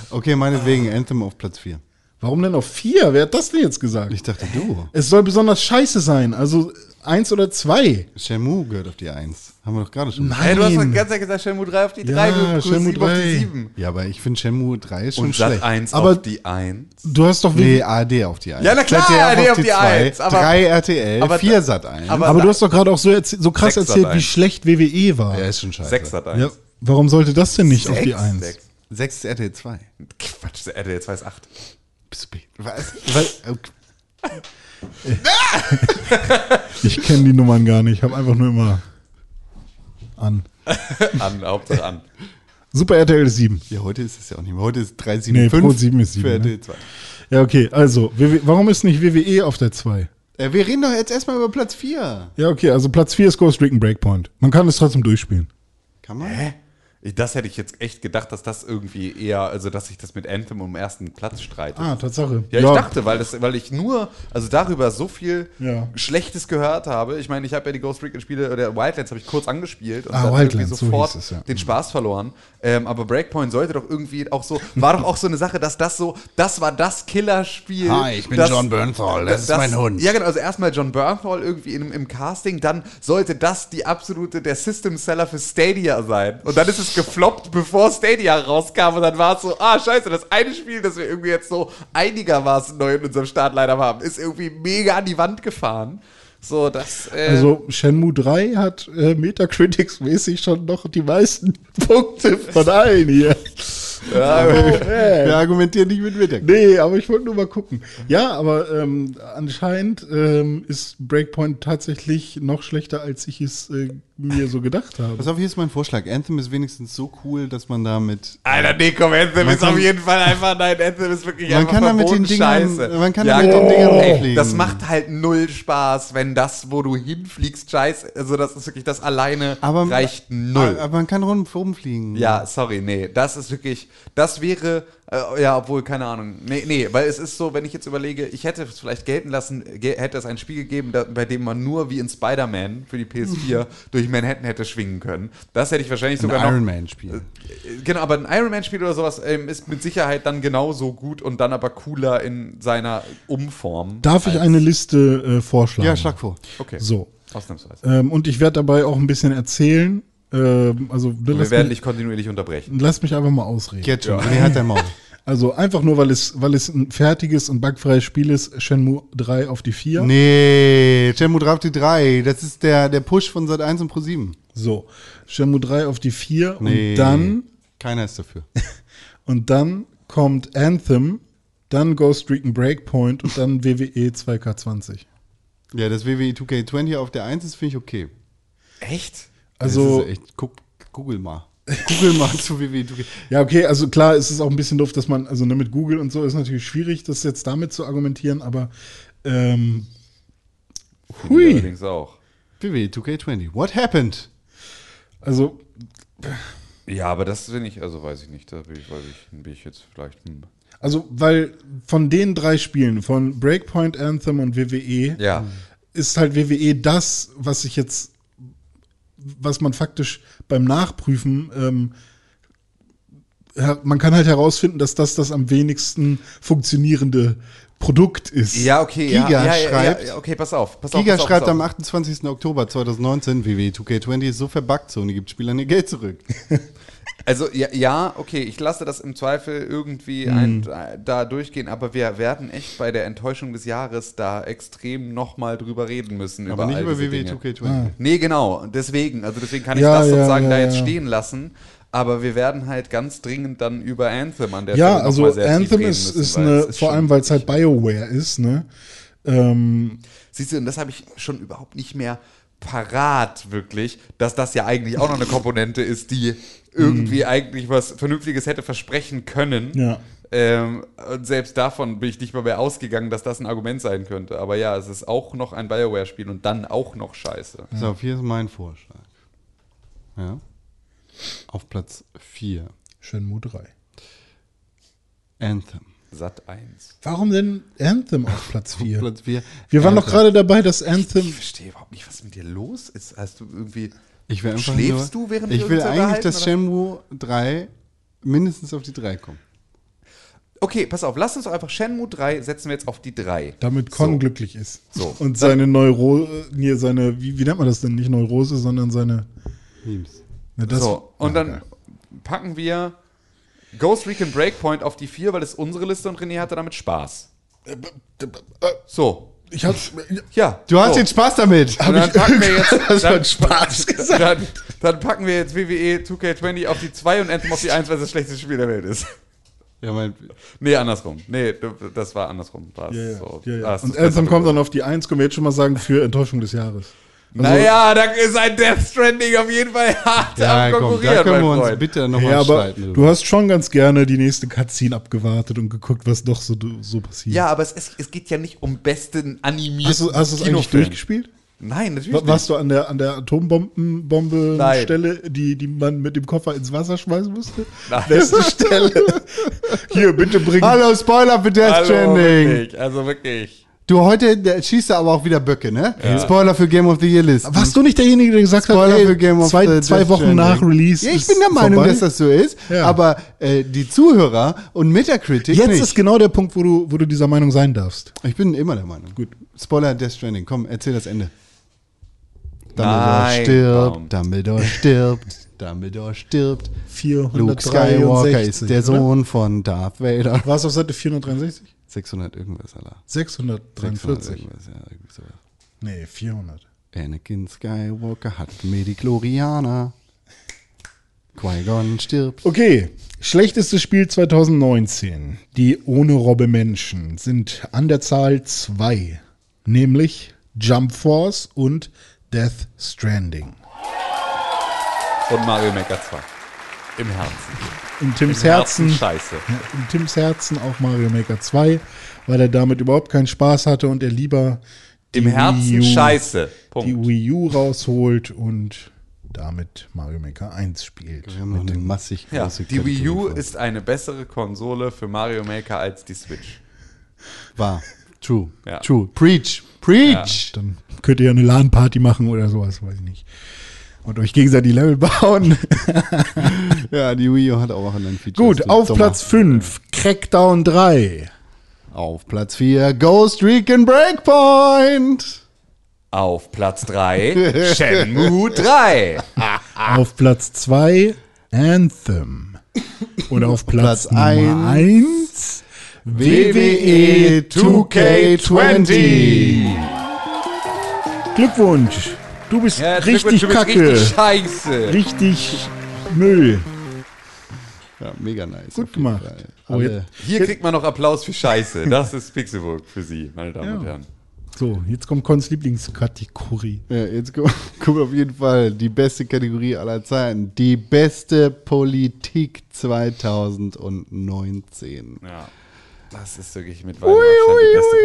S2: Okay, meinetwegen Anthem auf Platz 4.
S3: Warum denn auf vier? Wer hat das denn jetzt gesagt?
S2: Ich dachte, du.
S3: Es soll besonders scheiße sein. Also eins oder zwei.
S2: Shenmue gehört auf die 1. Haben wir doch gerade schon.
S4: Ey, du hast doch die ganze Zeit gesagt, Shenmue 3 auf die 3,
S3: Ja,
S4: du
S3: Shenmue
S4: 7 auf
S3: 3.
S4: die 7.
S2: Ja, aber ich finde Shenmue 3 ist schon
S4: Und Sat
S2: schlecht.
S4: 1
S3: Aber-
S4: auf die 1.
S3: Du hast doch wegen,
S2: Nee, ARD auf die 1.
S4: Ja, na klar, ARD auf die
S2: zwei,
S4: 1, aber-
S2: 3 RTL,
S4: aber-
S2: 4 Sat 1.
S4: aber-
S3: aber du hast doch gerade auch so, erzäh- so krass
S4: Sechs
S3: erzählt,
S4: Dateien.
S3: wie schlecht WWE war.
S2: der ist schon scheiße.
S4: 6 hat 1.
S3: Ja, warum sollte das denn nicht auf die eins?
S2: 6 RTL 2.
S4: Quatsch, der RTL 2 ist 8.
S2: Bist du behindert? Was? Was? Okay.
S3: Ich kenne die Nummern gar nicht. Ich habe einfach nur immer an.
S4: An, Hauptsache an.
S3: Super RTL 7.
S2: Ja, heute ist es ja auch nicht mehr. Heute ist
S3: Nee,
S2: 375
S3: Pro 7 ist 7.
S2: für
S3: Ne?
S2: RTL 2.
S3: Ja, okay. Also, WW warum ist nicht WWE auf der 2?
S2: Äh, wir reden doch jetzt erstmal über Platz 4.
S3: Ja, okay. Also Platz 4 ist Ghost Recon Breakpoint. Man kann es trotzdem durchspielen.
S2: Kann man?
S4: Hä? Ich, das hätte ich jetzt echt gedacht, dass das irgendwie eher, also dass sich das mit Anthem um den ersten Platz streitet.
S3: Ah, Tatsache.
S4: Ja, ich dachte, weil, das, weil ich nur, also darüber so viel
S3: Ja.
S4: Schlechtes gehört habe. Ich meine, ich habe ja die Ghost Recon-Spiele oder Wildlands habe ich kurz angespielt und
S3: Ah,
S4: dann
S3: Wildlands, so
S4: sofort
S3: hieß es, ja.
S4: den Spaß verloren. Ähm, aber Breakpoint sollte doch irgendwie auch so, war doch auch so eine Sache, dass das so, das war das Killerspiel.
S2: Hi, ich bin
S4: das-
S2: John Bernthal, das ist mein Hund.
S4: Ja, genau, also erstmal John Bernthal irgendwie im, im Casting, dann sollte das die absolute, der System-Seller für Stadia sein. Und dann ist es gefloppt, bevor Stadia rauskam und dann war es so, ah, scheiße, das eine Spiel, das wir irgendwie jetzt so einigermaßen neu in unserem Startline haben, ist irgendwie mega an die Wand gefahren. So, das, äh,
S3: Also Shenmue 3 hat äh, Metacritics-mäßig schon noch die meisten Punkte von allen hier. Oh,
S2: Wir argumentieren nicht mit Mittag.
S3: Nee, aber ich wollte nur mal gucken. Ja, aber ähm, anscheinend ähm, ist Breakpoint tatsächlich noch schlechter, als ich es äh, mir so gedacht habe.
S4: Also,
S2: Pass auf, hier ist mein Vorschlag. Anthem ist wenigstens so cool, dass man damit.
S4: Alter, nee, komm, Anthem
S2: Man
S4: ist auf
S2: kann-
S4: jeden Fall einfach, nein, Anthem ist wirklich
S2: Man
S4: einfach
S2: kann da mit den
S4: verboten
S2: Dingern-
S4: scheiße.
S2: man kann da mit den Dingern rumfliegen.
S4: Das macht halt null Spaß, wenn das, wo du hinfliegst, scheiße, also das ist wirklich, das alleine
S2: Aber,
S4: reicht null.
S2: Aber man kann rum, rumfliegen.
S4: ja, sorry, nee, das ist wirklich, das wäre, äh, ja, obwohl, keine Ahnung, nee, nee, weil es ist so, wenn ich jetzt überlege, ich hätte es vielleicht gelten lassen, ge hätte es ein Spiel gegeben, da, bei dem man nur wie in Spider-Man für die PS4 durch Manhattan hätte schwingen können. Das hätte ich wahrscheinlich
S2: Ein
S4: sogar noch
S2: Iron Man Spiel.
S4: Genau, aber ein Iron Man Spiel oder sowas ähm, ist mit Sicherheit dann genauso gut und dann aber cooler in seiner Umform.
S3: Darf ich eine Liste äh, vorschlagen?
S2: Ja, schlag vor.
S4: Okay.
S3: So.
S4: Ausnahmsweise.
S3: Ähm, und ich werde dabei auch ein bisschen erzählen. Ähm, also, ne,
S4: Wir
S3: lass,
S4: werden
S3: mich,
S4: dich kontinuierlich unterbrechen.
S3: lass mich einfach mal ausreden.
S2: Jetzt schon. Nee, halt dein Maul.
S3: Also einfach nur, weil es, weil es ein fertiges und bugfreies Spiel ist, Shenmue 3 auf die 4.
S2: Nee, Shenmue 3 auf die 3. Das ist der, der Push von Sat 1 und Pro 7.
S3: So, Shenmue 3 auf die 4
S2: Nee.
S3: und dann
S2: Keiner ist dafür.
S3: und dann kommt Anthem, dann Ghost Recon Breakpoint und dann E WWE 2K20.
S2: Ja, das E WWE 2K20 auf der 1 ist, finde ich okay.
S4: Echt?
S3: Also
S2: Das ist echt, guck, google mal. Google mal zu E WWE 2K.
S3: ja, okay, also klar, es ist auch ein bisschen doof, dass man also ne, mit Google und so ist natürlich schwierig, das jetzt damit zu argumentieren, aber ähm,
S4: Finde ich
S3: hui,
S4: Allerdings auch.
S2: WWE 2K20. What happened?
S3: also
S4: Ja, aber das bin ich, also weiß ich nicht, da bin ich, weiß ich, bin ich jetzt vielleicht. Hm.
S3: also weil von den drei Spielen von Breakpoint, Anthem und E, WWE
S4: Ja.
S3: ist halt WWE das, was ich jetzt, was man faktisch beim Nachprüfen, ähm, her- man kann halt herausfinden, dass das das am wenigsten funktionierende Produkt ist.
S4: Ja, okay, ja,
S2: Giga
S4: ja, ja,
S2: schreibt-
S4: ja, okay, pass auf, pass auf.
S2: Giga
S4: pass auf,
S2: schreibt
S4: pass
S2: am
S4: auf.
S2: 28. Oktober 2019, WWE 2K20 ist so verbuggt, Sony gibt Spielern ihr Geld zurück.
S4: Also ja, ja, okay, ich lasse das im Zweifel irgendwie
S3: Mhm.
S4: ein, äh, da durchgehen, aber wir werden echt bei der Enttäuschung des Jahres da extrem nochmal drüber reden müssen.
S2: Aber nicht
S4: all
S2: über
S4: diese
S2: WWE
S4: Dinge.
S3: Ah,
S2: 2K20.
S4: Nee, genau, deswegen. Also deswegen kann ich
S3: Ja,
S4: das
S3: ja,
S4: sozusagen
S3: ja,
S4: da jetzt
S3: ja.
S4: stehen lassen. Aber wir werden halt ganz dringend dann über Anthem an der
S3: Ja,
S4: noch
S3: also
S4: mal sehr tief
S3: Anthem
S4: reden
S3: ist,
S4: müssen,
S3: ist
S4: weil
S3: eine,
S4: es
S3: vor
S4: schon-
S3: allem weil es halt Bioware ist, ne? Ähm,
S4: Siehst du, und das habe ich schon überhaupt nicht mehr parat, wirklich, dass das ja eigentlich auch noch eine Komponente ist, die irgendwie eigentlich was Vernünftiges hätte versprechen können.
S3: Ja.
S4: Ähm, und selbst davon bin ich nicht mal mehr ausgegangen, dass das ein Argument sein könnte. Aber ja, es ist auch noch ein Bioware-Spiel und dann auch noch scheiße.
S2: So, hier ist mein Vorschlag. Ja. Auf Platz 4.
S3: Shenmue 3.
S2: Anthem.
S4: Sat 1.
S3: Warum denn Anthem auf Platz 4?
S2: Platz 4.
S3: Wir waren doch gerade dabei, dass Anthem.
S4: Ich verstehe überhaupt nicht, was mit dir los ist. Hast du irgendwie.
S2: Ich will einfach
S4: Schläfst
S2: nur,
S4: du, während wir
S2: Ich will
S4: uns
S2: eigentlich,
S4: unterhalten,
S2: dass
S4: oder?
S2: Shenmue 3 mindestens auf die 3 kommt.
S4: Okay, pass auf, lass uns doch einfach Shenmue 3 setzen wir jetzt auf die 3.
S3: Damit Con
S4: so.
S3: glücklich ist.
S4: So.
S3: Und seine Neuro, nee, seine, wie, wie nennt man das denn? Nicht Neurose, sondern seine.
S2: Memes.
S3: Na, das,
S4: so, und
S3: Ah,
S4: dann
S3: geil.
S4: packen wir Ghost Recon Breakpoint auf die 4, weil es unsere Liste und René hatte damit Spaß. So,
S3: Äh, Ich hab's.
S4: ja.
S2: Du hast
S4: so.
S2: jetzt Spaß damit.
S4: und dann packen wir jetzt, dann,
S3: Spaß gesagt.
S4: dann, dann packen wir jetzt E WWE 2K20 auf die 2 und Anthem auf die 1, weil es das schlechteste Spiel der Welt ist.
S2: Ja, mein,
S4: Nee, andersrum. Nee, das war andersrum. Das,
S3: Ja, ja,
S4: so.
S3: ja, ja.
S4: das ist
S3: Und
S4: besser
S3: Anthem kommt
S4: begründet.
S3: dann auf die 1, können wir jetzt schon mal sagen, für Enttäuschung des Jahres. Also,
S4: naja, da ist ein Death Stranding auf jeden Fall hart
S2: ja,
S4: am
S2: komm, da
S4: Konkurrieren,
S2: können wir
S4: mein
S2: uns
S4: Freund.
S2: bitte nochmal
S3: Ja, aber
S2: streiten.
S3: du hast schon ganz gerne die nächste Cutscene abgewartet und geguckt, was doch so, so passiert.
S4: Ja, aber es, ist, es geht ja nicht um besten animierten
S3: Hast du, hast du es eigentlich
S4: Kinofilm.
S3: durchgespielt?
S4: Nein, natürlich
S3: Wa- Warst du an der, an der
S4: Nein.
S3: Atombombenbombe-Stelle, die, die man mit dem Koffer ins Wasser schmeißen musste?
S4: Nein.
S3: Beste Stelle. Hier, bitte bring.
S2: Hallo, Spoiler für Death
S4: nicht. Hallo,
S2: Stranding.
S4: wirklich. Also wirklich.
S2: Du, heute äh, schießt er aber auch wieder Böcke, ne? Spoiler für Game of the Year List.
S3: Warst du nicht derjenige, der gesagt
S2: Spoiler
S3: hat, ey,
S2: für Game of
S3: zwei,
S2: the
S3: zwei
S2: Death
S3: Wochen
S2: Stranding.
S3: nach Release?
S2: Ja, ich
S3: ist
S2: bin der Meinung,
S3: vorbei?
S2: dass das so ist.
S3: Ja.
S2: Aber äh, die Zuhörer und Metacritic
S3: Jetzt
S2: nicht.
S3: ist genau der Punkt, wo du, wo du dieser Meinung sein darfst.
S2: ich bin immer der Meinung.
S3: Gut.
S2: Spoiler Death Stranding. Komm, erzähl das Ende. Dumbledore
S4: Nein,
S2: stirbt,
S4: komm.
S2: Dumbledore stirbt, Dumbledore stirbt. Luke
S3: 463,
S2: Skywalker ist der
S3: oder?
S2: Sohn von Darth Vader.
S3: War es auf Seite 463?
S2: 600 irgendwas, Alter. 600
S3: 643.
S2: irgendwas, ja, irgendwie sowas.
S3: Nee, 400.
S2: Anakin Skywalker hat Medichlorianer. Qui-Gon stirbt.
S3: Okay, schlechtestes Spiel 2019. Die ohne Robbe Menschen sind an der Zahl zwei, nämlich Jump Force und Death Stranding.
S4: Und Mario Maker 2. Im Herzen.
S3: In Tims
S4: Im Herzen
S3: Herzen,
S4: scheiße.
S3: ja, in Tims Herzen auch Mario Maker 2, weil er damit überhaupt keinen Spaß hatte und er lieber die
S4: Im
S3: Wii
S4: Herzen
S3: U-
S4: scheiße. Punkt.
S3: die Wii U rausholt und damit Mario Maker 1 spielt.
S2: Wir haben noch eine massig
S4: Ja,
S2: große
S4: die Wii U
S2: Kategorie vor.
S4: ist eine bessere Konsole für Mario Maker als die Switch.
S2: Wahr. True.
S4: Ja.
S2: True. Preach. Preach.
S3: Dann könnt ihr eine LAN-Party machen oder sowas, weiß ich nicht. Und euch gegenseitig Level bauen.
S2: Ja, die Wii U hat auch einen Feature.
S3: Gut, auf Platz 5, Crackdown 3.
S2: Auf Platz 4 Ghost Recon Breakpoint.
S4: Auf Platz 3 Shenmue 3.
S3: Auf Platz 2, Anthem. Und auf Platz
S2: Platz eins,
S3: 1, E
S2: WWE 2K20.
S3: Glückwunsch. Du bist
S4: Ja,
S3: richtig
S4: Glückwunsch, du bist
S3: kacke.
S4: Richtig scheiße.
S3: richtig Müll.
S2: Ja, mega nice.
S3: Gut
S2: auf jeden
S3: gemacht.
S2: Fall.
S3: Oh,
S2: Alle.
S3: jetzt-
S4: Hier kriegt man noch Applaus für Scheiße. Das ist Pixelburg für Sie, meine Damen und
S3: Ja.
S4: Herren.
S3: So, jetzt kommt Cons Lieblingskategorie.
S2: Ja, jetzt gu- guckt auf jeden Fall die beste Kategorie aller Zeiten. Die beste Politik 2019.
S4: Ja. Das ist wirklich mit weitem Abstand die beste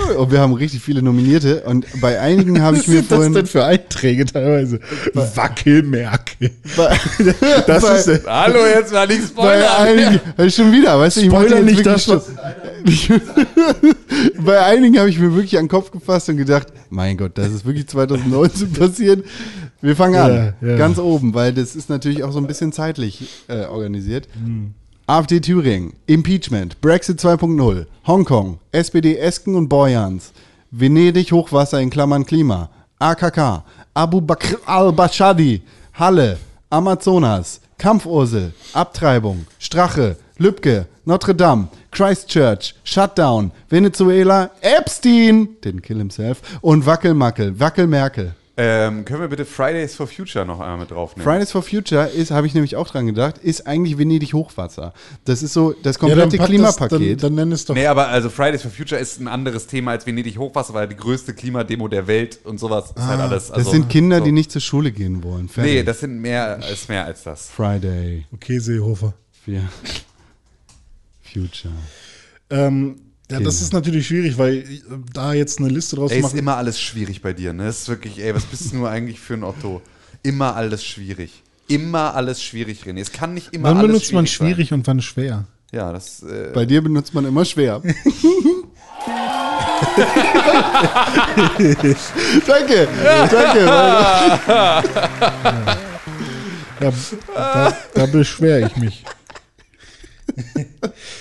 S4: Politik.
S2: Und wir haben richtig viele Nominierte und bei einigen habe ich mir vorhin.
S3: für Einträge teilweise? Wackelmerkel.
S2: bei,
S3: Das
S2: bei,
S3: ist
S4: Hallo, jetzt mal nichts
S2: bei
S4: spoilern.
S2: einigen, äh, schon wieder, weißt du, ich
S3: Spoiler
S2: wollte jetzt
S3: nicht,
S2: wirklich
S3: das
S2: schon- Bei einigen habe ich mir wirklich an den Kopf gefasst und gedacht, mein Gott, das ist wirklich 2019 passiert. Wir fangen an,
S3: Ja, ja.
S2: ganz oben, weil das ist natürlich auch so ein bisschen zeitlich äh, organisiert. AfD Thüringen, Impeachment, Brexit 2.0, Hongkong, SPD Esken und Boyans, Venedig Hochwasser in Klammern Klima, AKK, Abu Bakr al-Bashadi, Halle, Amazonas, Kampfursel, Abtreibung, Strache, Lübcke, Notre Dame, Christchurch, Shutdown, Venezuela, Epstein, didn't kill himself, und Wackelmackel, Wackelmerkel.
S4: Ähm, können wir bitte Fridays for Future noch einmal mit draufnehmen?
S2: Fridays for Future ist, habe ich nämlich auch dran gedacht, ist eigentlich Venedig Hochwasser. Das ist so das
S3: Ja, dann
S2: komplette
S3: pack
S2: Klimapaket.
S3: Das, dann, dann nenn es doch.
S4: Nee, aber also Fridays for Future ist ein anderes Thema als Venedig Hochwasser, weil die größte Klimademo der Welt und sowas ist halt alles.
S2: Ah, das
S4: also-
S2: sind Kinder,
S4: so.
S2: die nicht zur Schule gehen wollen. Fertig.
S4: Nee, das sind mehr, ist mehr als das.
S2: Friday
S3: Okay, Seehofer.
S2: für Future.
S3: Ähm, ja, das
S2: Genau.
S3: ist natürlich schwierig, weil äh, da jetzt eine Liste draus
S4: Ey,
S3: zu
S4: ist
S3: machen.
S4: immer alles schwierig bei dir, ne? Ist wirklich, ey, was bist du nur eigentlich für ein Otto? Immer alles schwierig. Immer alles schwierig, René. Es kann nicht immer
S3: Wann
S4: alles
S3: benutzt man
S4: schwierig
S3: schwierig und wann schwer?
S4: Sein. Ja, das. Äh,
S2: Bei dir benutzt man immer schwer. danke, danke.
S3: Ja, da, da beschwere ich mich.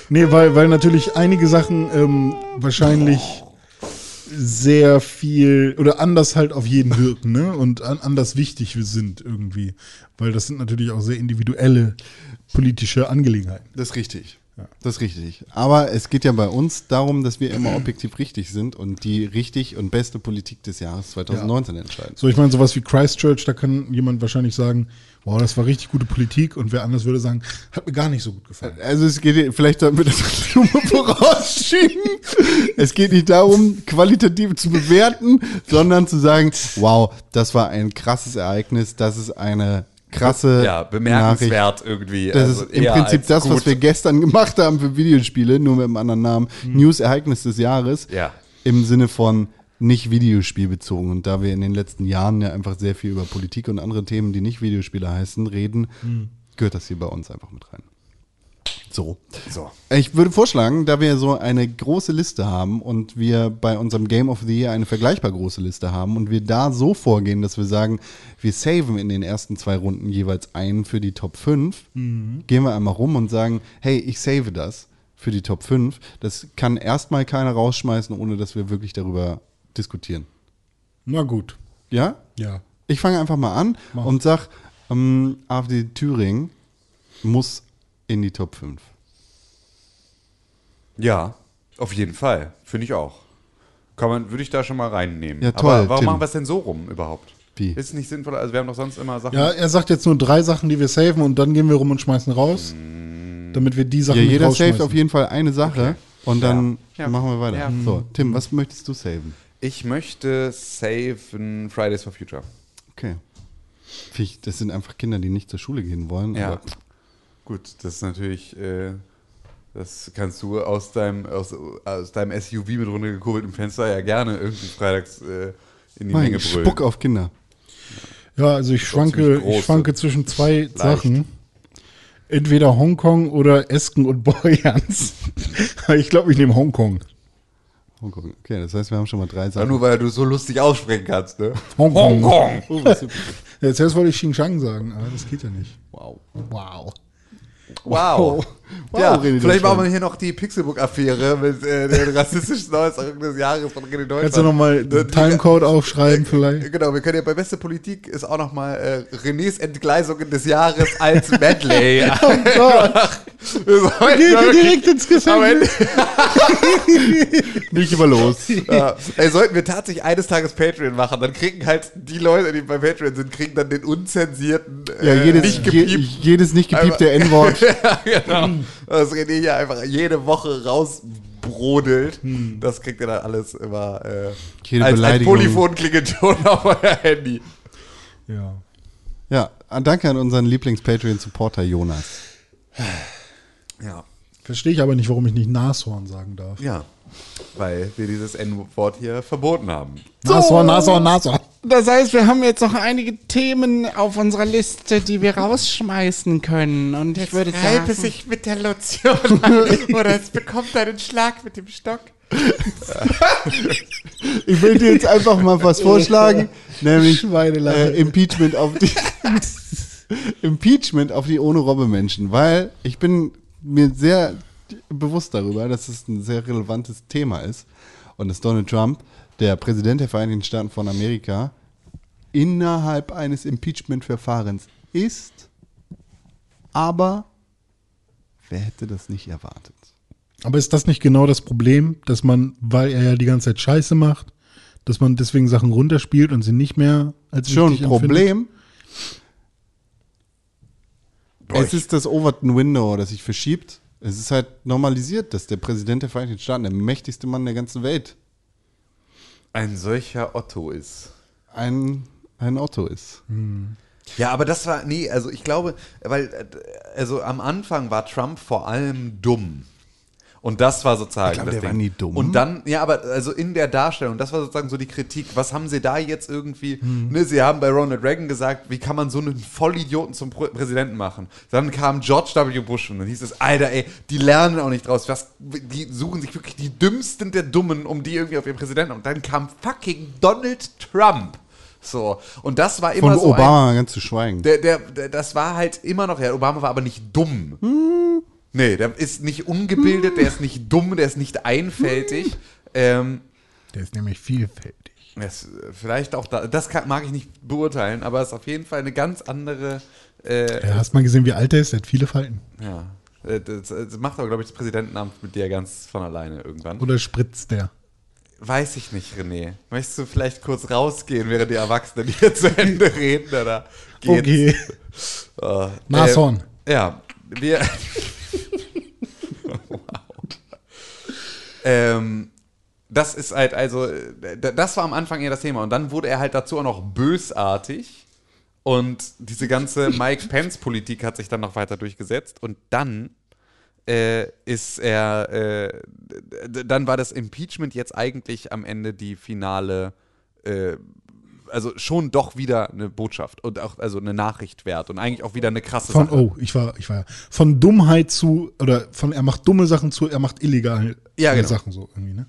S3: nee, weil, weil natürlich einige Sachen ähm, wahrscheinlich sehr viel oder anders halt auf jeden wirken, ne? Und an, anders wichtig sind irgendwie. Weil das sind natürlich auch sehr individuelle politische Angelegenheiten.
S2: Das ist richtig. Das ist richtig. Aber es geht ja bei uns darum, dass wir immer objektiv richtig sind und die richtig und beste Politik des Jahres 2019 entscheiden.
S3: So, ich meine, sowas wie Christchurch, da kann jemand wahrscheinlich sagen, wow, das war richtig gute Politik und wer anders würde sagen, hat mir gar nicht so gut gefallen.
S2: Also es geht, vielleicht sollten wir das schon mal vorausschieben. Es geht nicht darum, qualitativ zu bewerten, sondern zu sagen, wow, das war ein krasses Ereignis, das ist eine krasse
S4: ja, bemerkenswert irgendwie.
S2: Das
S4: Also
S2: ist im
S4: eher
S2: Prinzip
S4: als
S2: das,
S4: gut.
S2: was wir gestern gemacht haben für Videospiele, nur mit einem anderen Namen. News-Ereignis des Jahres.
S4: Hm. Ja.
S2: Im Sinne von, nicht videospielbezogen. Und da wir in den letzten Jahren ja einfach sehr viel über Politik und andere Themen, die nicht Videospiele heißen, reden,
S4: Hm.
S2: gehört das hier bei uns einfach mit rein. So.
S4: So.
S2: Ich würde vorschlagen, da wir so eine große Liste haben und wir bei unserem Game of the Year eine vergleichbar große Liste haben und wir da so vorgehen, dass wir sagen, wir saven in den ersten zwei Runden jeweils einen für die Top 5, gehen wir einmal rum und sagen, hey, ich save das für die Top 5. Das kann erstmal keiner rausschmeißen, ohne dass wir wirklich darüber diskutieren.
S3: Na gut.
S2: Ja?
S3: Ja.
S2: Ich fange einfach mal an
S3: Mach.
S2: und sag, ähm, AfD Thüringen muss in die Top 5.
S4: Ja, auf jeden Fall. Finde ich auch. Kann man, würde ich da schon mal reinnehmen.
S2: Ja, toll,
S4: Aber warum
S2: Tim.
S4: machen wir es denn so rum überhaupt?
S2: Wie?
S4: Ist nicht sinnvoll, also wir haben doch sonst immer Sachen.
S3: Ja, er sagt jetzt nur drei Sachen, die wir saven und dann gehen wir rum und schmeißen raus, damit wir die Sachen
S2: Ja,
S3: nicht
S2: jeder saved
S3: rausschmeißen.
S2: auf jeden Fall eine Sache und dann
S4: Ja. Ja.
S2: machen wir weiter.
S4: Ja.
S2: So, Tim, was möchtest du saven?
S4: Ich möchte saven Fridays for Future.
S2: Okay. Finde ich, Das sind einfach Kinder, die nicht zur Schule gehen wollen.
S4: Ja.
S2: Aber
S4: Gut, das ist natürlich, äh, das kannst du aus deinem, aus, aus deinem SUV mit runtergekurbeltem Fenster ja gerne irgendwie freitags äh, in die
S2: mein,
S4: Menge brüllen.
S2: Spuck auf Kinder.
S3: Ja, also ich schwanke,
S4: ziemlich große.
S3: ich schwanke zwischen zwei Sachen. Entweder Hongkong oder Esken und Boyans. ich glaube, ich nehme Hongkong.
S2: Oh, guck. Okay, das heißt, wir haben schon mal drei
S4: Aber
S2: Sachen.
S4: nur weil du so lustig aussprechen kannst, ne?
S3: Hongkong. Ja, Zuerst wollte ich Xinjiang sagen, aber das geht ja nicht.
S4: Wow.
S3: Wow.
S4: Wow.
S2: Wow,
S4: ja,
S2: René
S4: vielleicht
S2: Deutschland.
S4: machen wir hier noch die Pixelbook-Affäre mit äh, den rassistischen Äußerungen des Jahres von René Deutschland.
S3: Kannst du nochmal
S4: Die- die-
S3: Timecode aufschreiben vielleicht?
S4: Genau, wir können ja bei Beste Politik ist auch nochmal äh, Renés Entgleisungen des Jahres als Medley. oh Gott.
S3: Geht direkt ins Gefängnis.
S2: Nicht über los.
S4: Ja. Ey, sollten wir tatsächlich eines Tages Patreon machen, dann kriegen halt die Leute, die bei Patreon sind, kriegen dann den unzensierten, äh,
S2: Ja, jedes
S4: nicht
S2: nicht
S4: gepiept.
S2: Je, jedes nicht gepiepte N-Wort.
S4: ja, genau. Dass René hier einfach jede Woche rausbrodelt. Das kriegt ihr dann alles immer äh,
S2: Jede
S4: als, als
S2: Beleidigung.
S4: Polyphon-Klingelton auf euer Handy.
S3: Ja.
S2: Ja, danke an unseren Lieblings-Patreon-Supporter Jonas.
S4: Ja.
S3: Verstehe ich aber nicht, warum ich nicht Nashorn sagen darf.
S4: Ja. Weil wir dieses N-Wort hier verboten haben.
S3: Nashorn, Nashorn, Nashorn.
S8: Das heißt, wir haben jetzt noch einige Themen auf unserer Liste, die wir rausschmeißen können. Und ich würde sagen,
S9: sich mit der Lotion an, oder es bekommt einen Schlag mit dem Stock.
S2: Ich will dir jetzt einfach mal was vorschlagen, nämlich
S3: Schweinelache.
S2: äh, Impeachment auf die Impeachment auf die ohne Robbe Menschen, weil ich bin mir sehr bewusst darüber, dass es ein sehr relevantes Thema ist und dass Donald Trump, der Präsident der Vereinigten Staaten von Amerika, innerhalb eines Impeachment-Verfahrens ist, aber wer hätte das nicht erwartet?
S3: Aber ist das nicht genau das Problem, dass man, weil er ja die ganze Zeit Scheiße macht, dass man deswegen Sachen runterspielt und sie nicht mehr als
S2: Schon ein
S3: wichtig empfindet?
S2: Problem. Es ist das Overton Window, das sich verschiebt. Es ist halt normalisiert, dass der Präsident der Vereinigten Staaten, der mächtigste Mann der ganzen Welt,
S4: Ein solcher Otto ist.
S2: ein, ein Otto ist.
S4: Ja, aber das war, nee, also ich glaube, weil, äh, also am Anfang war Trump vor allem dumm. Und das war sozusagen.
S2: Ich glaube,
S4: das
S2: der war nie dumm.
S4: Und dann, ja, aber also in der Darstellung, das war sozusagen so die Kritik. Was haben sie da jetzt irgendwie,
S2: Hm.
S4: ne, sie haben bei Ronald Reagan gesagt, wie kann man so einen Vollidioten zum Pr Präsidenten machen? Dann kam George W. Bush und dann hieß es, Alter, ey, die lernen auch nicht draus. Was, die suchen sich wirklich die dümmsten der Dummen, um die irgendwie auf ihren Präsidenten. Und dann kam fucking Donald Trump. So. Und das war immer
S2: Von
S4: so. ein-
S2: Obama ganz zu schweigen.
S4: der, der, der, das war halt immer noch, ja, Obama war aber nicht dumm. Nee, der ist nicht ungebildet, der ist nicht dumm, der ist nicht einfältig. Ähm,
S3: Der ist nämlich vielfältig.
S4: das, äh, vielleicht auch, da, das kann, mag ich nicht beurteilen, aber es ist auf jeden Fall eine ganz andere, äh,
S3: Ja, hast mal gesehen, wie alt er ist? Er hat viele Falten.
S4: ja. Äh, Das, das macht aber, glaube ich, das Präsidentenamt mit dir ganz von alleine irgendwann.
S3: Oder spritzt der?
S4: Weiß ich nicht, René. Möchtest du vielleicht kurz rausgehen, während die Erwachsenen hier zu Ende reden? Oder geht's?
S3: Okay.
S4: Äh,
S3: Nashorn.
S4: äh, ja, wir. wow. Ähm, das ist halt, also, äh, d- das war am Anfang eher das Thema. Und dann wurde er halt dazu auch noch bösartig. Und diese ganze Mike Pence-Politik hat sich dann noch weiter durchgesetzt. Und dann äh, ist er, äh, d- dann war das Impeachment jetzt eigentlich am Ende die finale, äh, also schon doch wieder eine Botschaft und auch also eine Nachricht wert und eigentlich auch wieder eine krasse
S3: Von,
S4: Sache.
S3: oh, ich war, ich war, von Dummheit zu, oder von er macht dumme Sachen zu, er macht illegale
S4: Ja, genau.
S3: Sachen so irgendwie, ne?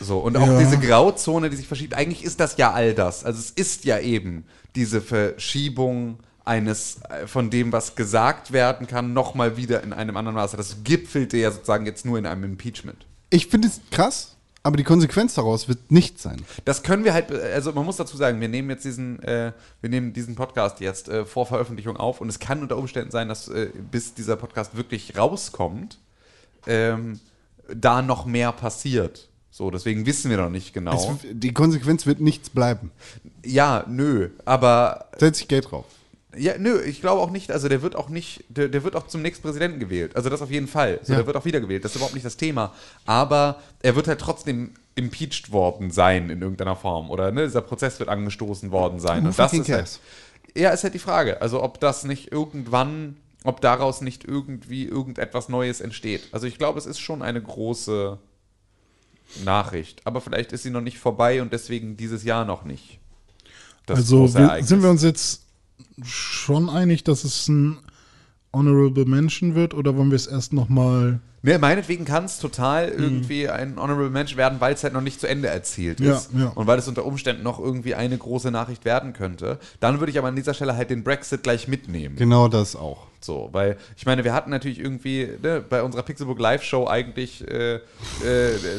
S4: So, und auch
S3: Ja.
S4: diese Grauzone, die sich verschiebt, eigentlich ist das ja all das. Also es ist ja eben diese Verschiebung eines äh, von dem, was gesagt werden kann, nochmal wieder in einem anderen Maße. Das gipfelte ja sozusagen jetzt nur in einem Impeachment.
S2: Ich finde es krass, aber die Konsequenz daraus wird nichts sein.
S4: Das können wir halt, also man muss dazu sagen, wir nehmen jetzt diesen, äh, wir nehmen diesen Podcast jetzt äh, vor Veröffentlichung auf und es kann unter Umständen sein, dass äh, bis dieser Podcast wirklich rauskommt, ähm, da noch mehr passiert. So, deswegen wissen wir noch nicht genau.
S2: Es, die Konsequenz wird nichts bleiben.
S4: Ja, nö, aber
S2: Setz ich Geld drauf.
S4: Ja, nö, ich glaube auch nicht. Also der wird auch nicht, der, der wird auch zum nächsten Präsidenten gewählt. Also das auf jeden Fall. So, Der wird auch wiedergewählt. Das ist überhaupt nicht das Thema. Aber er wird halt trotzdem impeached worden sein in irgendeiner Form. Oder ne, dieser Prozess wird angestoßen worden sein.
S2: Who
S4: Und das
S2: fucking
S4: ist halt,
S2: cares?
S4: ja, ist halt die Frage. Also ob das nicht irgendwann, ob daraus nicht irgendwie irgendetwas Neues entsteht. Also ich glaube, es ist schon eine große Nachricht. Aber vielleicht ist sie noch nicht vorbei und deswegen dieses Jahr noch nicht. Das
S3: also
S4: große
S3: wir,
S4: Ereignis.
S3: sind wir uns jetzt schon einig, dass es ein Honorable Mention wird oder wollen wir es erst nochmal.
S4: Ne, meinetwegen kann es total
S3: Mhm.
S4: irgendwie ein Honorable Mensch werden, weil es halt noch nicht zu Ende erzielt
S3: Ja,
S4: ist.
S3: ja.
S4: Und weil es unter Umständen noch irgendwie eine große Nachricht werden könnte. Dann würde ich aber an dieser Stelle halt den Brexit gleich mitnehmen.
S2: Genau das auch.
S4: So, weil ich meine, wir hatten natürlich irgendwie ne, bei unserer Pixelbook Live Show eigentlich, äh, äh,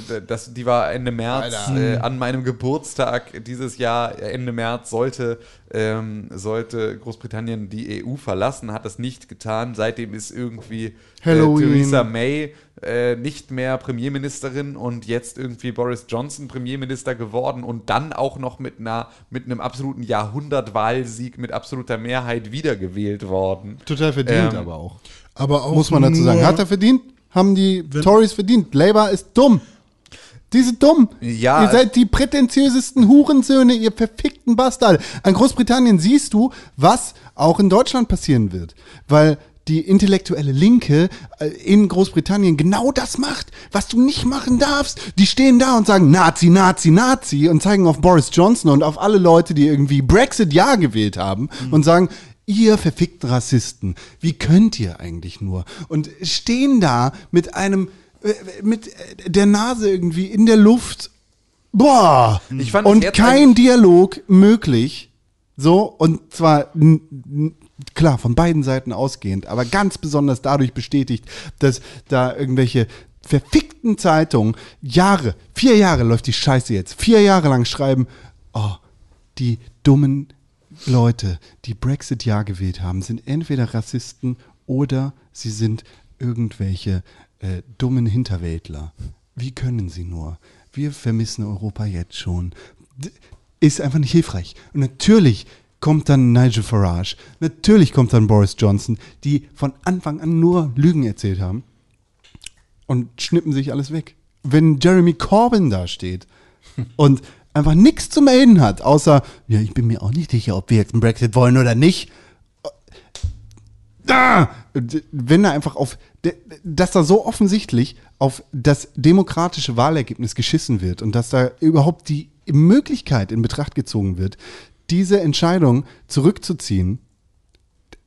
S4: d- das, die war Ende März, äh, an meinem Geburtstag dieses Jahr, äh, Ende März, sollte, ähm, sollte Großbritannien die EU verlassen, hat das nicht getan. Seitdem ist irgendwie äh,
S2: Halloween.
S4: Theresa May äh, nicht mehr Premierministerin und jetzt irgendwie Boris Johnson Premierminister geworden und dann auch noch mit, einer, mit einem absoluten Jahrhundertwahlsieg mit absoluter Mehrheit wiedergewählt worden.
S2: Total verdient
S4: Ähm,
S2: aber auch.
S3: Aber auch
S2: Muss man dazu sagen.
S3: nur-
S2: Hat er verdient? Haben die Tories verdient? Labour ist dumm. Die sind dumm.
S4: Ja,
S2: ihr seid die prätentiösesten Hurensöhne, ihr verfickten Bastarde. An Großbritannien siehst du, was auch in Deutschland passieren wird. Weil die intellektuelle Linke äh, in Großbritannien genau das macht, was du nicht machen darfst. Die stehen da und sagen Nazi, Nazi, Nazi und zeigen auf Boris Johnson und auf alle Leute, die irgendwie Brexit Ja gewählt haben und sagen, Ihr verfickten Rassisten, wie könnt ihr eigentlich nur? Und stehen da mit einem, äh, mit äh, der Nase irgendwie in der Luft. Boah!
S4: Ich fand es
S2: und
S4: jetzt
S2: kein Dialog möglich. So, und zwar n- n- klar von beiden Seiten ausgehend, aber ganz besonders dadurch bestätigt, dass da irgendwelche verfickten Zeitungen Jahre, vier Jahre läuft die Scheiße jetzt, vier Jahre lang schreiben, oh, die dummen Leute, die Brexit ja gewählt haben, sind entweder Rassisten oder sie sind irgendwelche äh, dummen Hinterwäldler. Wie können sie nur? Wir vermissen Europa jetzt schon. D ist einfach nicht hilfreich. Und natürlich kommt dann Nigel Farage, natürlich kommt dann Boris Johnson, die von Anfang an nur Lügen erzählt haben und schnippen sich alles weg. Wenn Jeremy Corbyn da steht und einfach nichts zu melden hat, außer, ja, ich bin mir auch nicht sicher, ob wir jetzt einen Brexit wollen oder nicht. Da! Wenn er einfach auf, dass da so offensichtlich auf das demokratische Wahlergebnis geschissen wird und dass da überhaupt die Möglichkeit in Betracht gezogen wird, diese Entscheidung zurückzuziehen,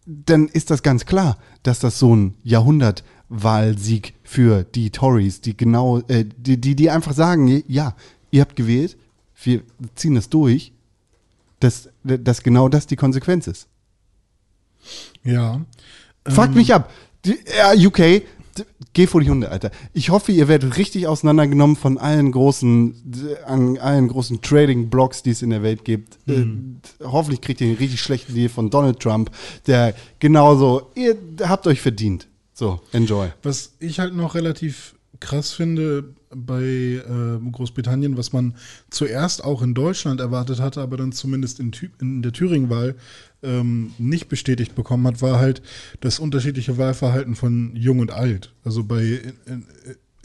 S2: dann ist das ganz klar, dass das so ein Jahrhundertwahlsieg für die Tories, die genau, äh, die, die, die einfach sagen, ja, ihr habt gewählt, wir ziehen das durch, dass, dass genau das die Konsequenz ist.
S3: Ja. Ähm.
S2: Fuck mich ab. Die, ja, UK, d- geh vor die Hunde, Alter. Ich hoffe, ihr werdet richtig auseinandergenommen von allen großen, d- an allen großen Trading-Blogs, die es in der Welt gibt.
S3: Mhm.
S2: Äh, d- hoffentlich kriegt ihr einen richtig schlechten Deal von Donald Trump, der genauso, ihr habt euch verdient. So, enjoy.
S3: Was ich halt noch relativ krass finde bei äh, Großbritannien, was man zuerst auch in Deutschland erwartet hatte, aber dann zumindest in, Thü in der Thüringen-Wahl ähm, nicht bestätigt bekommen hat, war halt das unterschiedliche Wahlverhalten von Jung und Alt. Also bei in, in,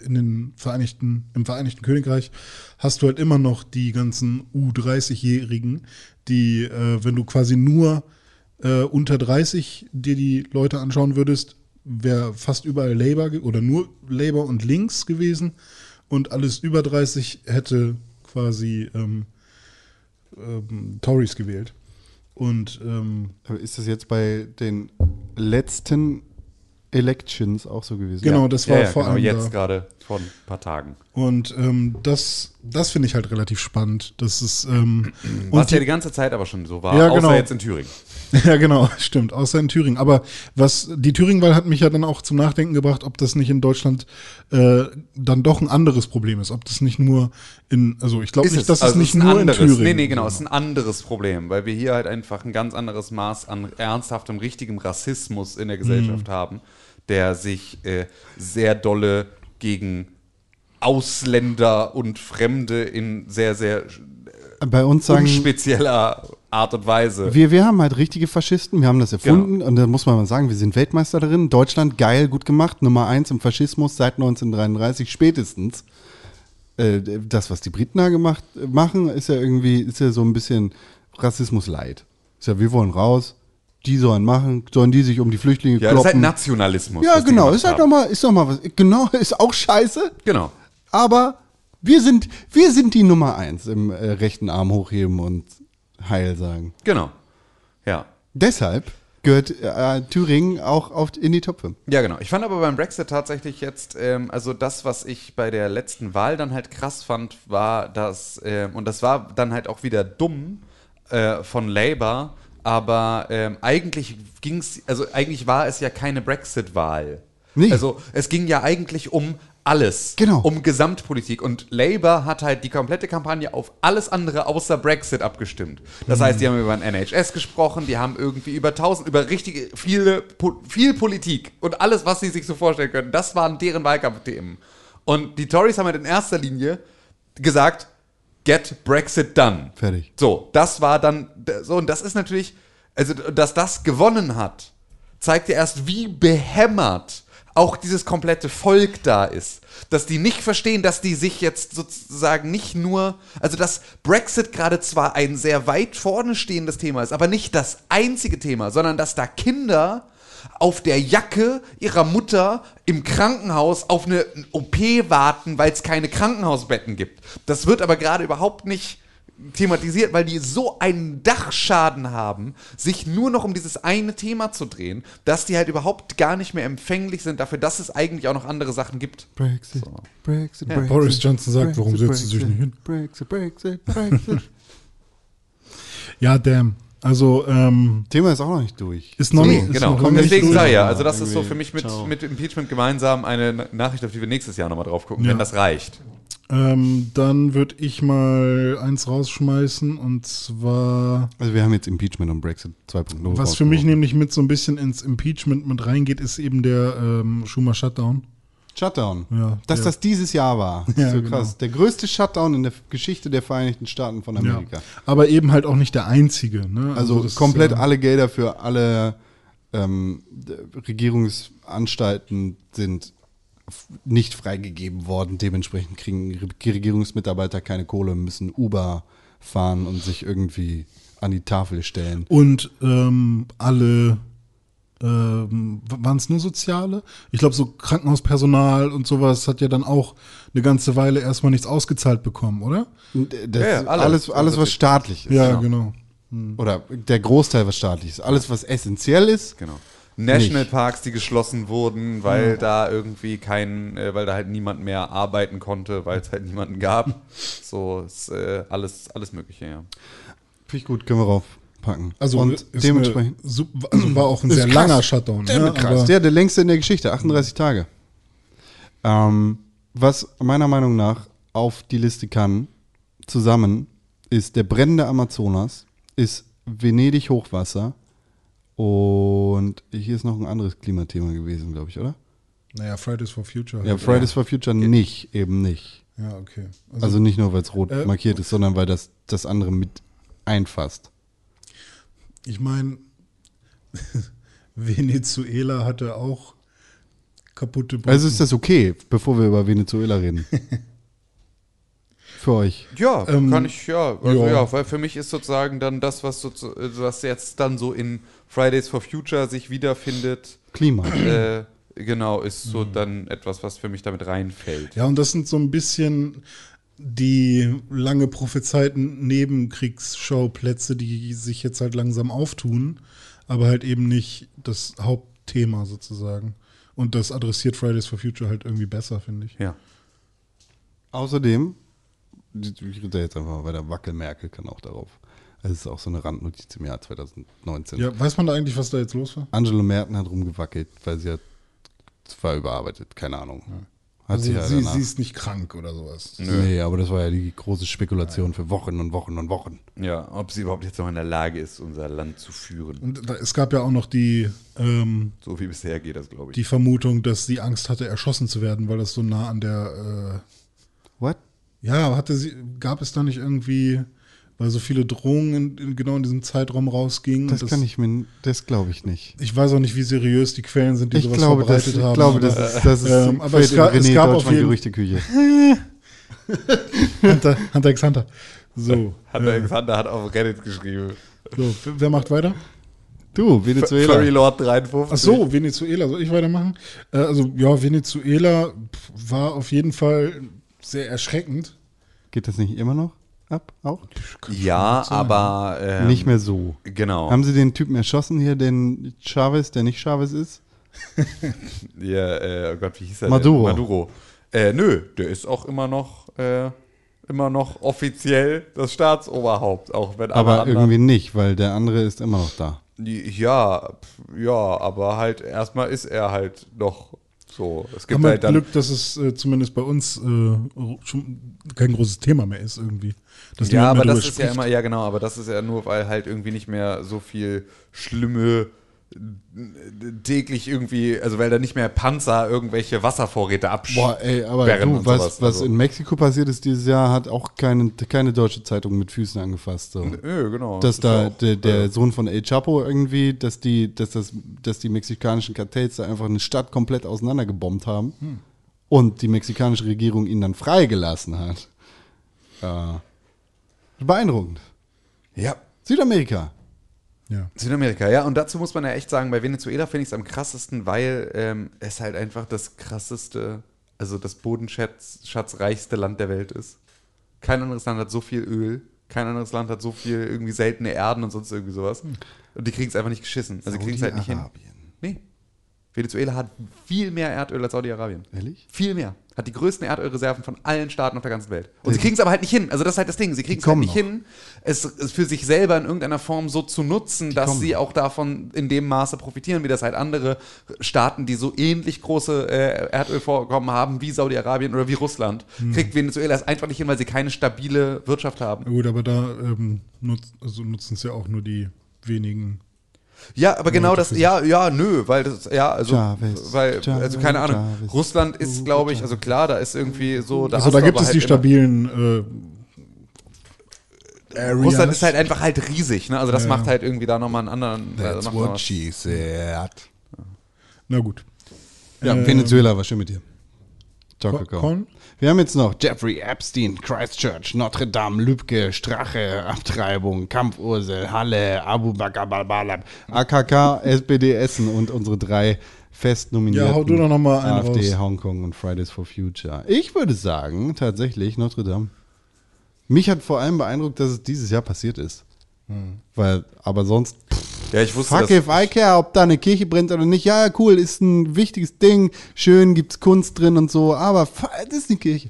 S3: in den Vereinigten, im Vereinigten Königreich hast du halt immer noch die ganzen U30-Jährigen, die, äh, wenn du quasi nur äh, unter 30 dir die Leute anschauen würdest, wäre fast überall Labour ge- oder nur Labour und Links gewesen und alles über 30 hätte quasi ähm, ähm, Tories gewählt. Und ähm,
S2: Aber Äh, ist das jetzt bei den letzten Elections auch so gewesen?
S3: genau, das war
S4: ja, ja,
S3: vor
S4: genau,
S3: allem
S4: jetzt
S3: da.
S4: gerade vor ein paar Tagen.
S3: Und ähm, das, das finde ich halt relativ spannend. Das ist ähm,
S4: Was
S3: und
S4: ja
S3: die,
S4: die ganze Zeit aber schon so war,
S3: Ja, genau.
S4: außer jetzt in Thüringen.
S3: ja genau, stimmt, außer in Thüringen. Aber was die Thüringenwahl hat mich ja dann auch zum Nachdenken gebracht, ob das nicht in Deutschland äh, dann doch ein anderes Problem ist, ob das nicht nur in, also ich glaube nicht, dass
S4: Also
S3: es nicht
S4: ist ein
S3: nur
S4: anderes,
S3: in Thüringen.
S4: Nee, nee, genau,
S3: so
S4: es ist ein anderes Problem, weil wir hier halt einfach ein ganz anderes Maß an ernsthaftem, richtigem Rassismus in der Gesellschaft haben, der sich äh, sehr dolle gegen Ausländer und Fremde in sehr, sehr
S2: Bei uns sagen,
S4: spezieller Art und Weise.
S2: wir, wir haben halt richtige Faschisten, wir haben
S4: Genau.
S2: das erfunden und da muss man mal sagen, wir sind Weltmeister darin. Deutschland, geil, gut gemacht, Nummer eins im Faschismus seit 1933 spätestens. Äh, das, was die Briten da gemacht, machen, ist ja irgendwie, ist ja so ein bisschen Rassismusleid. Ist ja, wir wollen raus, die sollen machen, sollen die sich um die Flüchtlinge
S4: ja, das ist halt
S2: kloppen.
S4: Nationalismus.
S2: ja,
S4: was die
S2: genau,
S4: gemacht
S2: ist halt
S4: haben.
S2: nochmal, ist nochmal was, genau, ist auch scheiße,
S4: Genau.
S2: aber wir sind, wir sind die Nummer eins im äh, rechten Arm hochheben und heil sagen.
S4: Genau. Ja.
S2: Deshalb gehört äh, Thüringen auch auf, in die Top 5.
S4: Ja, genau. Ich fand aber beim Brexit tatsächlich jetzt, ähm, also das, was ich bei der letzten Wahl dann halt krass fand, war, dass, ähm, und das war dann halt auch wieder dumm äh, von Labour, aber ähm, eigentlich ging's, also eigentlich war es ja keine Brexit-Wahl.
S2: Nee.
S4: Also es ging ja eigentlich um alles.
S2: Genau.
S4: Um Gesamtpolitik. Und Labour hat halt die komplette Kampagne auf alles andere außer Brexit abgestimmt. Das heißt, die haben über ein NHS gesprochen, die haben irgendwie über tausend, über richtige, viele, po- viel Politik und alles, was sie sich so vorstellen können. Das waren deren Wahlkampfthemen. Und die Tories haben halt in erster Linie gesagt, get Brexit done.
S2: Fertig.
S4: So, das war dann, so, und das ist natürlich, also, dass das gewonnen hat, zeigt ja erst, wie behämmert auch dieses komplette Volk da ist. Dass die nicht verstehen, dass die sich jetzt sozusagen nicht nur, also dass Brexit gerade zwar ein sehr weit vorne stehendes Thema ist, aber nicht das einzige Thema, sondern dass da Kinder auf der Jacke ihrer Mutter im Krankenhaus auf eine OP warten, weil es keine Krankenhausbetten gibt. Das wird aber gerade überhaupt nicht thematisiert, weil die so einen Dachschaden haben, sich nur noch um dieses eine Thema zu drehen, dass die halt überhaupt gar nicht mehr empfänglich sind dafür, dass es eigentlich auch noch andere Sachen gibt.
S2: Brexit, Brexit, Brexit.
S3: Boris Johnson sagt, warum setzt sie sich nicht hin?
S2: Brexit, Brexit, Brexit.
S3: Ja, damn. Also ähm,
S2: Thema ist auch noch nicht durch.
S3: ist noch
S4: Nee,
S3: nicht. ist
S4: genau.
S3: noch lange nicht
S4: Deswegen
S3: durch.
S4: sei ja, also das ist so
S2: irgendwie,
S4: für mich mit,
S2: ciao.
S4: mit Impeachment gemeinsam eine Na- Nachricht, auf die wir nächstes Jahr nochmal drauf gucken,
S3: Ja.
S4: wenn das reicht.
S3: Ähm, dann würde ich mal eins rausschmeißen und zwar,
S2: Also wir haben jetzt Impeachment und Brexit 2.0.
S3: was für mich nämlich mit so ein bisschen ins Impeachment mit reingeht, ist eben der ähm, Schumer Shutdown.
S2: Shutdown.
S3: Ja,
S2: Dass
S3: der-
S2: das dieses Jahr war. Das
S3: Ja,
S2: ist so
S3: genau.
S2: krass. Der größte Shutdown in der Geschichte der Vereinigten Staaten von
S3: Ja.
S2: Amerika.
S3: Aber eben halt auch nicht der einzige. Ne?
S2: Also
S3: das ist,
S2: komplett
S3: äh,
S2: alle Gelder für alle ähm, d- Regierungsanstalten sind f- nicht freigegeben worden. Dementsprechend kriegen Re- Regierungsmitarbeiter keine Kohle, müssen Uber fahren und sich irgendwie an die Tafel stellen.
S3: Und ähm, alle, ähm, waren es nur Soziale? Ich glaube, so Krankenhauspersonal und sowas hat ja dann auch eine ganze Weile erstmal nichts ausgezahlt bekommen, oder?
S2: Und, äh, Das,
S4: Ja, ja, alles.
S2: alles, alles, was staatlich ist.
S3: Ja, genau.
S2: Oder der Großteil, was staatlich ist. Alles, was essentiell ist.
S4: Genau. Nationalparks, die geschlossen wurden, weil da irgendwie kein, äh, weil da halt niemand mehr arbeiten konnte, weil es halt niemanden gab. So ist äh, alles, alles Mögliche, ja.
S2: Finde ich gut, können wir raufpacken.
S3: Also
S2: und
S3: ist
S2: dementsprechend.
S3: Eine, sup- also war auch ein sehr
S2: krass.
S3: langer Shutdown.
S2: Der,
S3: Ne?
S2: krass.
S3: Aber,
S2: der, der längste in der Geschichte, 38 Tage. Ähm, was meiner Meinung nach auf die Liste kann, zusammen, ist der brennende Amazonas, ist Venedig Hochwasser und hier ist noch ein anderes Klimathema gewesen, glaube ich, oder?
S3: naja, Fridays for Future. halt,
S2: Ja, Fridays for Future nicht, eben nicht.
S3: Ja, okay. Also,
S2: Also nicht nur, weil es rot
S3: Äh,
S2: markiert ist, sondern weil das das andere mit einfasst.
S3: ich meine, Venezuela hatte auch kaputte Brücken.
S2: Also ist das okay, bevor wir über Venezuela reden. Für euch.
S4: Ja,
S3: Ähm,
S4: kann ich, ja. Also,
S3: ja.
S4: ja. weil für mich ist sozusagen dann das, was, sozu- äh, was jetzt dann so in Fridays for Future sich wiederfindet,
S2: Klima.
S4: äh, genau, ist so dann etwas, was für mich damit reinfällt.
S3: Hm. Ja, und das sind so ein bisschen die lange prophezeiten Nebenkriegsschauplätze, die sich jetzt halt langsam auftun, aber halt eben nicht das Hauptthema sozusagen. Und das adressiert Fridays for Future halt irgendwie besser, finde ich.
S4: Ja.
S2: Außerdem, ich rede jetzt einfach mal weiter, Wackel Merkel kann auch darauf. Es ist auch so eine Randnotiz im Jahr 2019.
S3: Ja, weiß man da eigentlich, was da jetzt los war?
S2: Angela Merkel hat rumgewackelt, weil sie hat, es war überarbeitet, keine Ahnung. Hat
S3: Also
S2: sie, ja
S3: sie,
S2: danach-
S3: sie ist nicht krank oder sowas.
S2: Nee, aber das war ja die große Spekulation für Wochen und Wochen und Wochen.
S4: Ja, ob sie überhaupt jetzt noch in der Lage ist, unser Land zu führen.
S3: Und da, es gab ja auch noch die, ähm,
S4: So wie bisher geht das, glaube ich.
S3: die Vermutung, dass sie Angst hatte, erschossen zu werden, weil das so nah an der.
S2: What?
S3: Äh, ja, hatte sie, gab es da nicht irgendwie, weil so viele Drohungen in, in, genau in diesem Zeitraum rausgingen?
S2: Das,
S3: und
S2: kann ich mir, n- das glaube ich nicht.
S3: Ich weiß auch nicht, wie seriös die Quellen sind, die
S2: Ich
S3: sowas
S2: glaube, das,
S3: verbreitet
S2: ich
S3: haben.
S2: glaube,
S3: aber-
S2: das ist, das ist
S3: ähm, aber
S2: fällt
S3: es gab,
S2: in
S3: es
S2: René
S3: gab auf
S2: Deutschmann
S3: jeden
S2: Gerüchteküche.
S3: Hunter, Hunter x Hunter. So,
S4: Hunter Alexander hat auf Reddit geschrieben.
S3: so, wer macht weiter?
S2: Du,
S4: Furry
S2: Venezuela.
S4: Lord 53.
S3: Ach so, Venezuela, soll ich weitermachen? Äh, also, ja, Venezuela pf, war auf jeden Fall sehr erschreckend.
S2: Geht das nicht immer noch ab? Auch?
S4: Ja, aber. Ähm,
S2: nicht mehr so.
S4: Genau.
S2: Haben sie den Typen erschossen hier, den Chavez, der nicht Chavez ist?
S4: Ja, äh, oh Gott, wie hieß er
S2: Maduro.
S4: denn? Maduro. Äh, nö, der ist auch immer noch, äh, immer noch offiziell das Staatsoberhaupt, auch wenn alle
S2: Aber
S4: anderen-
S2: irgendwie nicht, weil der andere ist immer noch da.
S4: Ja, pf, ja, aber halt erstmal ist er halt noch so. Es gibt
S3: Haben wir
S4: halt dann.
S3: Glück, dass es äh, zumindest bei uns äh, schon kein großes Thema mehr ist irgendwie. Dass
S4: ja,
S3: niemand
S4: aber
S3: mehr
S4: das
S3: drüber
S4: ist ja
S3: spricht.
S4: immer, ja genau, aber das ist ja nur, weil halt irgendwie nicht mehr so viel schlimme äh, täglich irgendwie, also weil da nicht mehr Panzer irgendwelche Wasservorräte
S2: Boah, ey, aber
S4: absperren
S2: du,
S4: und
S2: was,
S4: sowas.
S2: was
S4: Also-
S2: in Mexiko passiert ist dieses Jahr, hat auch keine, keine deutsche Zeitung mit Füßen angefasst. So.
S4: Nö, genau.
S2: Dass
S4: Ist
S2: da
S4: auch,
S2: der, der
S4: äh,
S2: Sohn von El Chapo irgendwie, dass die, dass das, dass die mexikanischen Kartells da einfach eine Stadt komplett auseinandergebombt haben
S4: Hm.
S2: und die mexikanische Regierung ihn dann freigelassen hat. Äh, beeindruckend.
S4: ja,
S2: Südamerika.
S3: Ja.
S4: Südamerika, ja. Und dazu muss man ja echt sagen, bei Venezuela finde ich es am krassesten, weil ähm, es halt einfach das krasseste, also das bodenschatzreichste Land der Welt ist. Kein anderes Land hat so viel Öl, kein anderes Land hat so viel irgendwie seltene Erden und sonst irgendwie sowas.
S2: Hm.
S4: Und die kriegen es einfach nicht geschissen. Also die kriegen es halt nicht hin.
S2: Saudi-Arabien.
S4: Nee. Venezuela hat viel mehr Erdöl als Saudi-Arabien.
S2: Ehrlich?
S4: Viel mehr. Hat die größten Erdölreserven von allen Staaten auf der ganzen Welt. Und sie kriegen es aber halt nicht hin. Also das ist halt das Ding. Sie kriegen es halt
S2: kommen
S4: nicht
S2: noch.
S4: hin, es, es für sich selber in irgendeiner Form so zu nutzen, dass sie auch davon in dem Maße profitieren, wie das halt andere Staaten, die so ähnlich große äh, Erdölvorkommen haben, wie Saudi-Arabien oder wie Russland, kriegt Venezuela es einfach nicht hin, weil sie keine stabile Wirtschaft haben.
S3: Na Gut, aber da ähm, nutz, also nutzen es ja auch nur die wenigen.
S4: Ja, aber genau
S3: Leute
S4: das,
S3: für
S4: ja, ja, nö, weil das, ja, also,
S2: Chavez,
S4: weil, also keine
S2: Chavez,
S4: Ahnung,
S2: Chavez,
S4: Russland ist, glaube ich, also klar, da ist irgendwie so, da
S3: also
S4: hast
S3: da
S4: du
S3: gibt
S4: aber
S3: es die
S4: halt immer-
S3: stabilen äh, Areas.
S4: Russland ist halt einfach halt riesig, ne, also das
S3: Ja.
S4: macht halt irgendwie da nochmal einen anderen, also macht noch was.
S2: she said.
S3: Na gut.
S2: Ja,
S3: Ähm,
S2: Venezuela, war schön mit dir. Ciao,
S3: Con-
S2: Kakao.
S3: Con?
S2: Wir haben jetzt noch Jeffrey Epstein, Christchurch, Notre Dame, Lübcke, Strache, Abtreibung, Kampfursel, Halle, Abu Bakabalbalab, AKK, SPD Essen und unsere drei fest nominierten
S3: Ja, hau du doch noch mal einen
S2: AfD,
S3: raus.
S2: Hongkong und Fridays for Future. Ich würde sagen, tatsächlich Notre Dame. Mich hat vor allem beeindruckt, dass es dieses Jahr passiert ist.
S3: Hm.
S2: Weil, aber sonst
S4: Ja, ich wusste
S2: Fuck
S4: das.
S2: if I care, ob da eine Kirche brennt oder nicht. Ja, ja, cool, ist ein wichtiges Ding. Schön, gibt's Kunst drin und so. Aber fu- das ist eine Kirche.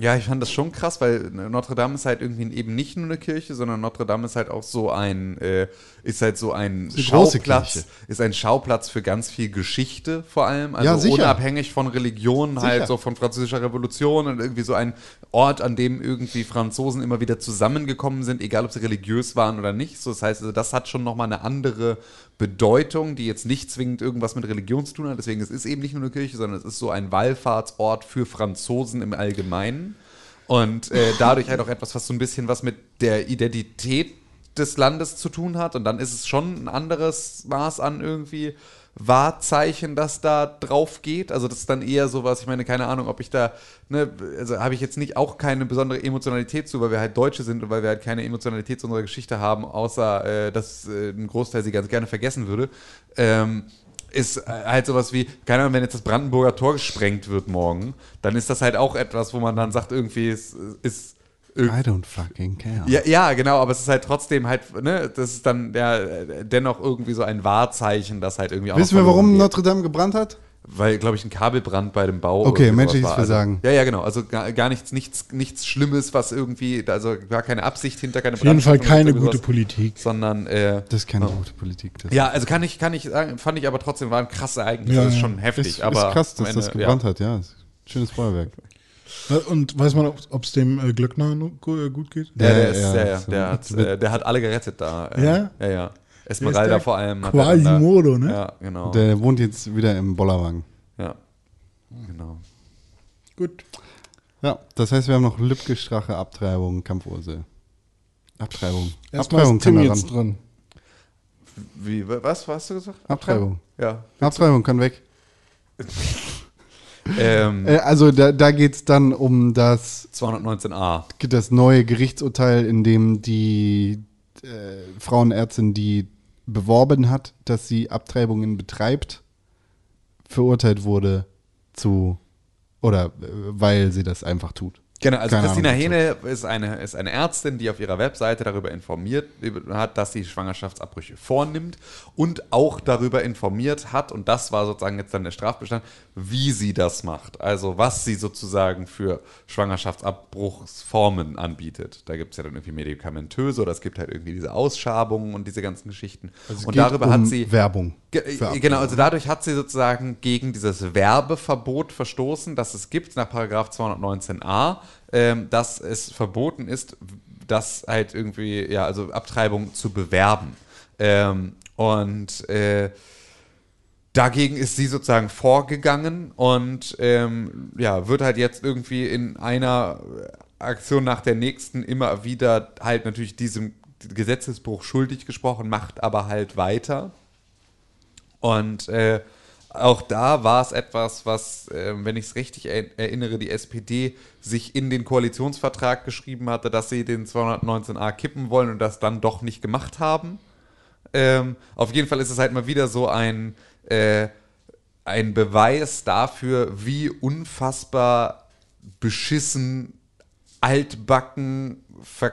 S4: Ja, ich fand das schon krass, weil Notre Dame ist halt irgendwie eben nicht nur eine Kirche, sondern Notre Dame ist halt auch so ein, äh, ist halt so ein
S2: eine große
S4: Schauplatz,
S2: Kirche.
S4: ist ein Schauplatz für ganz viel Geschichte vor allem, also
S2: Ja, sicher.
S4: unabhängig von Religion, halt
S2: Sicher.
S4: so von französischer Revolution und irgendwie so ein Ort, an dem irgendwie Franzosen immer wieder zusammengekommen sind, egal ob sie religiös waren oder nicht. So, das heißt, also das hat schon nochmal eine andere Bedeutung, die jetzt nicht zwingend irgendwas mit Religion zu tun hat. Deswegen, es ist eben nicht nur eine Kirche, sondern es ist so ein Wallfahrtsort für Franzosen im Allgemeinen. Und äh, dadurch halt auch etwas, was so ein bisschen was mit der Identität des Landes zu tun hat. Und dann ist es schon ein anderes Maß an irgendwie Wahrzeichen, das da drauf geht. Also das ist dann eher sowas, ich meine, keine Ahnung, ob ich da, ne, also habe ich jetzt nicht auch keine besondere Emotionalität zu, weil wir halt Deutsche sind und weil wir halt keine Emotionalität zu unserer Geschichte haben, außer äh, dass äh, ein Großteil sie ganz gerne vergessen würde. Ähm, ist äh, halt sowas wie, keine Ahnung, wenn jetzt das Brandenburger Tor gesprengt wird morgen, dann ist das halt auch etwas, wo man dann sagt, irgendwie ist, ist
S2: I don't fucking care.
S4: ja, ja, genau, aber es ist halt trotzdem halt, ne, das ist dann ja äh, dennoch irgendwie so ein Wahrzeichen, das halt irgendwie auch.
S2: Wissen
S4: noch
S2: wir, warum
S4: verloren geht.
S2: Notre Dame gebrannt hat?
S4: Weil, glaube ich, ein Kabelbrand bei dem Bau.
S2: Okay,
S4: irgendwie
S2: menschliches
S4: sowas war. also,
S2: Versagen.
S4: Ja, ja, genau. Also gar, gar nichts, nichts, nichts Schlimmes, was irgendwie, also gar keine Absicht hinter, keine
S3: Auf jeden Fall
S4: Brandstiftung
S3: keine
S4: oder sowas,
S3: gute Politik.
S4: Sondern, äh,
S2: Das ist keine gute Politik. Das
S4: ja, also kann ich, kann ich sagen, fand ich aber trotzdem, war ein krasses Ereignis.
S3: Ja,
S4: das ist
S3: ja.
S4: schon heftig.
S2: ist,
S4: aber
S2: ist krass,
S4: am
S2: dass
S4: Ende,
S2: das gebrannt hat, ja. Ist ein Schönes Feuerwerk.
S3: Und weiß man, ob es dem äh, Glöckner nu- gu- äh, gut geht?
S4: Ja, ja, der,
S2: Ja,
S4: ist,
S2: ja,
S4: der, der,
S2: so.
S4: hat, äh, der hat alle gerettet da. äh,
S3: Ja?
S4: Ja, ja.
S3: Wer ist
S4: Esmeralda
S3: der?
S4: vor allem. hat er dann da-
S3: Quasimodo, ne?
S4: Ja, genau.
S2: Der wohnt jetzt wieder im Bollerwagen.
S4: Ja. Genau.
S3: Gut.
S2: Ja, das heißt, wir haben noch Lübke, Strache, Abtreibung, Kampfursel. Abtreibung.
S3: Erstmal ist Tim
S2: da ran.
S3: jetzt dran.
S4: Wie, wa- was, was hast du gesagt?
S2: Abtreibung.
S4: Ja.
S2: Abtreibung kann weg.
S4: Ähm,
S2: Äh, also da, da geht es dann um das,
S4: 219a.
S2: das neue Gerichtsurteil, in dem die äh, Frauenärztin, die beworben hat, dass sie Abtreibungen betreibt, verurteilt wurde zu oder äh, weil sie das einfach tut.
S4: Genau, also
S2: Keine
S4: Christina
S2: Ahnung,
S4: Hähne ist eine, ist eine Ärztin, die auf ihrer Webseite darüber informiert über- hat, dass sie Schwangerschaftsabbrüche vornimmt und auch darüber informiert hat, und das war sozusagen jetzt dann der Strafbestand, wie sie das macht. Also was sie sozusagen für Schwangerschaftsabbruchsformen anbietet. Da gibt es ja dann irgendwie medikamentöse oder es gibt halt irgendwie diese Ausschabungen und diese ganzen Geschichten. und
S2: Geht
S4: darüber
S2: um
S4: hat sie.
S2: Werbung.
S4: Ge-
S2: für Abtreibung.
S4: Genau, also dadurch hat sie sozusagen gegen dieses Werbeverbot verstoßen, das es gibt nach Paragraph 219a, ähm, dass es verboten ist, das halt irgendwie, ja, also Abtreibung zu bewerben. Ähm, und äh, dagegen ist sie sozusagen vorgegangen und ähm, ja, wird halt jetzt irgendwie in einer Aktion nach der nächsten immer wieder halt natürlich diesem Gesetzesbruch schuldig gesprochen, macht aber halt weiter. Und äh, auch da war es etwas, was, äh, wenn ich es richtig er erinnere, die SPD sich in den Koalitionsvertrag geschrieben hatte, dass sie den 219a kippen wollen und das dann doch nicht gemacht haben. Ähm, auf jeden Fall ist es halt mal wieder so ein, äh, ein Beweis dafür, wie unfassbar beschissen, altbacken, ver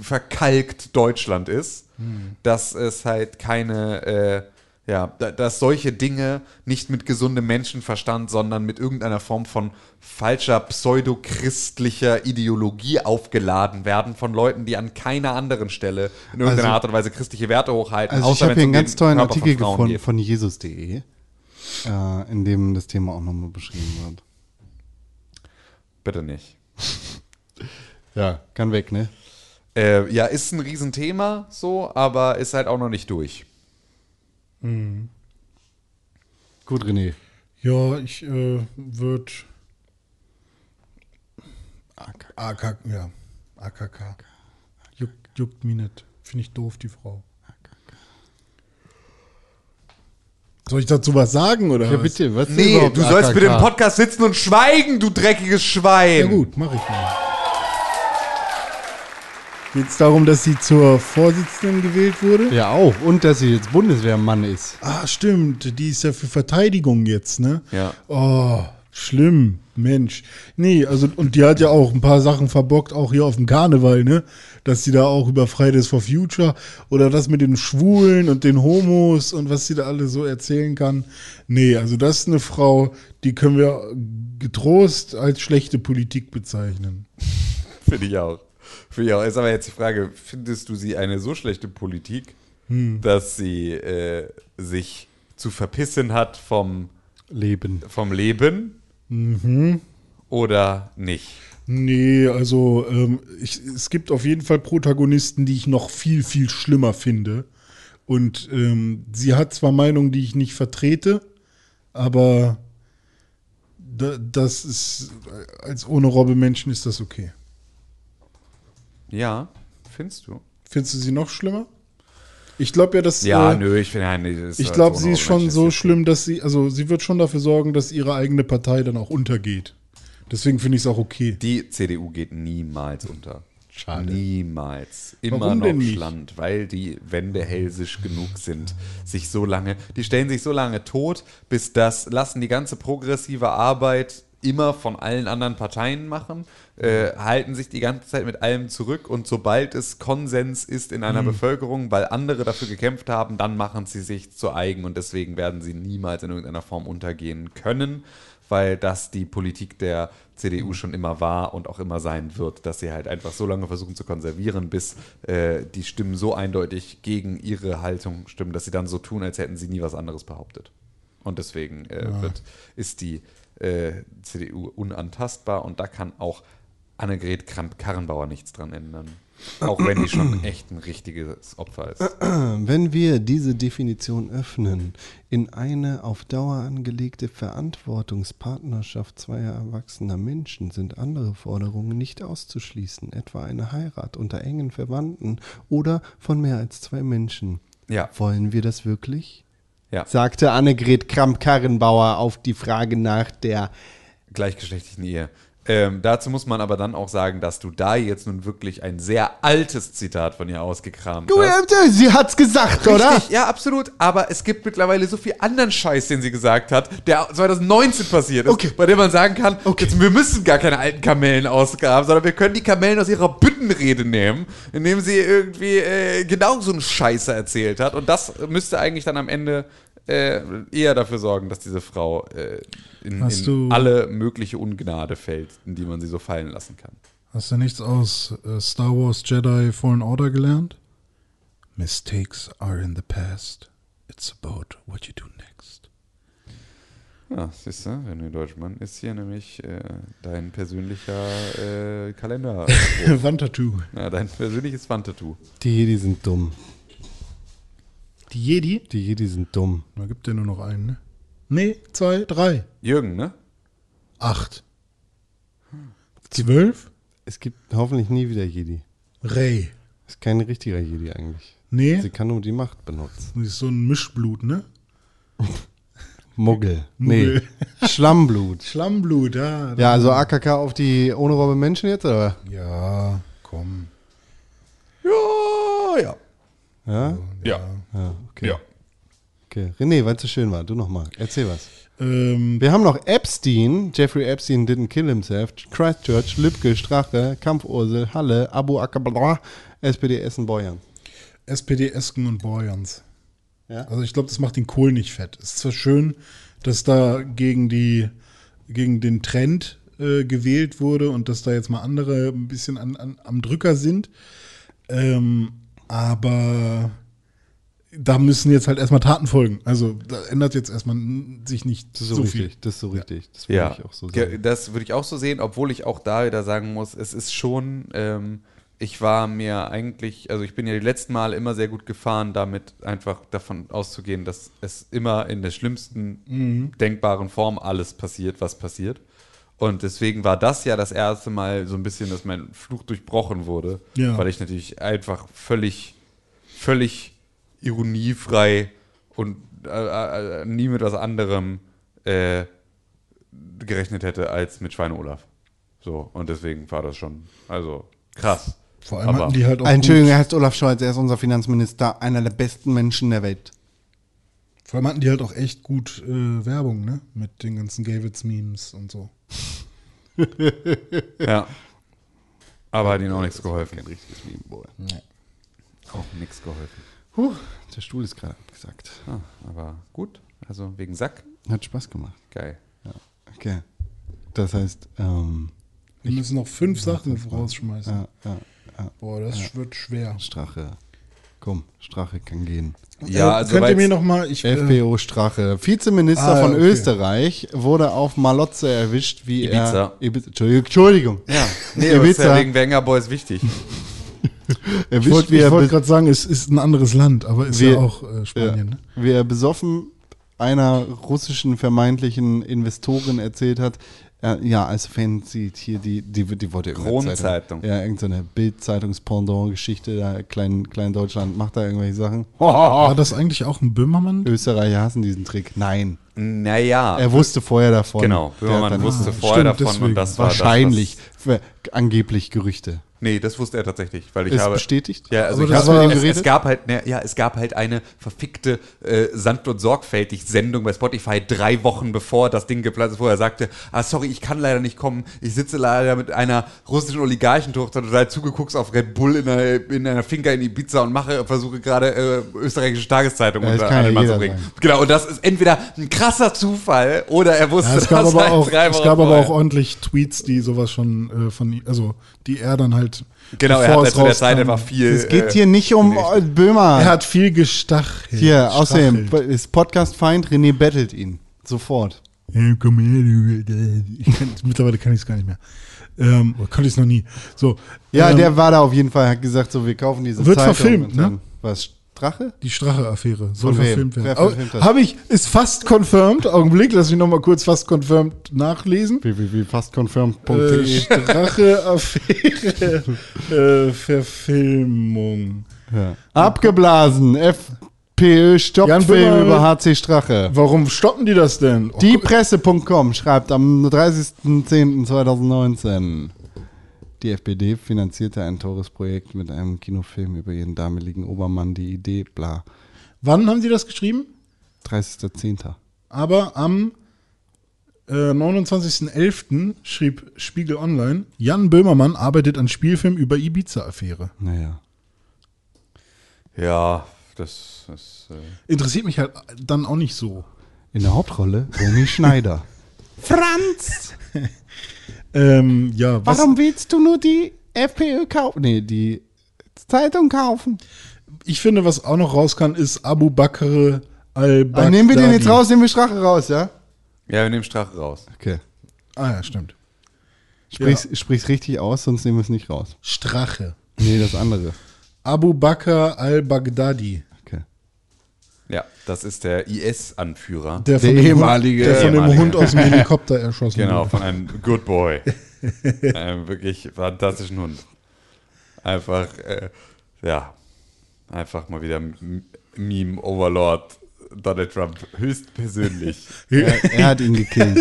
S4: verkalkt Deutschland ist,
S2: Hm.
S4: dass es halt keine, äh, ja, da- dass solche Dinge nicht mit gesundem Menschenverstand, sondern mit irgendeiner Form von falscher pseudochristlicher Ideologie aufgeladen werden von Leuten, die an keiner anderen Stelle in irgendeiner
S2: Also-
S4: Art und Weise christliche Werte hochhalten.
S2: Also ich
S4: außer
S2: habe
S4: wenn's
S2: hier einen
S4: um
S2: ganz
S4: den
S2: tollen
S4: Körper von
S2: Artikel
S4: Frauen
S2: gefunden
S4: geht.
S2: von jesus.de, äh, in dem das Thema auch nochmal beschrieben wird.
S4: Bitte nicht.
S2: Ja, kann weg, ne?
S4: Äh, ja, ist ein Riesenthema so, aber ist halt auch noch nicht durch.
S2: Gut, René.
S3: Ja, ich äh, würde. AKK. Ja, AKK. Juckt, juckt mich nicht. Finde ich doof, die Frau. Soll ich dazu was sagen, oder?
S2: Ja,
S3: was?
S2: bitte, was
S4: Nee, du sollst bitte im Podcast sitzen und schweigen, du dreckiges Schwein.
S3: Ja, gut, mache ich mal. Geht es darum, dass sie zur Vorsitzenden gewählt wurde?
S2: Ja, auch. Und dass sie jetzt Bundeswehrmann ist.
S3: Ah, stimmt. Die ist ja für Verteidigung jetzt, ne?
S4: Ja.
S3: Oh, schlimm. Mensch. Nee, also, und die hat ja auch ein paar Sachen verbockt, auch hier auf dem Karneval, ne? Dass sie da auch über Fridays for Future oder das mit den Schwulen und den Homos und was sie da alle so erzählen kann. Nee, also das ist eine Frau, die können wir getrost als schlechte Politik bezeichnen.
S4: Finde ich auch. Finde ich auch. Ist aber jetzt die Frage, findest du sie eine so schlechte Politik,
S3: Hm.
S4: dass sie äh, sich zu verpissen hat vom,
S2: Leben.
S4: vom Leben?
S3: Mhm.
S4: Oder nicht?
S3: Nee, also ähm, ich, es gibt auf jeden Fall Protagonisten, die ich noch viel, viel schlimmer finde. Und ähm, sie hat zwar Meinungen, die ich nicht vertrete, aber da, das ist, als ohne Robbe Menschen ist das okay.
S4: Ja, findest du?
S3: Findest du sie noch schlimmer? Ich glaube ja, dass.
S4: Ja,
S3: äh,
S4: nö, halt ich finde ja nicht. das
S3: Ich
S4: als
S3: glaube, sie ist
S4: Honorable
S3: schon
S4: Mensch
S3: so
S4: jetzt-
S3: schlimm, dass sie, also sie wird schon dafür sorgen, dass ihre eigene Partei dann auch untergeht. Deswegen finde ich es auch okay.
S4: Die CDU geht niemals unter.
S3: Schade.
S4: Niemals. Immer
S3: Warum
S4: noch
S3: denn nicht?
S4: Schland, weil die Wände hellsisch genug sind. Sich so lange, die stellen sich so lange tot, bis das lassen die ganze progressive Arbeit immer von allen anderen Parteien machen, äh, halten sich die ganze Zeit mit allem zurück und sobald es Konsens ist in
S3: Hm.
S4: einer Bevölkerung, weil andere dafür gekämpft haben, dann machen sie sich zu eigen und deswegen werden sie niemals in irgendeiner Form untergehen können weil das die Politik der CDU schon immer war und auch immer sein wird, dass sie halt einfach so lange versuchen zu konservieren, bis äh, die Stimmen so eindeutig gegen ihre Haltung stimmen, dass sie dann so tun, als hätten sie nie was anderes behauptet. Und deswegen äh, wird, ist die äh, CDU unantastbar und da kann auch Annegret Kramp-Karrenbauer nichts dran ändern. Auch wenn die schon echt ein richtiges Opfer ist.
S2: Wenn wir diese Definition öffnen in eine auf Dauer angelegte Verantwortungspartnerschaft zweier erwachsener Menschen, sind andere Forderungen nicht auszuschließen, etwa eine Heirat unter engen Verwandten oder von mehr als zwei Menschen.
S4: Ja.
S2: Wollen wir das wirklich?
S4: Ja.
S2: sagte Annegret Kramp-Karrenbauer auf die Frage nach der
S4: gleichgeschlechtlichen Ehe. Ähm, dazu muss man aber dann auch sagen, dass du da jetzt nun wirklich ein sehr altes Zitat von ihr ausgekramt hast.
S2: äh, Sie hat's gesagt, oder?
S4: Richtig, ja, absolut. Aber es gibt mittlerweile so viel anderen Scheiß, den sie gesagt hat, der 2019 passiert ist,
S2: Okay.
S4: bei dem man sagen kann,
S2: Okay.
S4: jetzt, wir müssen gar keine alten Kamellen ausgraben, sondern wir können die Kamellen aus ihrer Büttenrede nehmen, indem sie irgendwie äh, genau so einen Scheiße erzählt hat. Und das müsste eigentlich dann am Ende äh, eher dafür sorgen, dass diese Frau äh, in,
S3: Hast
S4: in
S3: du-
S4: alle mögliche Ungnade fällt, in die man sie so fallen lassen kann.
S3: Hast du nichts aus äh, Star Wars Jedi Fallen Order gelernt? Mistakes are in the past. It's about what you do next.
S4: Ja, siehst du, René Deutschmann ist hier nämlich äh, dein persönlicher äh, Kalender.
S3: Wandtattoo.
S4: Ja, dein persönliches Wandtattoo.
S2: Die Jedi sind dumm.
S3: Die Jedi?
S2: Die Jedi sind dumm.
S3: Da gibt ja nur noch einen, ne? Nee, zwei, drei.
S4: Jürgen, ne?
S3: Acht. Zwölf?
S2: Es gibt hoffentlich nie wieder Jedi.
S3: Rey.
S2: Ist kein richtiger Jedi eigentlich.
S3: Nee,
S2: Sie kann nur die Macht benutzen.
S3: das ist so ein Mischblut, ne?
S2: Muggel. Nee.
S3: Muggel.
S2: Schlammblut.
S3: Schlammblut, ja.
S2: Ja, also AKK auf die ohne Robbe Menschen jetzt, oder?
S3: Ja, komm.
S4: Ja, ja.
S2: Ja?
S4: Ja.
S2: Ja, okay. okay. René, weil es so schön war, du nochmal. Erzähl was.
S3: Ähm,
S2: Wir haben noch Epstein, Jeffrey Epstein didn't kill himself, Christchurch, Lübcke, Strache, Kampfursel, Halle, Abu Akabra, SPD Essen, Beuern.
S3: SPD Esken und Borjans.
S2: Ja?
S3: Also ich glaube, das macht den Kohl nicht fett. Es ist zwar schön, dass da gegen, die, gegen den Trend äh, gewählt wurde und dass da jetzt mal andere ein bisschen an, an, am Drücker sind. Ähm, aber da müssen jetzt halt erstmal Taten folgen. Also da ändert jetzt erstmal n- sich nicht
S2: Das ist
S3: so,
S2: so,
S3: viel.
S2: richtig. Das ist so richtig. Das würde
S4: Ja,
S2: ich auch so
S4: Ge-
S2: sagen.
S4: das würde ich auch so sehen, obwohl ich auch da wieder sagen muss, es ist schon, ähm, ich war mir eigentlich, also ich bin ja die letzten Male immer sehr gut gefahren, damit einfach davon auszugehen, dass es immer in der schlimmsten
S2: Mhm.
S4: denkbaren Form alles passiert, was passiert. Und deswegen war das ja das erste Mal so ein bisschen, dass mein Fluch durchbrochen wurde,
S3: Ja.
S4: weil ich natürlich einfach völlig völlig ironiefrei und äh, äh, nie mit was anderem äh, gerechnet hätte als mit Schweine-Olaf. So, und deswegen war das schon, also krass.
S3: Vor allem hatten die halt auch
S2: Entschuldigung,
S3: gut,
S2: er heißt Olaf Scholz, er ist unser Finanzminister, einer der besten Menschen der Welt.
S3: vor allem hatten die halt auch echt gut äh, Werbung, ne? Mit den ganzen Gavitz-Memes und so.
S4: ja. Aber hat ihnen auch nichts geholfen.
S3: Nee.
S4: Auch nichts geholfen.
S2: Der Stuhl ist gerade abgesagt.
S4: Ah, aber gut, also wegen Sack,
S2: Hat Spaß gemacht.
S4: geil.
S2: Okay. Das heißt, ähm,
S3: Wir müssen noch fünf Sachen rausschmeißen.
S2: ja, ja,
S3: Boah, das wird schwer.
S2: äh, Strache. Komm, Strache kann gehen.
S4: Ja,
S3: Äh,
S4: also
S3: könnt ihr
S4: weil's-
S3: mir noch mal, ich äh,
S2: FPO Strache, Vizeminister
S3: Ah,
S2: von
S3: okay.
S2: Österreich, wurde auf Malotze erwischt, wie
S4: Ibiza.
S2: er. Ibiza. Entschuldigung. Entschuldigung.
S4: Ja, nee, aber ist ja
S2: Ibiza
S4: wegen Wenger Boys wichtig.
S3: ich
S2: erwischt,
S3: wollte
S2: wie er,
S3: wollt
S2: be-
S3: gerade sagen, es ist ein anderes Land, aber ist
S2: Wir-
S3: ja auch äh, Spanien.
S2: ja,
S3: Ne?
S2: wie er besoffen einer russischen vermeintlichen Investorin erzählt hat. Äh, ja, als Fan sieht hier die, die, die wollte irgendeine
S4: Kronzeitung.
S2: Ja, irgendeine Bild-Zeitungs-Pendant-Geschichte, da klein, klein Deutschland macht da irgendwelche Sachen. Hohoho.
S3: War das eigentlich auch ein Böhmermann?
S2: Österreicher hassen diesen Trick. Nein.
S4: Naja,
S2: Er wusste vorher davon.
S4: genau.
S2: Der hat
S4: Böhmermann
S2: dann- Ah,
S4: wusste vorher
S3: stimmt,
S4: davon und
S3: deswegen.
S4: das war das, was-
S2: Wahrscheinlich. Für- angeblich Gerüchte.
S4: Nee, das wusste er tatsächlich, weil ich
S2: Ist
S4: habe.
S2: bestätigt?
S4: Ja, also
S2: Aber
S4: ich
S2: das
S4: habe,
S2: war-
S4: es, es
S2: geredet?
S4: gab halt, ne, ja, es gab halt eine verfickte äh, Samt und sorgfältig Sendung bei Spotify drei Wochen bevor das Ding geplatzt ist, wo er sagte, ah sorry, ich kann leider nicht kommen, ich sitze leider mit einer russischen Oligarchentochter total zugeguckt auf Red Bull in einer, in einer Finca in Ibiza und mache, versuche gerade äh, österreichische Tageszeitung
S2: Ja, das
S4: unter
S2: kann ja
S4: einen Mann
S2: jeder
S4: zu bringen.
S2: sein.
S4: Genau, und das ist entweder ein krasser Zufall oder er wusste
S3: Ja, es gab,
S4: das
S3: aber
S4: halt
S3: auch,
S4: drei
S3: es
S4: Wochen
S3: gab aber
S4: vorher.
S3: auch ordentlich Tweets, die sowas schon äh, von, ihm- also die er dann halt.
S4: Genau, er
S3: bevor
S4: hat
S3: es
S4: halt zu der Zeit
S3: rauskam-
S4: einfach viel.
S2: Es geht
S4: äh,
S2: hier nicht um Böhmer.
S3: Er hat viel gestachelt.
S2: Hier, außerdem
S3: Stachelt.
S2: ist Podcast-Feind, René bettelt ihn. Sofort.
S3: Hey, komm her, du. Ich kann, mittlerweile kann ich es gar nicht mehr. Ähm, oder konnte ich es noch nie. So,
S2: Ja,
S3: ähm,
S2: der war da auf jeden Fall, hat gesagt, so, wir kaufen diese
S3: Wird
S2: Zeitung.
S3: verfilmt,
S2: und dann-
S3: ne?
S2: Was, Strache?
S3: Die Strache-Affäre soll
S2: Von wem?
S3: verfilmt
S2: Wer
S3: werden.
S2: verfilmt das?
S3: Habe ich, ist fast confirmed. Augenblick, lass mich nochmal kurz fast confirmed nachlesen. Äh,
S2: www.fastconfirm.de
S3: Strache-Affäre äh, Verfilmung.
S2: ja. Abgeblasen, FPÖ
S3: Jan
S2: Stoppfilm
S3: Böhmer-
S2: über HC Strache.
S3: Warum stoppen die das denn? Oh, guck-
S2: Diepresse.com schreibt am 30.10.2019. Die FPD finanzierte ein teures Projekt mit einem Kinofilm über ihren damaligen Obermann, die Idee, bla.
S3: wann haben sie das geschrieben?
S2: 30.10.
S3: Aber am äh, 29.11. schrieb Spiegel Online, Jan Böhmermann arbeitet an Spielfilm über Ibiza-Affäre.
S2: Naja.
S4: Ja, das ist. Äh
S3: Interessiert mich halt dann auch nicht so.
S2: In der Hauptrolle Romy Schneider.
S8: Franz,
S3: Ähm, ja, was,
S8: warum willst du nur die
S2: FPÖ kaufen. Nee, die.
S8: Zeitung kaufen?
S3: ich finde, was auch noch raus kann, ist Abu Bakr al
S2: Ah, nehmen wir den jetzt raus, nehmen wir Strache raus, ja?
S4: ja, wir nehmen Strache raus.
S2: Okay.
S3: Ah ja, stimmt.
S2: Sprich's, sprich's richtig aus, sonst nehmen wir es nicht raus.
S3: Strache.
S2: Nee, das andere.
S3: Abu Bakr al-Baghdadi.
S2: Okay.
S4: Ja, das ist der IS-Anführer.
S3: Der,
S2: Der
S3: dem Hund-
S2: ehemalige-
S3: Der von dem
S4: Ehemalige.
S3: Hund aus dem Helikopter erschossen
S4: Genau,
S3: wurde.
S4: von einem Good Boy. einem wirklich fantastischen Hund. Einfach, äh, ja, einfach mal wieder M- Meme Overlord Donald Trump höchstpersönlich.
S2: Er, er hat ihn gekillt.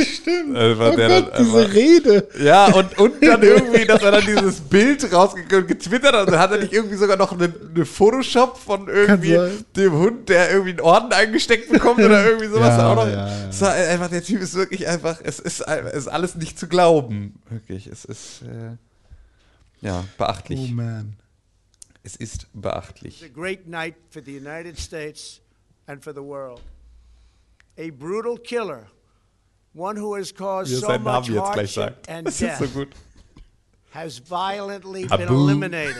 S4: Einfach,
S3: Oh
S4: der dann
S3: Gott,
S4: einfach-
S3: diese Rede.
S4: Ja, und, und dann irgendwie, dass er dann dieses Bild rausgekommen getwittert hat. Und hat er nicht irgendwie sogar noch eine, eine Photoshop von irgendwie
S3: Kann sein.
S4: dem Hund, der irgendwie einen Orden eingesteckt bekommt oder irgendwie sowas.
S2: Ja,
S4: auch noch.
S2: ja, ja.
S4: Es war einfach, der Typ ist wirklich einfach, es ist, ein- es ist alles nicht zu glauben. Wirklich, es ist, äh, ja,
S3: Oh
S4: beachtlich.
S3: man.
S4: Es ist beachtlich.
S10: a great night for the United States and for the world. A brutal killer, one who has caused
S4: Wie er
S10: so
S4: seinen
S10: much
S4: Namen jetzt gleich
S10: hardship
S4: sagt.
S10: and
S4: Das ist
S10: death,
S4: so gut.
S10: has violently been
S4: Abu.
S10: eliminated.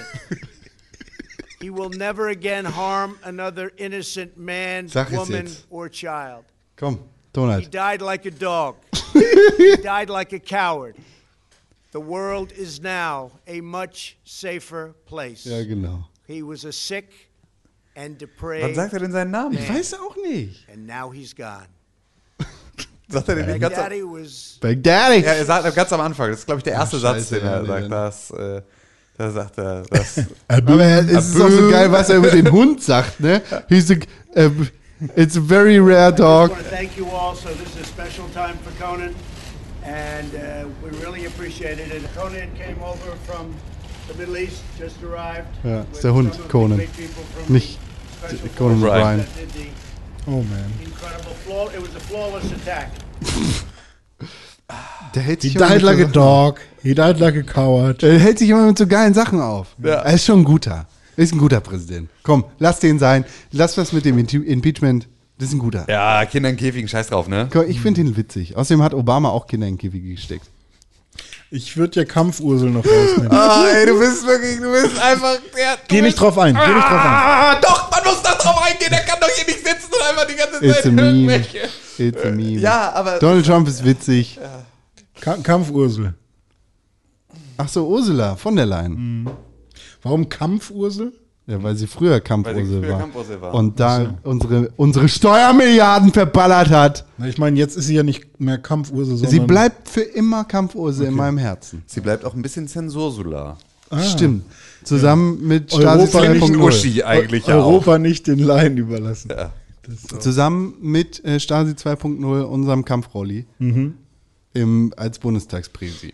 S10: he will never again harm another innocent man,
S2: Sag es
S10: woman,
S2: jetzt.
S10: or child.
S2: Komm,
S10: He
S2: Donald.
S10: died like a dog. he died like a coward. The world is now a much safer place.
S2: Ja, genau.
S10: He was a sick and
S4: Wann
S10: depraved
S4: sagt er denn seinen Namen?
S2: Weiß auch nicht.
S10: and now he's gone.
S4: Sagt er den nicht ganz am-
S10: Daddy was
S2: Baghdadi.
S4: Ja, äh, er sagt ganz am Anfang, das ist, glaube ich, der erste Satz,
S2: scheiße,
S4: den er
S2: ja,
S4: sagt.
S2: den-
S4: Das, äh, da sagt er, das,
S2: Aber er- es ist auch so geil, was er über den Hund sagt, ne? He's a, äh, it's a very rare
S10: I
S2: dog.
S10: want to thank you all. So this is a special time for Conan, and uh, we really appreciate it. And Conan came over from the Middle East, just arrived.
S2: Ja,
S10: with
S2: ist der Hund,
S10: some of the
S2: Conan.
S10: great people from
S2: Nicht
S10: the special
S2: Conan
S10: forces
S4: O'Brien.
S10: that did the
S3: Oh man.
S10: incredible flaw. It was a flawless attack.
S2: Der hält
S3: He
S2: sich, immer
S3: died
S2: mit
S3: like a
S2: so,
S3: dog. He died like a coward.
S2: der hält sich immer mit so geilen Sachen auf.
S4: Ja.
S2: Er ist schon ein guter. Er ist ein guter Präsident. Komm, lass den sein. Lass was mit dem Inti- Impeachment. Das ist ein guter.
S4: ja, Kinder in Käfigen, scheiß drauf, ne?
S2: Komm, Ich finde ihn witzig. Außerdem hat Obama auch Kinder in Käfige gesteckt.
S3: Ich würde ja Kampfursel noch rausnehmen.
S4: Ah, ey, du bist wirklich, du bist einfach der.
S3: Geh nicht drauf ein. Geh nicht drauf ein.
S4: Ah, doch, man muss da drauf eingehen, der kann doch hier nicht sitzen und einfach die ganze
S2: It's
S4: Zeit
S2: a meme.
S4: irgendwelche.
S2: It's a meme.
S4: Ja, aber.
S2: Donald Trump ist witzig.
S3: Ka Kampfursel.
S2: Ach so, Ursula von der Leyen.
S4: Mhm.
S3: Warum Kampfursel?
S2: Ja, weil sie früher
S4: Weil sie
S2: Kampfursel
S4: früher
S2: war.
S4: Kampfursel war.
S2: Und da unsere, unsere Steuermilliarden verballert hat.
S3: Na, ich meine, jetzt ist sie ja nicht mehr Kampfursel, sondern
S2: Sie bleibt für immer Kampfursel in meinem Herzen.
S4: Sie bleibt auch ein bisschen Zensursula.
S2: Stimmt. Zusammen mit
S3: Europa
S2: Stasi
S3: nicht ein
S2: 2.0.
S4: eigentlich auch.
S3: Europa nicht den Laien überlassen.
S2: Zusammen mit äh,
S4: Mhm.
S2: Stasi 2.0, unserem Kampfrolli, im, als Bundestagspräsi.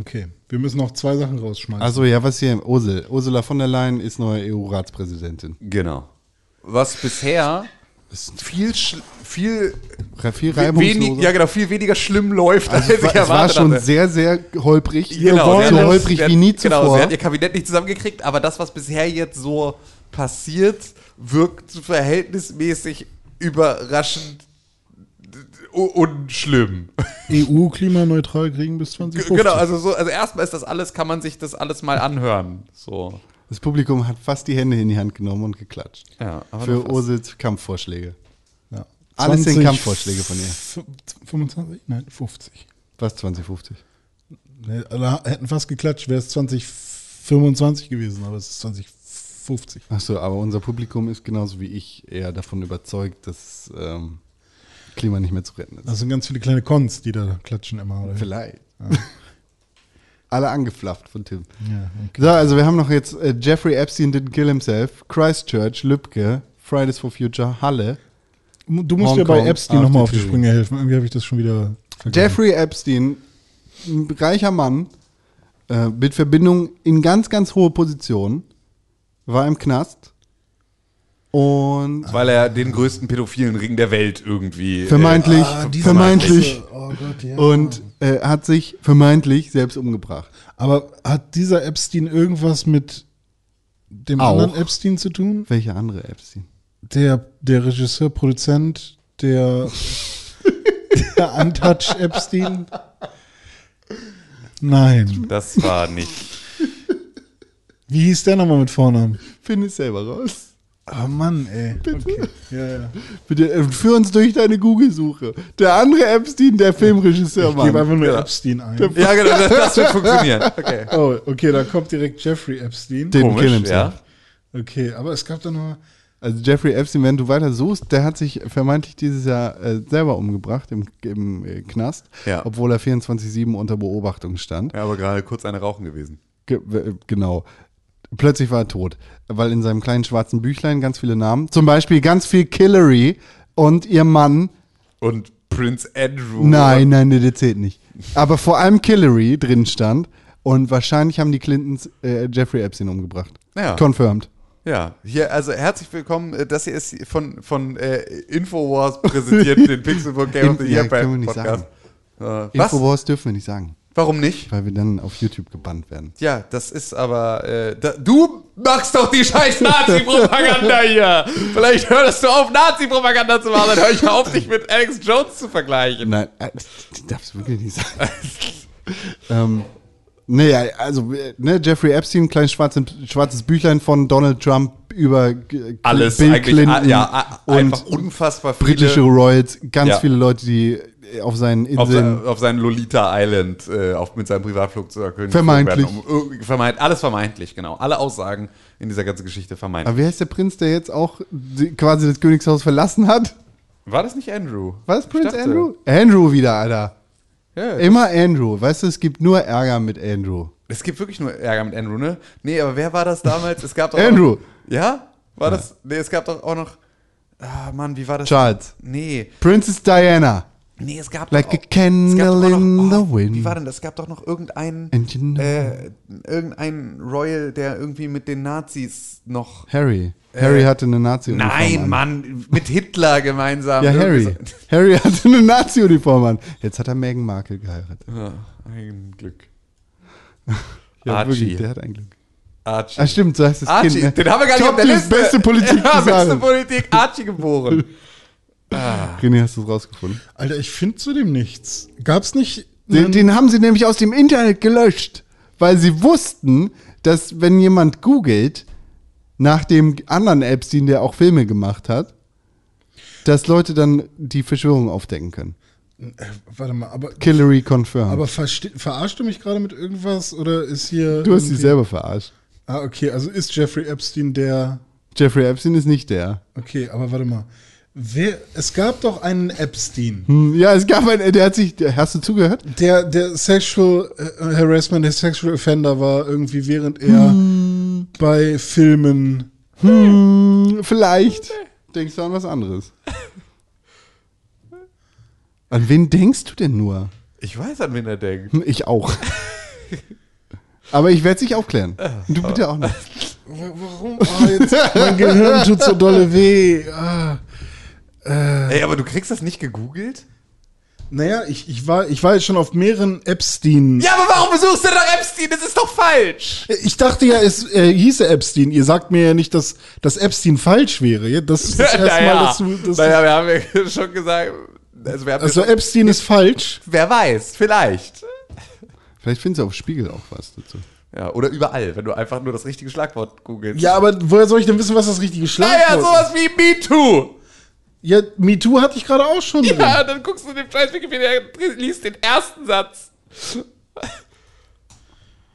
S3: Okay. Wir müssen noch zwei Sachen rausschmeißen.
S2: Also ja, was hier? Ursel. Ursula von der Leyen ist neue E EU-Ratspräsidentin.
S4: Genau. Was bisher viel, schl- viel,
S2: Re- Viel
S4: wenig,
S2: reibungsloser.
S4: ja genau, viel weniger schlimm läuft,
S2: also, es war, es war schon sehr, sehr holprig.
S4: Genau, sie
S2: so
S4: hat-
S2: holprig
S4: sie hat-
S2: wie nie
S4: Genau,
S2: zuvor.
S4: sie hat ihr Kabinett nicht zusammengekriegt, aber das, was bisher jetzt so passiert, wirkt verhältnismäßig überraschend u- unschlimm.
S3: EU klimaneutral kriegen bis
S4: G-
S3: 2050.
S4: Genau, also so, also erstmal ist das alles, kann man sich das alles mal anhören. So.
S2: das Publikum hat fast die Hände in die Hand genommen und geklatscht.
S4: Ja, aber nur
S2: Für
S4: fast.
S2: Ursels Kampfvorschläge.
S3: Ja.
S2: genau. Alles sind Kampfvorschläge von ihr.
S3: 25? Nein, 50.
S2: Was 2050?
S3: Ne, Alle hätten fast geklatscht, wäre es 2025 gewesen, aber es ist 2050.
S2: Achso, aber unser Publikum ist genauso wie ich eher davon überzeugt, dass ähm, Klima nicht mehr zu retten ist.
S4: Also,
S3: Das sind ganz viele kleine Cons, die da klatschen immer. Oder?
S2: Vielleicht. Alle angeflafft von Tim.
S3: Ja, okay.
S2: So, also wir haben noch jetzt äh, Jeffrey Epstein didn't kill himself, Christchurch, Lübcke, Fridays for Future, Halle.
S3: Du musst mir
S2: Hongkong,
S3: bei Epstein nochmal auf die
S2: AfD.
S3: Sprünge helfen. Irgendwie habe ich das schon wieder vergessen.
S2: Jeffrey Epstein, ein reicher Mann, äh, mit Verbindung in ganz, ganz hohe Positionen, war im Knast
S3: Ah,
S2: und
S4: Weil er den größten pädophilen Ring der Welt irgendwie. äh,
S2: vermeintlich,
S3: Ah, diese
S2: vermeintlich
S3: Scheiße. Oh Gott, ja.
S2: und äh, hat sich vermeintlich selbst umgebracht.
S3: Aber hat dieser Epstein irgendwas mit dem
S2: Auch.
S3: anderen Epstein zu tun?
S2: Welcher andere Epstein?
S3: Der, der Regisseur, Produzent, der, der Untouched Epstein? Nein.
S4: Das war nicht.
S3: Wie hieß der nochmal mit Vornamen?
S2: Finde es selber raus.
S3: Oh Mann, ey. Okay. Ja, ja.
S2: Bitte äh, führ uns durch deine Google-Suche. Der andere Epstein, der Filmregisseur,
S3: Ich gebe
S2: Mann.
S3: einfach nur
S4: Ja.
S3: Epstein ein.
S4: Ja, genau, das, das wird funktionieren. Okay.
S3: Oh, okay, da kommt direkt Jeffrey Epstein.
S2: Den
S4: Komisch,
S2: Kill himself.
S4: ja.
S3: Okay, aber es gab da noch.
S2: Also Jeffrey Epstein, wenn du weiter suchst, der hat sich vermeintlich dieses Jahr äh, selber umgebracht im, im äh, Knast,
S4: Ja.
S2: obwohl er 24-7 unter Beobachtung stand.
S4: Ja, aber gerade kurz eine rauchen gewesen.
S2: Ge äh, genau. Plötzlich war er tot, weil in seinem kleinen schwarzen Büchlein ganz viele Namen, zum Beispiel ganz viel Killary und ihr Mann,
S4: Und Prince Andrew.
S2: nein, nein, nee, der zählt nicht, aber vor allem Killary drin stand und wahrscheinlich haben die Clintons äh, Jeffrey Epstein umgebracht.
S4: Ja.
S2: Confirmed.
S4: Ja, hier, also herzlich willkommen. äh, Das hier ist von, von äh, Infowars präsentiert, den Pixelburg Game of the
S2: In-
S4: Year
S2: ja, können wir nicht
S4: Podcast. Äh, was?
S2: Infowars dürfen wir nicht sagen,
S4: Warum nicht?
S2: weil wir dann auf YouTube gebannt werden.
S4: Ja, das ist aber. Äh, da, du machst doch die scheiß Nazi-Propaganda hier! Vielleicht hörst du auf, Nazi-Propaganda zu machen, dann hör ich auf, dich mit Alex Jones zu vergleichen.
S2: Nein, äh, das darf es wirklich nicht sein. ähm, nee, also äh, ne, Jeffrey Epstein, kleines schwarzes, schwarzes Büchlein von Donald Trump über äh,
S4: Alles
S2: Bill
S4: eigentlich.
S2: Clinton
S4: ah, ja, ah, einfach
S2: und
S4: unfassbar viele.
S2: britische Royals, ganz
S4: Ja.
S2: viele Leute, die äh, auf seinen
S4: auf,
S2: Inseln.
S4: sein, auf seinen Lolita Island, äh, auf, mit seinem Privatflugzeug. geflogen
S2: Vermeintlich.
S4: werden, Um, irg- vermeint, alles vermeintlich, genau. Alle Aussagen in dieser ganzen Geschichte vermeintlich.
S2: aber Ah, wie heißt der Prinz, der jetzt auch die, quasi das Königshaus verlassen hat?
S4: War das nicht Andrew?
S2: Was,
S4: Ich
S2: Prinz
S4: dachte-
S2: Andrew? Andrew wieder, Alter.
S4: Ja,
S2: Immer Andrew. Weißt du, es gibt nur Ärger mit Andrew.
S4: es gibt wirklich nur Ärger mit Andrew, ne? Nee, aber wer war das damals? Es gab doch
S2: Andrew.
S4: Auch, ja? War das? Nee, es gab doch auch noch. Ah, Mann, wie war das?
S2: Charles.
S4: Nee.
S2: Princess Diana.
S4: Nee, es gab
S2: Like
S4: doch
S2: a candle
S4: doch auch Ah,
S2: in the
S4: Wie
S2: wind.
S4: war denn das? Es gab doch noch irgendeinen
S2: And you know-
S4: äh, irgendeinen Royal, der irgendwie mit den Nazis noch
S2: Harry. Harry hatte eine nazi
S4: äh, Nein, Mann, mit Hitler gemeinsam.
S2: Ja,
S4: Irgendwie
S2: Harry. Harry hatte eine Nazi-Uniform an. Jetzt hat er Meghan Markle geheiratet.
S4: So. Ja, ein Glück.
S2: Ja,
S4: Archie.
S2: wirklich, der hat ein Glück.
S4: Archie.
S2: Ah, stimmt, so heißt das
S4: Archie,
S2: Kind. Ne?
S4: den haben wir gar nicht
S2: Top
S4: auf der
S2: News,
S4: Liste.
S2: beste Politik
S4: ja, beste
S2: sagen.
S4: Politik, Archie geboren.
S2: René, hast du es rausgefunden?
S3: Alter, ich finde zu dem nichts. Gab's nicht.
S2: Den, den haben sie nämlich aus dem Internet gelöscht, weil sie wussten, dass wenn jemand googelt nach dem anderen Epstein, der auch Filme gemacht hat, dass Leute dann die Verschwörung aufdecken können.
S3: Warte mal, aber.
S2: Killery confirmed.
S3: Aber verste- verarscht du mich gerade mit irgendwas oder ist hier.
S2: du hast dich
S3: irgendwie-
S2: selber verarscht.
S3: Ah, okay, also ist Jeffrey Epstein der.
S2: Jeffrey Epstein ist nicht der.
S3: Okay, aber warte mal. Wer, es gab doch einen Epstein,
S2: Hm, Ja, es gab einen, der hat sich, der- hast du zugehört?
S3: der, der Sexual äh, Harassment, der Sexual Offender war, irgendwie während er
S4: Hm.
S3: bei Filmen.
S2: Hm, Vielleicht. Denkst du an was anderes? An wen denkst du denn nur?
S4: Ich weiß, an wen er denkt.
S2: Hm, Ich auch. Aber ich werde es nicht aufklären. Du bitte auch nicht.
S3: Warum? Oh, jetzt, mein Gehirn tut so dolle weh. Ah.
S4: Ey, aber du kriegst das nicht gegoogelt?
S3: Naja, ich, ich, war, ich war jetzt schon auf mehreren Epstein.
S4: Ja, aber warum besuchst du nach Epstein? Das ist doch falsch.
S3: Ich dachte ja, es äh, hieße Epstein. Ihr sagt mir ja nicht, dass, dass Epstein falsch wäre. Ja, Das ist das erste Mal, dass du. Dass
S4: naja, wir haben ja schon gesagt. Also wir haben
S3: also Epstein ist falsch.
S4: wer weiß, vielleicht.
S2: Vielleicht finden sie auf Spiegel auch was dazu.
S4: Ja, oder überall, wenn du einfach nur das richtige Schlagwort googelst.
S3: Ja, aber woher soll ich denn wissen, was das richtige
S4: naja,
S3: Schlagwort ist?
S4: sowas wie MeToo.
S3: Ja, MeToo hatte ich gerade auch schon. drin.
S8: Ah,
S9: Ja, dann guckst du den scheiß Wikipedia, liest den ersten Satz.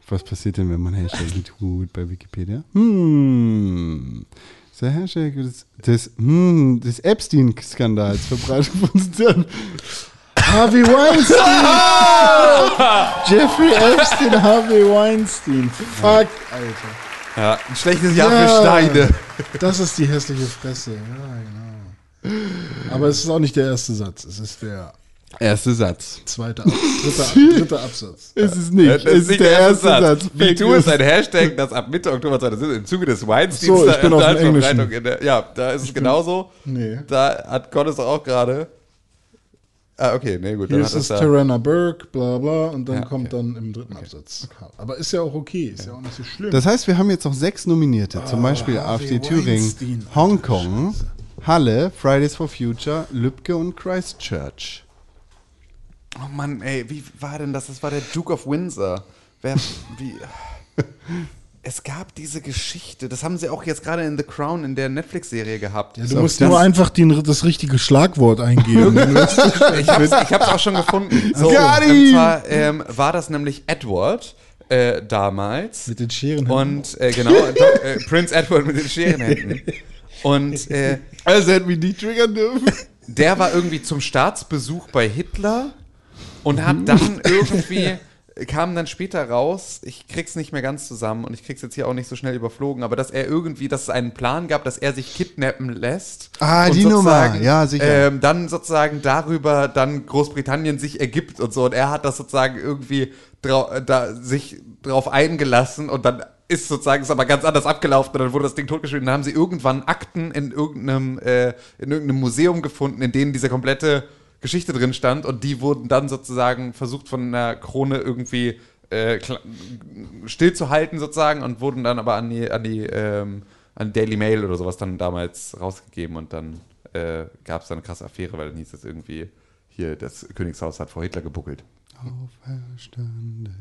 S2: Was passiert denn, wenn man Hashtag tut bei Wikipedia? Hm. Der Hashtag des, des, hm, des Epstein-Skandals verbreitet von sozialen.
S3: Harvey Weinstein. Jeffrey Epstein, Harvey Weinstein. Fuck, Alter.
S4: Ja, ein schlechtes Jahr
S3: Ja.
S4: für Steine.
S3: Das ist die hässliche Fresse. Ja, genau. Aber es ist auch nicht der erste Satz. Es ist der
S2: Erster Satz.
S3: zweite, Ab dritte, Ab dritte Absatz.
S2: Ist es
S3: Äh,
S2: nicht.
S4: Das
S2: Es ist, der erste Satz. Fake
S4: MeToo
S2: News.
S4: ist ein Hashtag, das ab Mitte Oktober 2017 im Zuge des
S3: Ach
S4: Weinsteins
S3: so, ich bin auf dem Englischen.
S4: in der, Ja, da ist es genauso.
S3: Nee.
S4: Da hat Conn es auch gerade. Ah, okay, nee, gut.
S3: Hier
S4: Dann
S3: ist
S4: hat es
S3: es
S4: da.
S3: Tarana Burke, bla bla, und dann
S4: Ja,
S3: kommt
S4: okay.
S3: dann im dritten Absatz. Aber ist ja auch okay, ist ja, auch nicht so schlimm.
S2: Das heißt, wir haben jetzt noch sechs Nominierte. Zum Beispiel AfD
S3: Ah, Weinstein,
S2: Thüringen,
S3: alter
S2: Hongkong, Halle, Fridays for Future, Lübcke und Christchurch.
S4: Oh Mann, ey, wie war denn das? Das war der Duke of Windsor. Wer, wie. Es gab diese Geschichte, das haben sie auch jetzt gerade in The Crown in der Netflix-Serie gehabt.
S3: du musst nur einfach den, das richtige Schlagwort eingeben.
S4: Ich hab's, ich hab's auch schon gefunden. So,
S2: Got
S4: und
S2: him.
S4: zwar ähm, war das nämlich Edward äh, damals.
S3: Mit den Scheren.
S4: Und äh, genau, Doc- äh, Prince Edward mit den Scherenhänden. Und äh,
S2: Also hätten wir die triggern dürfen.
S4: der war irgendwie zum Staatsbesuch bei Hitler und hat
S2: Mhm.
S4: dann irgendwie kam dann später raus, ich krieg's nicht mehr ganz zusammen und ich krieg's jetzt hier auch nicht so schnell überflogen, aber dass er irgendwie, dass es einen Plan gab, dass er sich kidnappen lässt.
S2: Ah,
S4: und
S2: die Nummer.
S4: sozusagen,
S2: Ja, sicher.
S4: Ähm, dann sozusagen darüber dann Großbritannien sich ergibt und so und er hat das sozusagen irgendwie drau äh, da, sich drauf eingelassen und dann ist sozusagen ist aber ganz anders abgelaufen und dann wurde das Ding totgeschrieben. Dann haben sie irgendwann Akten in irgendeinem, äh, in irgendeinem Museum gefunden, in denen diese komplette Geschichte drin stand und die wurden dann sozusagen versucht von einer Krone irgendwie äh, kla- stillzuhalten sozusagen und wurden dann aber an die, an die ähm, an Daily Mail oder sowas dann damals rausgegeben und dann äh, gab es da eine krasse Affäre, weil dann hieß es irgendwie, hier, das Königshaus hat vor Hitler gebuckelt.
S2: Auferstanden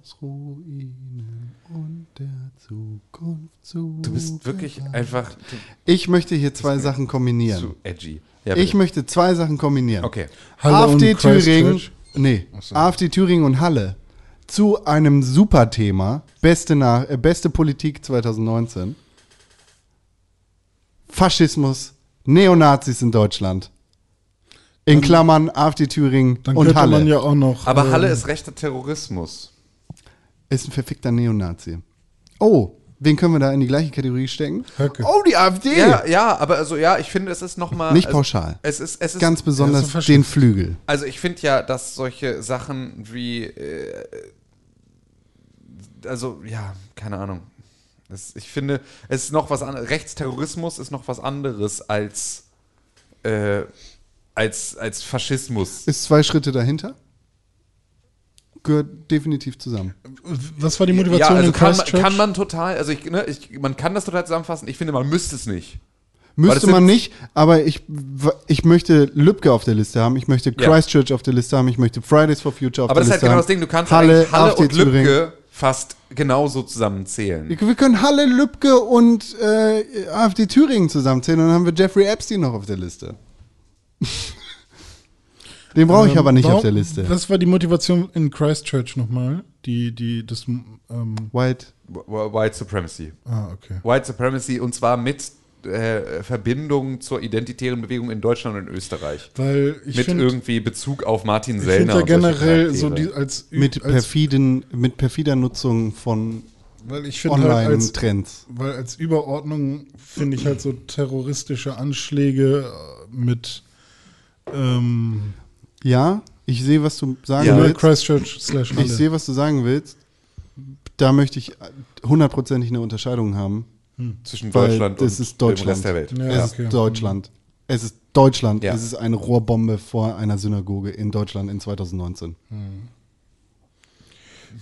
S2: aus Ruinen und der Zukunft zu.
S4: Du bist wirklich einfach zu,
S2: Ich möchte hier zwei Sachen kombinieren.
S4: zu edgy. Ja,
S2: Ich
S4: bitte.
S2: möchte zwei Sachen kombinieren.
S4: Okay.
S3: Halle und
S2: AfD Thüringen.
S3: Christchurch.
S2: Nee, AfD Thüringen und Halle zu einem super Thema. Beste, Nach äh, beste Politik 2019. Faschismus, Neonazis in Deutschland. In Klammern AfD Thüringen
S3: Dann
S2: und
S3: könnte
S2: Halle.
S3: man ja auch noch.
S4: Aber
S3: ähm,
S4: Halle ist rechter Terrorismus.
S2: ist ein verfickter Neonazi. Oh, wen können wir da in die gleiche Kategorie stecken?
S3: Höcke.
S2: Oh, die AfD!
S4: Ja, ja, aber also ja, ich finde, es ist nochmal.
S2: Nicht pauschal.
S4: Es ist, es ist
S2: Ganz
S3: Ja,
S2: besonders
S3: so verstehe
S2: den Flügel.
S4: Also ich finde ja, dass solche Sachen wie, äh, also ja, keine Ahnung. Das, ich finde, es ist noch was anderes. Rechtsterrorismus ist noch was anderes als, äh, als, als Faschismus.
S2: Ist zwei Schritte dahinter? Gehört definitiv zusammen.
S3: Was war die Motivation
S4: ja, also
S3: in
S4: kann,
S3: Christchurch?
S4: kann man total, also ich, ne, ich, man kann das total zusammenfassen. Ich finde, man müsste es nicht. Weil
S2: Müsste
S4: das
S2: man
S4: sind-
S2: nicht, aber ich, w- ich möchte Lübcke auf der Liste haben, ich möchte
S4: Ja.
S2: Christchurch auf der Liste haben, ich möchte Fridays for Future auf
S4: Aber das
S2: der
S4: ist
S2: Liste
S4: halt genau
S2: haben.
S4: das Ding. Du kannst
S2: Halle,
S4: eigentlich Halle
S2: AfD
S4: und
S2: Thüringen.
S4: Lübcke fast genauso zusammenzählen.
S2: Wir können Halle, Lübcke und äh, AfD Thüringen zusammenzählen und dann haben wir Jeffrey Epstein noch auf der Liste. Den brauche ich aber nicht auf der Liste.
S3: Ähm, Was war die Motivation in Christchurch nochmal? Die, die, das. Ähm,
S2: White.
S4: White Supremacy.
S3: ah, okay.
S4: White Supremacy und zwar mit äh, Verbindung zur identitären Bewegung in Deutschland und Österreich.
S3: Weil ich
S4: mit
S3: finde
S4: irgendwie Bezug auf Martin
S3: ich find
S4: Sellner.
S3: ja
S4: und solche
S3: generell so die
S4: Charaktere.
S3: als.
S2: Mit,
S3: als
S2: perfiden, mit perfider Nutzung von
S3: weil ich finde halt als
S2: Online-Trends.
S3: Weil als Überordnung finde ich halt so terroristische Anschläge äh, mit ähm,
S2: Ja, Ich sehe, was du sagen
S3: Oder
S2: willst.
S3: Christchurch slash
S2: Ich
S3: Halle.
S2: sehe, was du sagen willst. Da möchte ich hundertprozentig eine Unterscheidung haben.
S4: zwischen
S2: Weil
S4: Deutschland
S2: das
S4: und
S2: ist Deutschland.
S4: dem Rest der Welt.
S3: Ja,
S2: es
S3: okay.
S2: ist Deutschland. Es ist Deutschland.
S4: Ja.
S2: Es ist eine Rohrbombe vor einer Synagoge in Deutschland in 2019.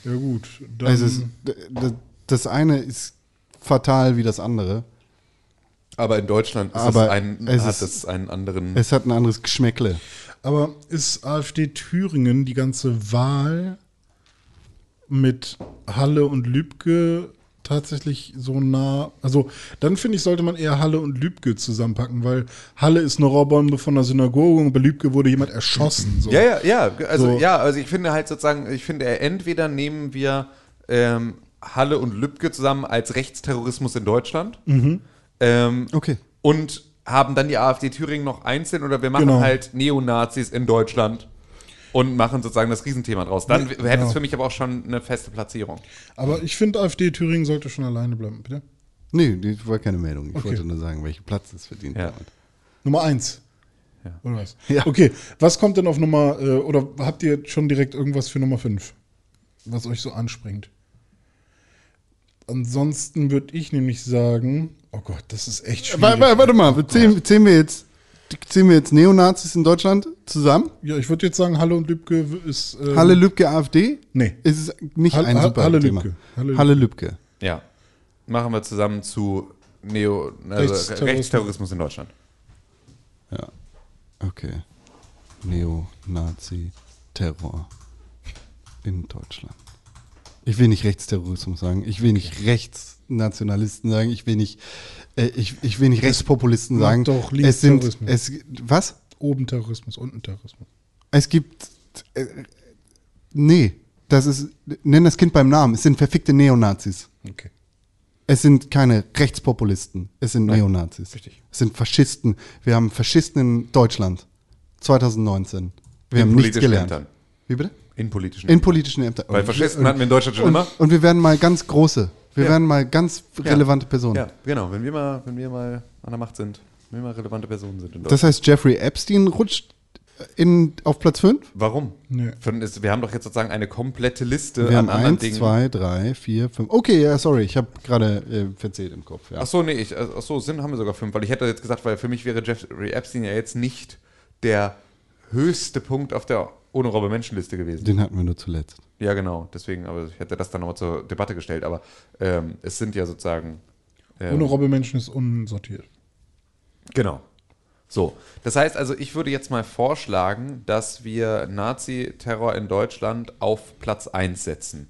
S3: Ja gut, dann
S2: Also es, d- d- das eine ist fatal wie das
S4: Hm.
S2: andere.
S4: Aber in Deutschland ist
S2: Aber
S4: es ein,
S2: es
S4: hat
S2: ist-
S4: es einen anderen.
S2: Es hat ein anderes Geschmäckle.
S3: Aber ist AfD Thüringen die ganze Wahl mit Halle und Lübcke tatsächlich so nah? Also, dann finde ich, sollte man eher Halle und Lübcke zusammenpacken, weil Halle ist eine Rohrbombe von der Synagoge und bei Lübcke wurde jemand erschossen. So.
S4: ja, ja, ja. Also,
S3: So.
S4: ja, also ich finde halt sozusagen, ich finde, entweder nehmen wir ähm, Halle und Lübcke zusammen als Rechtsterrorismus in Deutschland. Ähm,
S2: Okay.
S4: Und haben dann die AfD Thüringen noch einzeln oder wir machen
S3: Genau.
S4: halt Neonazis in Deutschland und machen sozusagen das Riesenthema draus. Dann w- hätte
S3: ja.
S4: es für mich aber auch schon eine feste Platzierung.
S3: Aber ich finde, AfD Thüringen sollte schon alleine bleiben, bitte.
S2: Nee, das war keine Meldung. Ich
S3: Okay.
S2: wollte nur sagen, welchen Platz es verdient
S4: Ja.
S2: hat.
S3: Nummer eins. Oder was?
S2: Ja.
S3: Okay, was kommt denn auf Nummer, äh, oder habt ihr schon direkt irgendwas für Nummer 5, was euch so anspringt? Ansonsten würde ich nämlich sagen, oh Gott, das ist echt schwierig.
S2: Warte, warte, warte mal, zählen, zählen, wir jetzt, zählen wir jetzt Neonazis in Deutschland zusammen?
S3: Ja, ich würde jetzt sagen, Halle und Lübcke w- ist. ähm,
S2: Halle Lübcke AfD?
S3: Nee.
S2: Es ist nicht
S3: Hall-
S2: ein
S3: Hall-
S2: super
S3: Halle
S2: Thema.
S3: Lübcke. Halle
S2: Halle Lübcke.
S4: Ja. Machen wir zusammen zu Neo, also
S3: Rechtsterrorismus.
S4: Rechtsterrorismus. Rechtsterrorismus in Deutschland.
S2: Ja. Okay. Neonazi-Terror in Deutschland. Ich will nicht Rechtsterrorismus sagen. Ich will nicht Rechtsnationalisten sagen. Ich will nicht, äh, ich, ich will nicht Rechtspopulisten
S3: mag
S2: sagen.
S3: doch
S2: es sind,
S3: Linksterrorismus.
S2: es, was?
S3: Oben Terrorismus, unten Terrorismus.
S2: Es gibt, äh, nee, das ist, nenn das Kind beim Namen. Es sind verfickte Neonazis.
S3: Okay.
S2: Es sind keine Rechtspopulisten, es sind Neonazis.
S3: richtig.
S2: Es sind Faschisten. Wir haben Faschisten in Deutschland 2019. Wir haben nichts
S4: politischen
S2: gelernt.
S4: Ämtern.
S2: Wie bitte?
S4: In politischen.
S2: In politischen Ämtern.
S4: Weil
S2: Und-
S4: Faschisten hatten wir in Deutschland schon
S2: und,
S4: immer.
S2: und wir werden mal ganz große. Wir
S4: Ja.
S2: werden mal ganz relevante Personen.
S4: Ja, genau. Wenn wir mal, wenn wir mal an der Macht sind, wenn wir mal relevante Personen sind in Deutschland.
S2: Das heißt, Jeffrey Epstein rutscht in, auf Platz 5.
S4: Warum?
S3: Nee.
S4: Von- ist- Wir haben doch jetzt sozusagen eine komplette Liste
S2: Wir haben
S4: Äh, anderen
S2: 1, 2, 3, 4, 5. Okay, ja, sorry, ich habe gerade äh, verzählt im Kopf. Ja.
S4: Ach so, nee, ich, äh, ach so, Sinn haben wir sogar fünf, weil ich hätte jetzt gesagt, weil für mich wäre Jeffrey Epstein ja jetzt nicht der höchste Punkt auf der ohne Robbe Menschenliste gewesen.
S2: Den hatten wir nur zuletzt.
S4: Ja, genau, deswegen, aber ich hätte das dann nochmal zur Debatte gestellt, aber ähm, es sind ja sozusagen. ähm,
S3: Ohne Robbe Menschen ist unsortiert.
S4: Genau. So, das heißt also, ich würde jetzt mal vorschlagen, dass wir Nazi-Terror in Deutschland auf Platz 1 setzen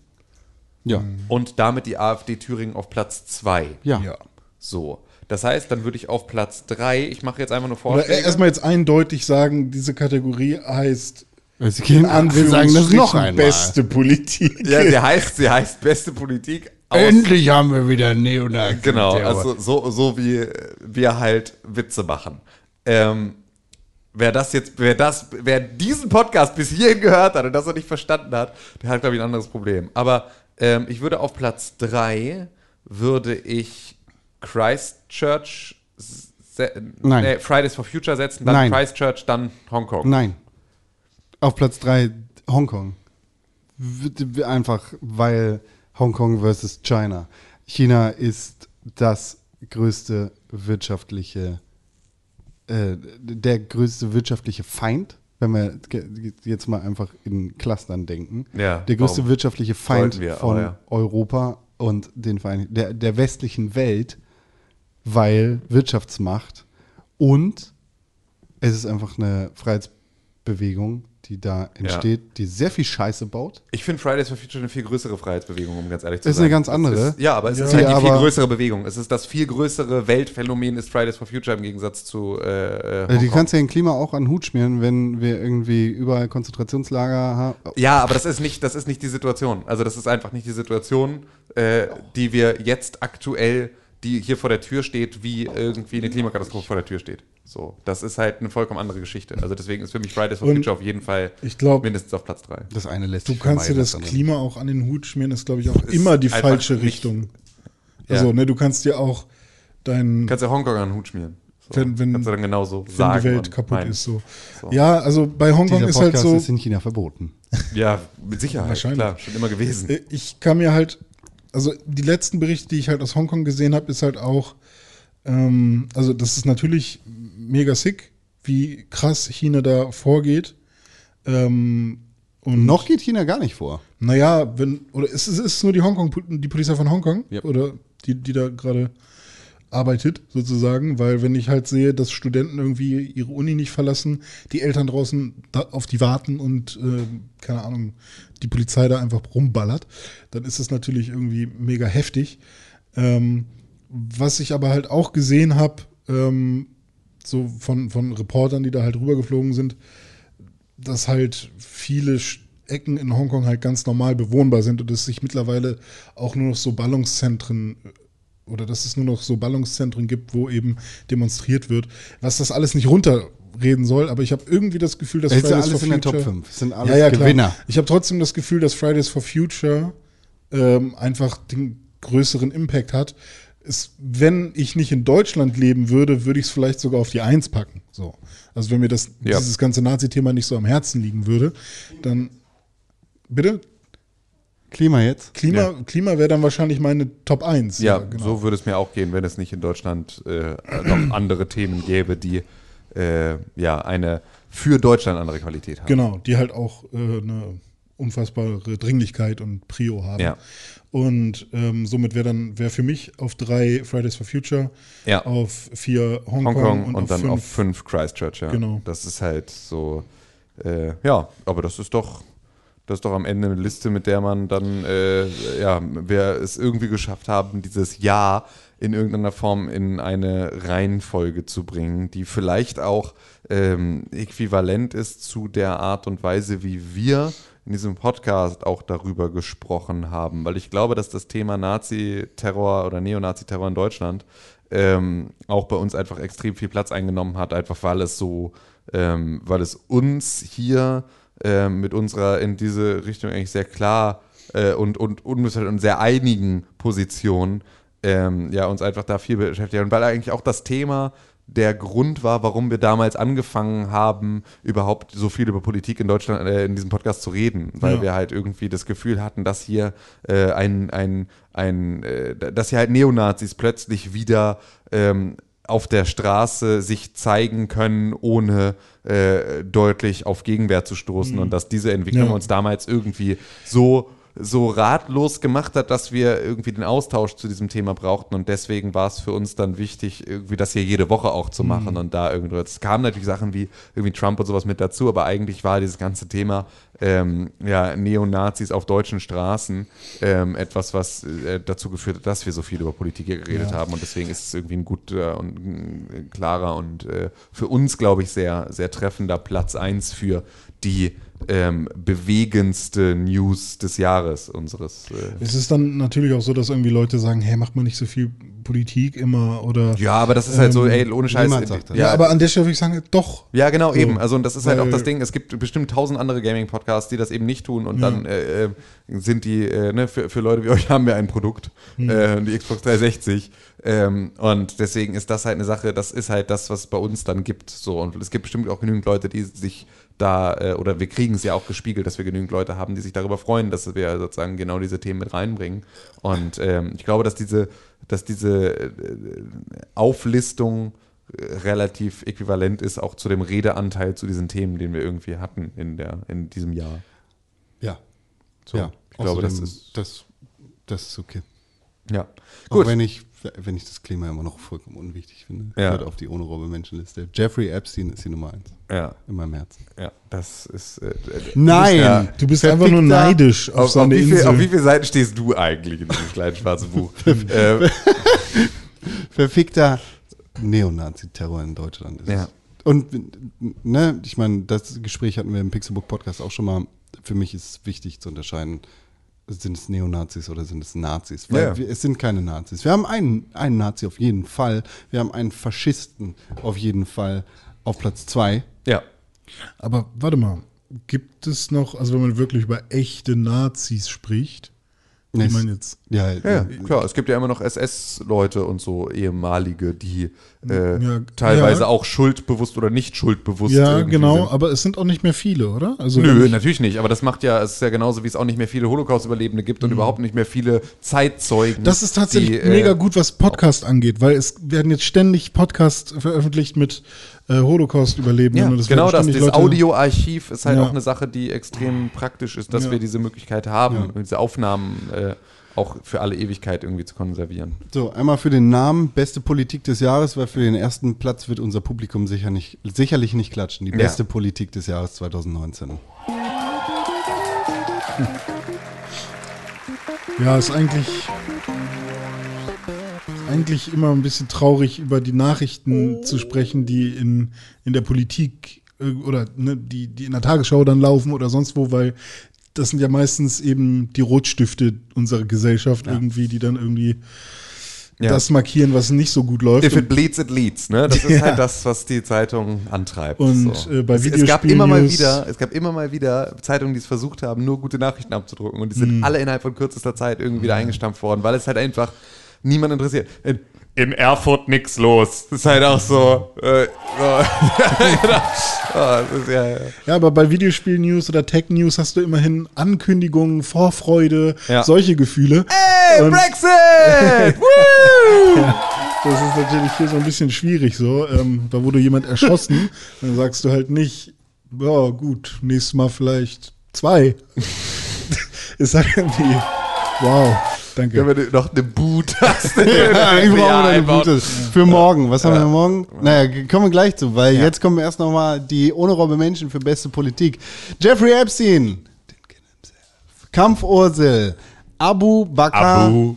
S2: Ja.
S4: und damit die AfD Thüringen auf Platz 2.
S2: Ja.
S4: So, das heißt, dann würde ich auf Platz 3, ich mache jetzt einfach nur
S3: Oder
S4: Vorschläge.
S3: e- erstmal jetzt eindeutig sagen, diese Kategorie heißt
S2: Also, Sie gehen an, wir sagen das
S3: Anführungsstrichen
S2: noch einmal.
S3: beste Politik.
S4: ja, sie heißt, sie heißt beste Politik aus.
S2: Endlich haben wir wieder Neonazis.
S4: Genau, also so, so wie wir halt Witze machen. Ähm, wer das jetzt, wer das, wer diesen Podcast bis hierhin gehört hat und das noch nicht verstanden hat, der hat, glaube ich, ein anderes Problem. Aber ähm, ich würde auf Platz 3 würde ich Christchurch se-
S2: Nein.
S4: nee, Fridays for Future setzen, dann
S2: Nein.
S4: Christchurch, dann Hongkong.
S2: Nein. Auf Platz 3 Hongkong. W- w- Einfach, weil Hongkong versus China. China ist das größte wirtschaftliche, äh, der größte wirtschaftliche Feind, wenn wir ge- jetzt mal einfach in Clustern denken.
S4: Ja,
S2: der größte
S4: warum?
S2: wirtschaftliche Feind
S4: Sollten wir,
S2: von
S4: aber ja.
S2: Europa und den Vereinigten, der, der westlichen Welt, weil Wirtschaftsmacht und es ist einfach eine Freiheitsbewegung, die da entsteht, die sehr viel Scheiße baut.
S4: Ich finde Fridays for Future eine viel größere Freiheitsbewegung, um ganz ehrlich zu
S2: Ist
S4: sein.
S2: eine ganz
S4: Es
S2: andere.
S4: Ist, ja, aber es ist
S2: Ja.
S4: halt die
S2: Die
S4: viel
S2: aber-
S4: größere Bewegung. Es ist das viel größere Weltphänomen ist Fridays for Future im Gegensatz zu äh, äh,
S2: Äh, die
S4: Hongkong.
S2: kannst du ja im Klima auch an den Hut schmieren, wenn wir irgendwie überall Konzentrationslager haben.
S4: Ja, aber das ist nicht, das ist nicht die Situation. Also das ist einfach nicht die Situation, äh, die wir jetzt aktuell, die hier vor der Tür steht, wie irgendwie eine Klimakatastrophe vor der Tür steht. So, das ist halt eine vollkommen andere Geschichte. Also deswegen ist für mich Fridays for
S3: Und
S4: Future auf jeden Fall
S3: ich glaub,
S4: mindestens auf Platz 3.
S2: Das eine lässt
S3: Du
S2: sich
S3: kannst dir
S2: vermeiden,
S3: das
S2: andere
S3: Klima auch an den Hut schmieren, ist, glaube ich, auch immer die
S4: einfach
S3: falsche
S4: nicht-
S3: Richtung.
S4: Ja.
S3: Also, ne, du kannst dir auch dein.
S4: Kannst ja Hongkong an den Hut schmieren. So,
S3: Wenn- wenn-
S4: kannst du dann genauso
S3: Wenn
S4: sagen.
S3: die Welt
S4: und
S3: kaputt
S4: meinen.
S3: ist so.
S4: So.
S3: Ja, also bei Hongkong
S2: Dieser
S3: ist halt
S2: Podcast
S3: so.
S2: ist in China verboten.
S4: Ja, mit Sicherheit.
S3: Wahrscheinlich.
S4: Klar, schon immer gewesen.
S3: Äh, Ich kann mir halt, also die letzten Berichte, die ich halt aus Hongkong gesehen habe, ist halt auch, ähm, also das ist natürlich mega sick, wie krass China da vorgeht. Ähm, und
S2: Noch geht China gar nicht vor.
S3: Naja, wenn, oder ist es ist nur die Hongkong, die Polizei von Hongkong,
S4: Ja.
S3: oder die, die da gerade arbeitet, sozusagen, weil wenn ich halt sehe, dass Studenten irgendwie ihre Uni nicht verlassen, die Eltern draußen da auf die warten und, äh, keine Ahnung, die Polizei da einfach rumballert, dann ist das natürlich irgendwie mega heftig. Ähm, was ich aber halt auch gesehen habe, ähm, so von, von Reportern, die da halt rübergeflogen sind, dass halt viele Sch- Ecken in Hongkong halt ganz normal bewohnbar sind und es sich mittlerweile auch nur noch so Ballungszentren äh, oder dass es nur noch so Ballungszentren gibt, wo eben demonstriert wird, was das alles nicht runterreden soll, aber ich habe irgendwie das Gefühl, dass
S2: Es ist ja
S3: Fridays
S2: alles
S3: for
S2: in der Top
S3: Future-
S2: 5. Es sind alles
S3: ja, ja, klar.
S2: Gewinner.
S3: Ich habe trotzdem das Gefühl, dass Fridays for Future ähm, einfach den größeren Impact hat. Es, wenn ich nicht in Deutschland leben würde, würde ich es vielleicht sogar auf die Eins packen. So. Also wenn mir das,
S4: Ja.
S3: dieses ganze Nazi-Thema nicht so am Herzen liegen würde, dann bitte,
S2: Klima jetzt.
S3: Klima, Klima wäre dann wahrscheinlich meine Top genau. 1.
S4: Ja, so würde es mir auch gehen, wenn es nicht in Deutschland äh, noch andere Themen gäbe, die äh, ja eine für Deutschland andere Qualität haben.
S3: Genau, die halt auch äh, eine unfassbare Dringlichkeit und Prio haben.
S4: Ja.
S3: Und ähm, somit wäre dann wäre für mich auf drei Fridays for Future,
S4: Ja.
S3: auf vier Hongkong,
S4: Hongkong
S3: und,
S4: und,
S3: auf
S4: dann
S3: fünf.
S4: auf fünf Christchurch, ja.
S3: Genau.
S4: Das ist halt so, äh, ja, aber das ist doch, das ist doch am Ende eine Liste, mit der man dann, äh, ja, wir es irgendwie geschafft haben, dieses Jahr in irgendeiner Form in eine Reihenfolge zu bringen, die vielleicht auch ähm, äquivalent ist zu der Art und Weise, wie wir in diesem Podcast auch darüber gesprochen haben, weil ich glaube, dass das Thema Nazi-Terror oder Neonazi-Terror in Deutschland ähm, auch bei uns einfach extrem viel Platz eingenommen hat, einfach weil es so, ähm, weil es uns hier ähm, mit unserer in diese Richtung eigentlich sehr klar äh, und, und unmissverständlich und sehr einigen Position ähm, ja uns einfach da viel beschäftigt hat. Und weil eigentlich auch das Thema der Grund war, warum wir damals angefangen haben, überhaupt so viel über Politik in Deutschland äh, in diesem Podcast zu reden, weil
S3: Ja.
S4: wir halt irgendwie das Gefühl hatten, dass hier äh, ein, ein, ein äh, dass hier halt Neonazis plötzlich wieder ähm, auf der Straße sich zeigen können, ohne äh, deutlich auf Gegenwehr zu stoßen und dass diese Entwicklung
S3: Ja.
S4: uns damals irgendwie so so ratlos gemacht hat, dass wir irgendwie den Austausch zu diesem Thema brauchten und deswegen war es für uns dann wichtig, irgendwie das hier jede Woche auch zu machen und da irgendwie es kamen natürlich Sachen wie irgendwie Trump und sowas mit dazu, aber eigentlich war dieses ganze Thema ähm, ja Neonazis auf deutschen Straßen ähm, etwas, was äh, dazu geführt hat, dass wir so viel über Politik hier geredet haben und deswegen ist es irgendwie ein guter und ein klarer und äh, für uns glaube ich sehr sehr treffender Platz eins für die ähm, bewegendste News des Jahres unseres. Äh,
S3: Es ist dann natürlich auch so, dass irgendwie Leute sagen, hey, macht man nicht so viel Politik immer oder Ähm,
S4: ja, aber das ist halt so, ey, ohne Scheiß.
S2: niemand Ähm, sagt das.
S4: ja,
S3: Ja, aber an der Stelle würde ich sagen, doch.
S4: ja, genau, eben. Also, und das ist halt auch
S3: Weil-
S4: das Ding. Es gibt bestimmt tausend andere Gaming-Podcasts, die das eben nicht tun. Und dann äh, äh, sind die, äh, ne, für, für Leute wie euch haben wir ein Produkt, äh, die Xbox 360. Ähm, und deswegen ist das halt eine Sache, das ist halt das, was es bei uns dann gibt. So, und es gibt bestimmt auch genügend Leute, die sich da, äh, oder wir kriegen es ja auch gespiegelt, dass wir genügend Leute haben, die sich darüber freuen, dass wir sozusagen genau diese Themen mit reinbringen. Und ähm, ich glaube, dass diese, dass diese äh, Auflistung äh, relativ äquivalent ist auch zu dem Redeanteil zu diesen Themen, den wir irgendwie hatten in, der, in diesem Jahr.
S2: Ja.
S4: So, ich glaube, das ist
S2: das, das ist okay.
S4: ja
S2: Gut.
S4: gut.
S2: Auch wenn ich, wenn ich das Klima immer noch vollkommen unwichtig finde.
S4: Ja.
S2: Hört auf die ohne Robbe Menschenliste. Jeffrey Epstein ist die Nummer eins.
S4: ja,
S2: In meinem Herzen.
S4: ja, das ist. Äh,
S2: Nein!
S4: Ja.
S3: Du bist einfach nur
S2: Verfickter-
S3: neidisch auf,
S4: auf, auf,
S3: seine
S4: wie viel,
S3: Insel.
S4: auf wie viele Seiten stehst du eigentlich in diesem kleinen schwarzen Buch? äh,
S2: Verfickter Neonazi-Terror in Deutschland ist.
S4: Ja.
S2: Und ne, ich meine, das Gespräch hatten wir im Pixelbook Podcast auch schon mal. Für mich ist wichtig zu unterscheiden, sind es Neonazis oder sind es Nazis? Weil
S4: Ja.
S2: wir, es sind keine Nazis. Wir haben einen, einen Nazi auf jeden Fall. Wir haben einen Faschisten auf jeden Fall auf Platz zwei.
S4: ja.
S3: Aber warte mal, gibt es noch, also wenn man wirklich über echte Nazis spricht, Ich meine jetzt.
S2: Ja,
S4: Ja, klar, es gibt ja immer noch SS-Leute und so ehemalige, die äh,
S3: Ja,
S4: teilweise
S3: ja.
S4: auch schuldbewusst oder nicht schuldbewusst
S3: Ja,
S4: irgendwie
S3: genau,
S4: sind.
S3: aber es sind auch nicht mehr viele, oder? Also
S4: Nö,
S3: wenn ich-
S4: natürlich nicht, aber das macht ja, es ist ja genauso, wie es auch nicht mehr viele Holocaust-Überlebende gibt und überhaupt nicht mehr viele Zeitzeugen.
S3: Mhm. Das ist tatsächlich
S4: die, äh,
S3: mega gut, was Podcast angeht, weil es werden jetzt ständig Podcasts veröffentlicht mit äh, Holocaust-Überlebenden.
S4: Ja,
S3: und es
S4: genau
S3: werden
S4: das.
S3: ständig
S4: Dieses
S3: Leute-
S4: Audioarchiv ist halt
S3: Ja.
S4: auch eine Sache, die extrem praktisch ist, dass
S3: Ja.
S4: wir diese Möglichkeit haben, diese Aufnahmen äh, auch für alle Ewigkeit irgendwie zu konservieren.
S2: So, einmal für den Namen, beste Politik des Jahres, weil für den ersten Platz wird unser Publikum sicher nicht, sicherlich nicht klatschen. Die beste Politik des Jahres 2019.
S3: Ja, ist eigentlich, eigentlich immer ein bisschen traurig, über die Nachrichten zu sprechen, die in, in der Politik äh, oder ne, die, die in der Tagesschau dann laufen oder sonst wo, weil das sind ja meistens eben die Rotstifte unserer Gesellschaft irgendwie, die dann irgendwie
S4: Ja.
S3: das markieren, was nicht so gut läuft.
S4: If
S3: Und
S4: it bleeds, it leads. Ne? Das ist
S3: Ja.
S4: halt das, was die Zeitung antreibt.
S3: Und, äh, bei
S4: es, es gab immer mal
S3: Videospiel-News-
S4: wieder, es gab immer mal wieder Zeitungen, die es versucht haben, nur gute Nachrichten abzudrucken und die sind
S3: Mm.
S4: alle innerhalb von kürzester Zeit irgendwie wieder eingestampft worden, weil es halt einfach niemand interessiert. In, in Erfurt nix los. Das ist halt auch so. Äh, so. genau. Ah, das ist, ja, ja.
S3: Ja, aber bei Videospiel-News oder Tech-News hast du immerhin Ankündigungen, Vorfreude,
S4: Ja.
S3: solche Gefühle.
S4: Hey,
S3: Und-
S4: Brexit! Woo!
S3: Das ist natürlich hier so ein bisschen schwierig so. Ähm, da wurde jemand erschossen, dann sagst du halt nicht, ja gut, nächstes Mal vielleicht zwei. ist halt irgendwie, wow,
S4: Wenn
S3: danke.
S4: wir noch eine Boot hast.
S2: Ja, ich brauche
S4: Ja,
S2: wieder eine
S4: einbauen.
S2: gute. Für morgen. Was haben wir morgen? Naja, g- kommen wir gleich zu, weil jetzt kommen erst nochmal die honorable Menschen für beste Politik. Jeffrey Epstein. Den Kid himself. Kampfursel. Abu Bakr.
S7: Abu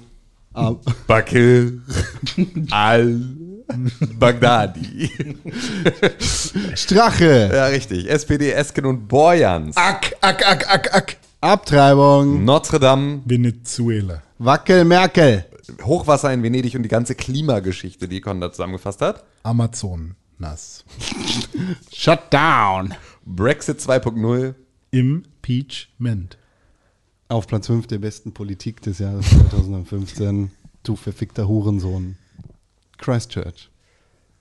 S2: Ab-
S7: Bakr al-Baghdadi.
S2: Strache.
S4: ja, richtig. SPD, Esken und Borjans.
S7: Ah.
S3: Ack, ack, ack, ack, ack.
S2: Abtreibung.
S4: Notre Dame,
S3: Venezuela.
S2: Wackel Merkel.
S4: Hochwasser in Venedig und die ganze Klimageschichte, die Conda zusammengefasst hat.
S3: Amazon. Nass.
S8: Shut down.
S4: Brexit 2.0.
S3: Impeachment.
S2: Auf Platz 5 der besten Politik des Jahres 2015. Du verfickter Hurensohn. Christchurch.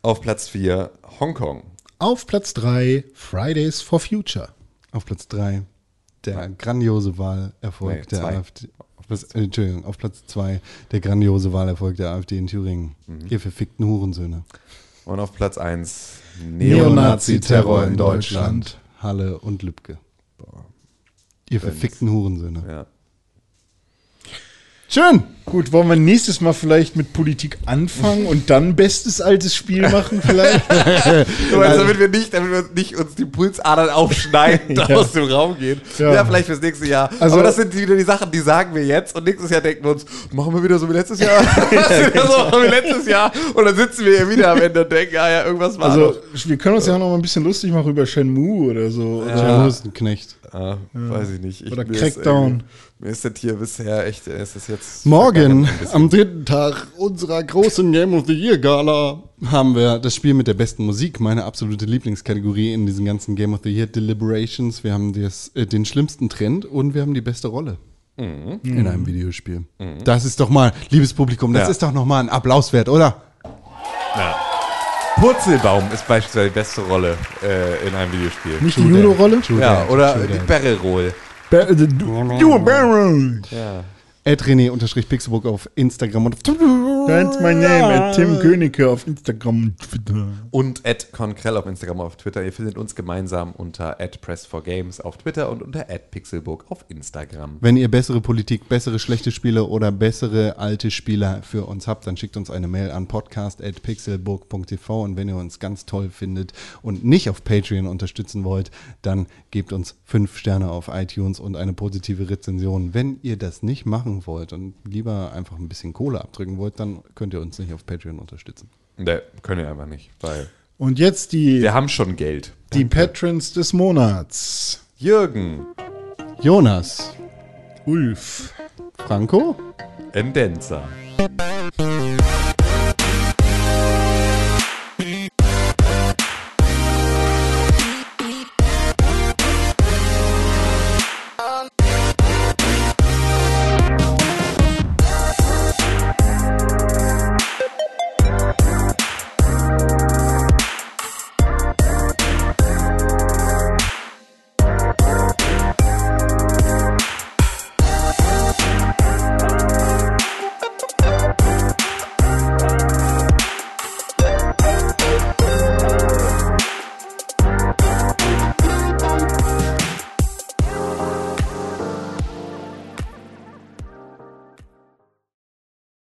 S4: Auf Platz 4 Hongkong.
S3: Auf Platz 3 Fridays for Future.
S2: Auf Platz 3 der grandiose Wahlerfolg
S4: Nee,
S2: der
S4: zwei.
S2: AfD. Auf Platz, äh, Entschuldigung, auf Platz 2 der grandiose Wahlerfolg der AfD in Thüringen.
S3: Mhm.
S2: Ihr verfickten Hurensöhne.
S4: Und auf Platz 1
S3: Neonazi-Terror in Deutschland.
S2: Halle und Lübcke. Ihr verfickten Hurensöhne.
S4: Ja.
S2: Schön!
S3: Gut, wollen wir nächstes Mal vielleicht mit Politik anfangen und dann bestes altes Spiel machen vielleicht?
S4: Du meinst, damit wir nicht, damit wir nicht uns die Pulsadern aufschneiden, da aus dem Raum gehen.
S3: Ja.
S4: Ja, vielleicht fürs nächste Jahr.
S3: Also-
S4: Aber das sind die- wieder die Sachen, die sagen wir jetzt. Und nächstes Jahr denken wir uns, machen wir wieder so wie letztes Jahr. Das ist wieder
S3: genau.
S4: so wie letztes Jahr. Und dann sitzen wir hier wieder am Ende und denken, ja, ja, irgendwas war
S3: Also,
S4: doch.
S3: wir können uns ja auch noch mal ein bisschen lustig machen über Shenmue oder so. Oder
S2: Schön Hustenknecht.
S4: Ah, weiß ich nicht. Ich,
S3: Oder
S4: mir ist
S3: Crackdown.
S4: irgendwie- Mir ist das hier bisher echt, es ist jetzt.
S2: Morgen, am dritten Tag unserer großen Game of the Year Gala, haben wir das Spiel mit der besten Musik, meine absolute Lieblingskategorie in diesen ganzen Game of the Year Deliberations. Wir haben das, äh, den schlimmsten Trend und wir haben die beste Rolle in einem Videospiel. Das ist doch mal, liebes Publikum, das
S4: Ja.
S2: ist doch noch mal ein Applaus wert, oder?
S4: Purzelbaum ist beispielsweise die beste Rolle äh, in einem Videospiel.
S3: Nicht die äh, Judo-Rolle?
S4: ja, oder die Barrel-Roll.
S3: Du Baron!
S2: Ed René unterstrich Pixelburg auf Instagram und auf
S3: That's my name, äh, Tim Königke auf Instagram und Twitter.
S4: Und at Conkrell auf Instagram und auf Twitter. Ihr findet uns gemeinsam unter at Press4Games auf Twitter und unter at Pixelburg auf Instagram.
S2: Wenn ihr bessere Politik, bessere schlechte Spiele oder bessere alte Spieler für uns habt, dann schickt uns eine Mail an podcast.pixelburg.tv und wenn ihr uns ganz toll findet und nicht auf Patreon unterstützen wollt, dann gebt uns fünf Sterne auf iTunes und eine positive Rezension. Wenn ihr das nicht machen wollt und lieber einfach ein bisschen Kohle abdrücken wollt, dann könnt ihr uns nicht auf Patreon unterstützen.
S4: Ne, können wir einfach nicht, weil
S3: Und jetzt die,
S4: wir haben schon Geld.
S3: die Patrons des Monats.
S4: Jürgen,
S2: Jonas,
S3: Ulf.
S2: Franco,
S4: Endenzer,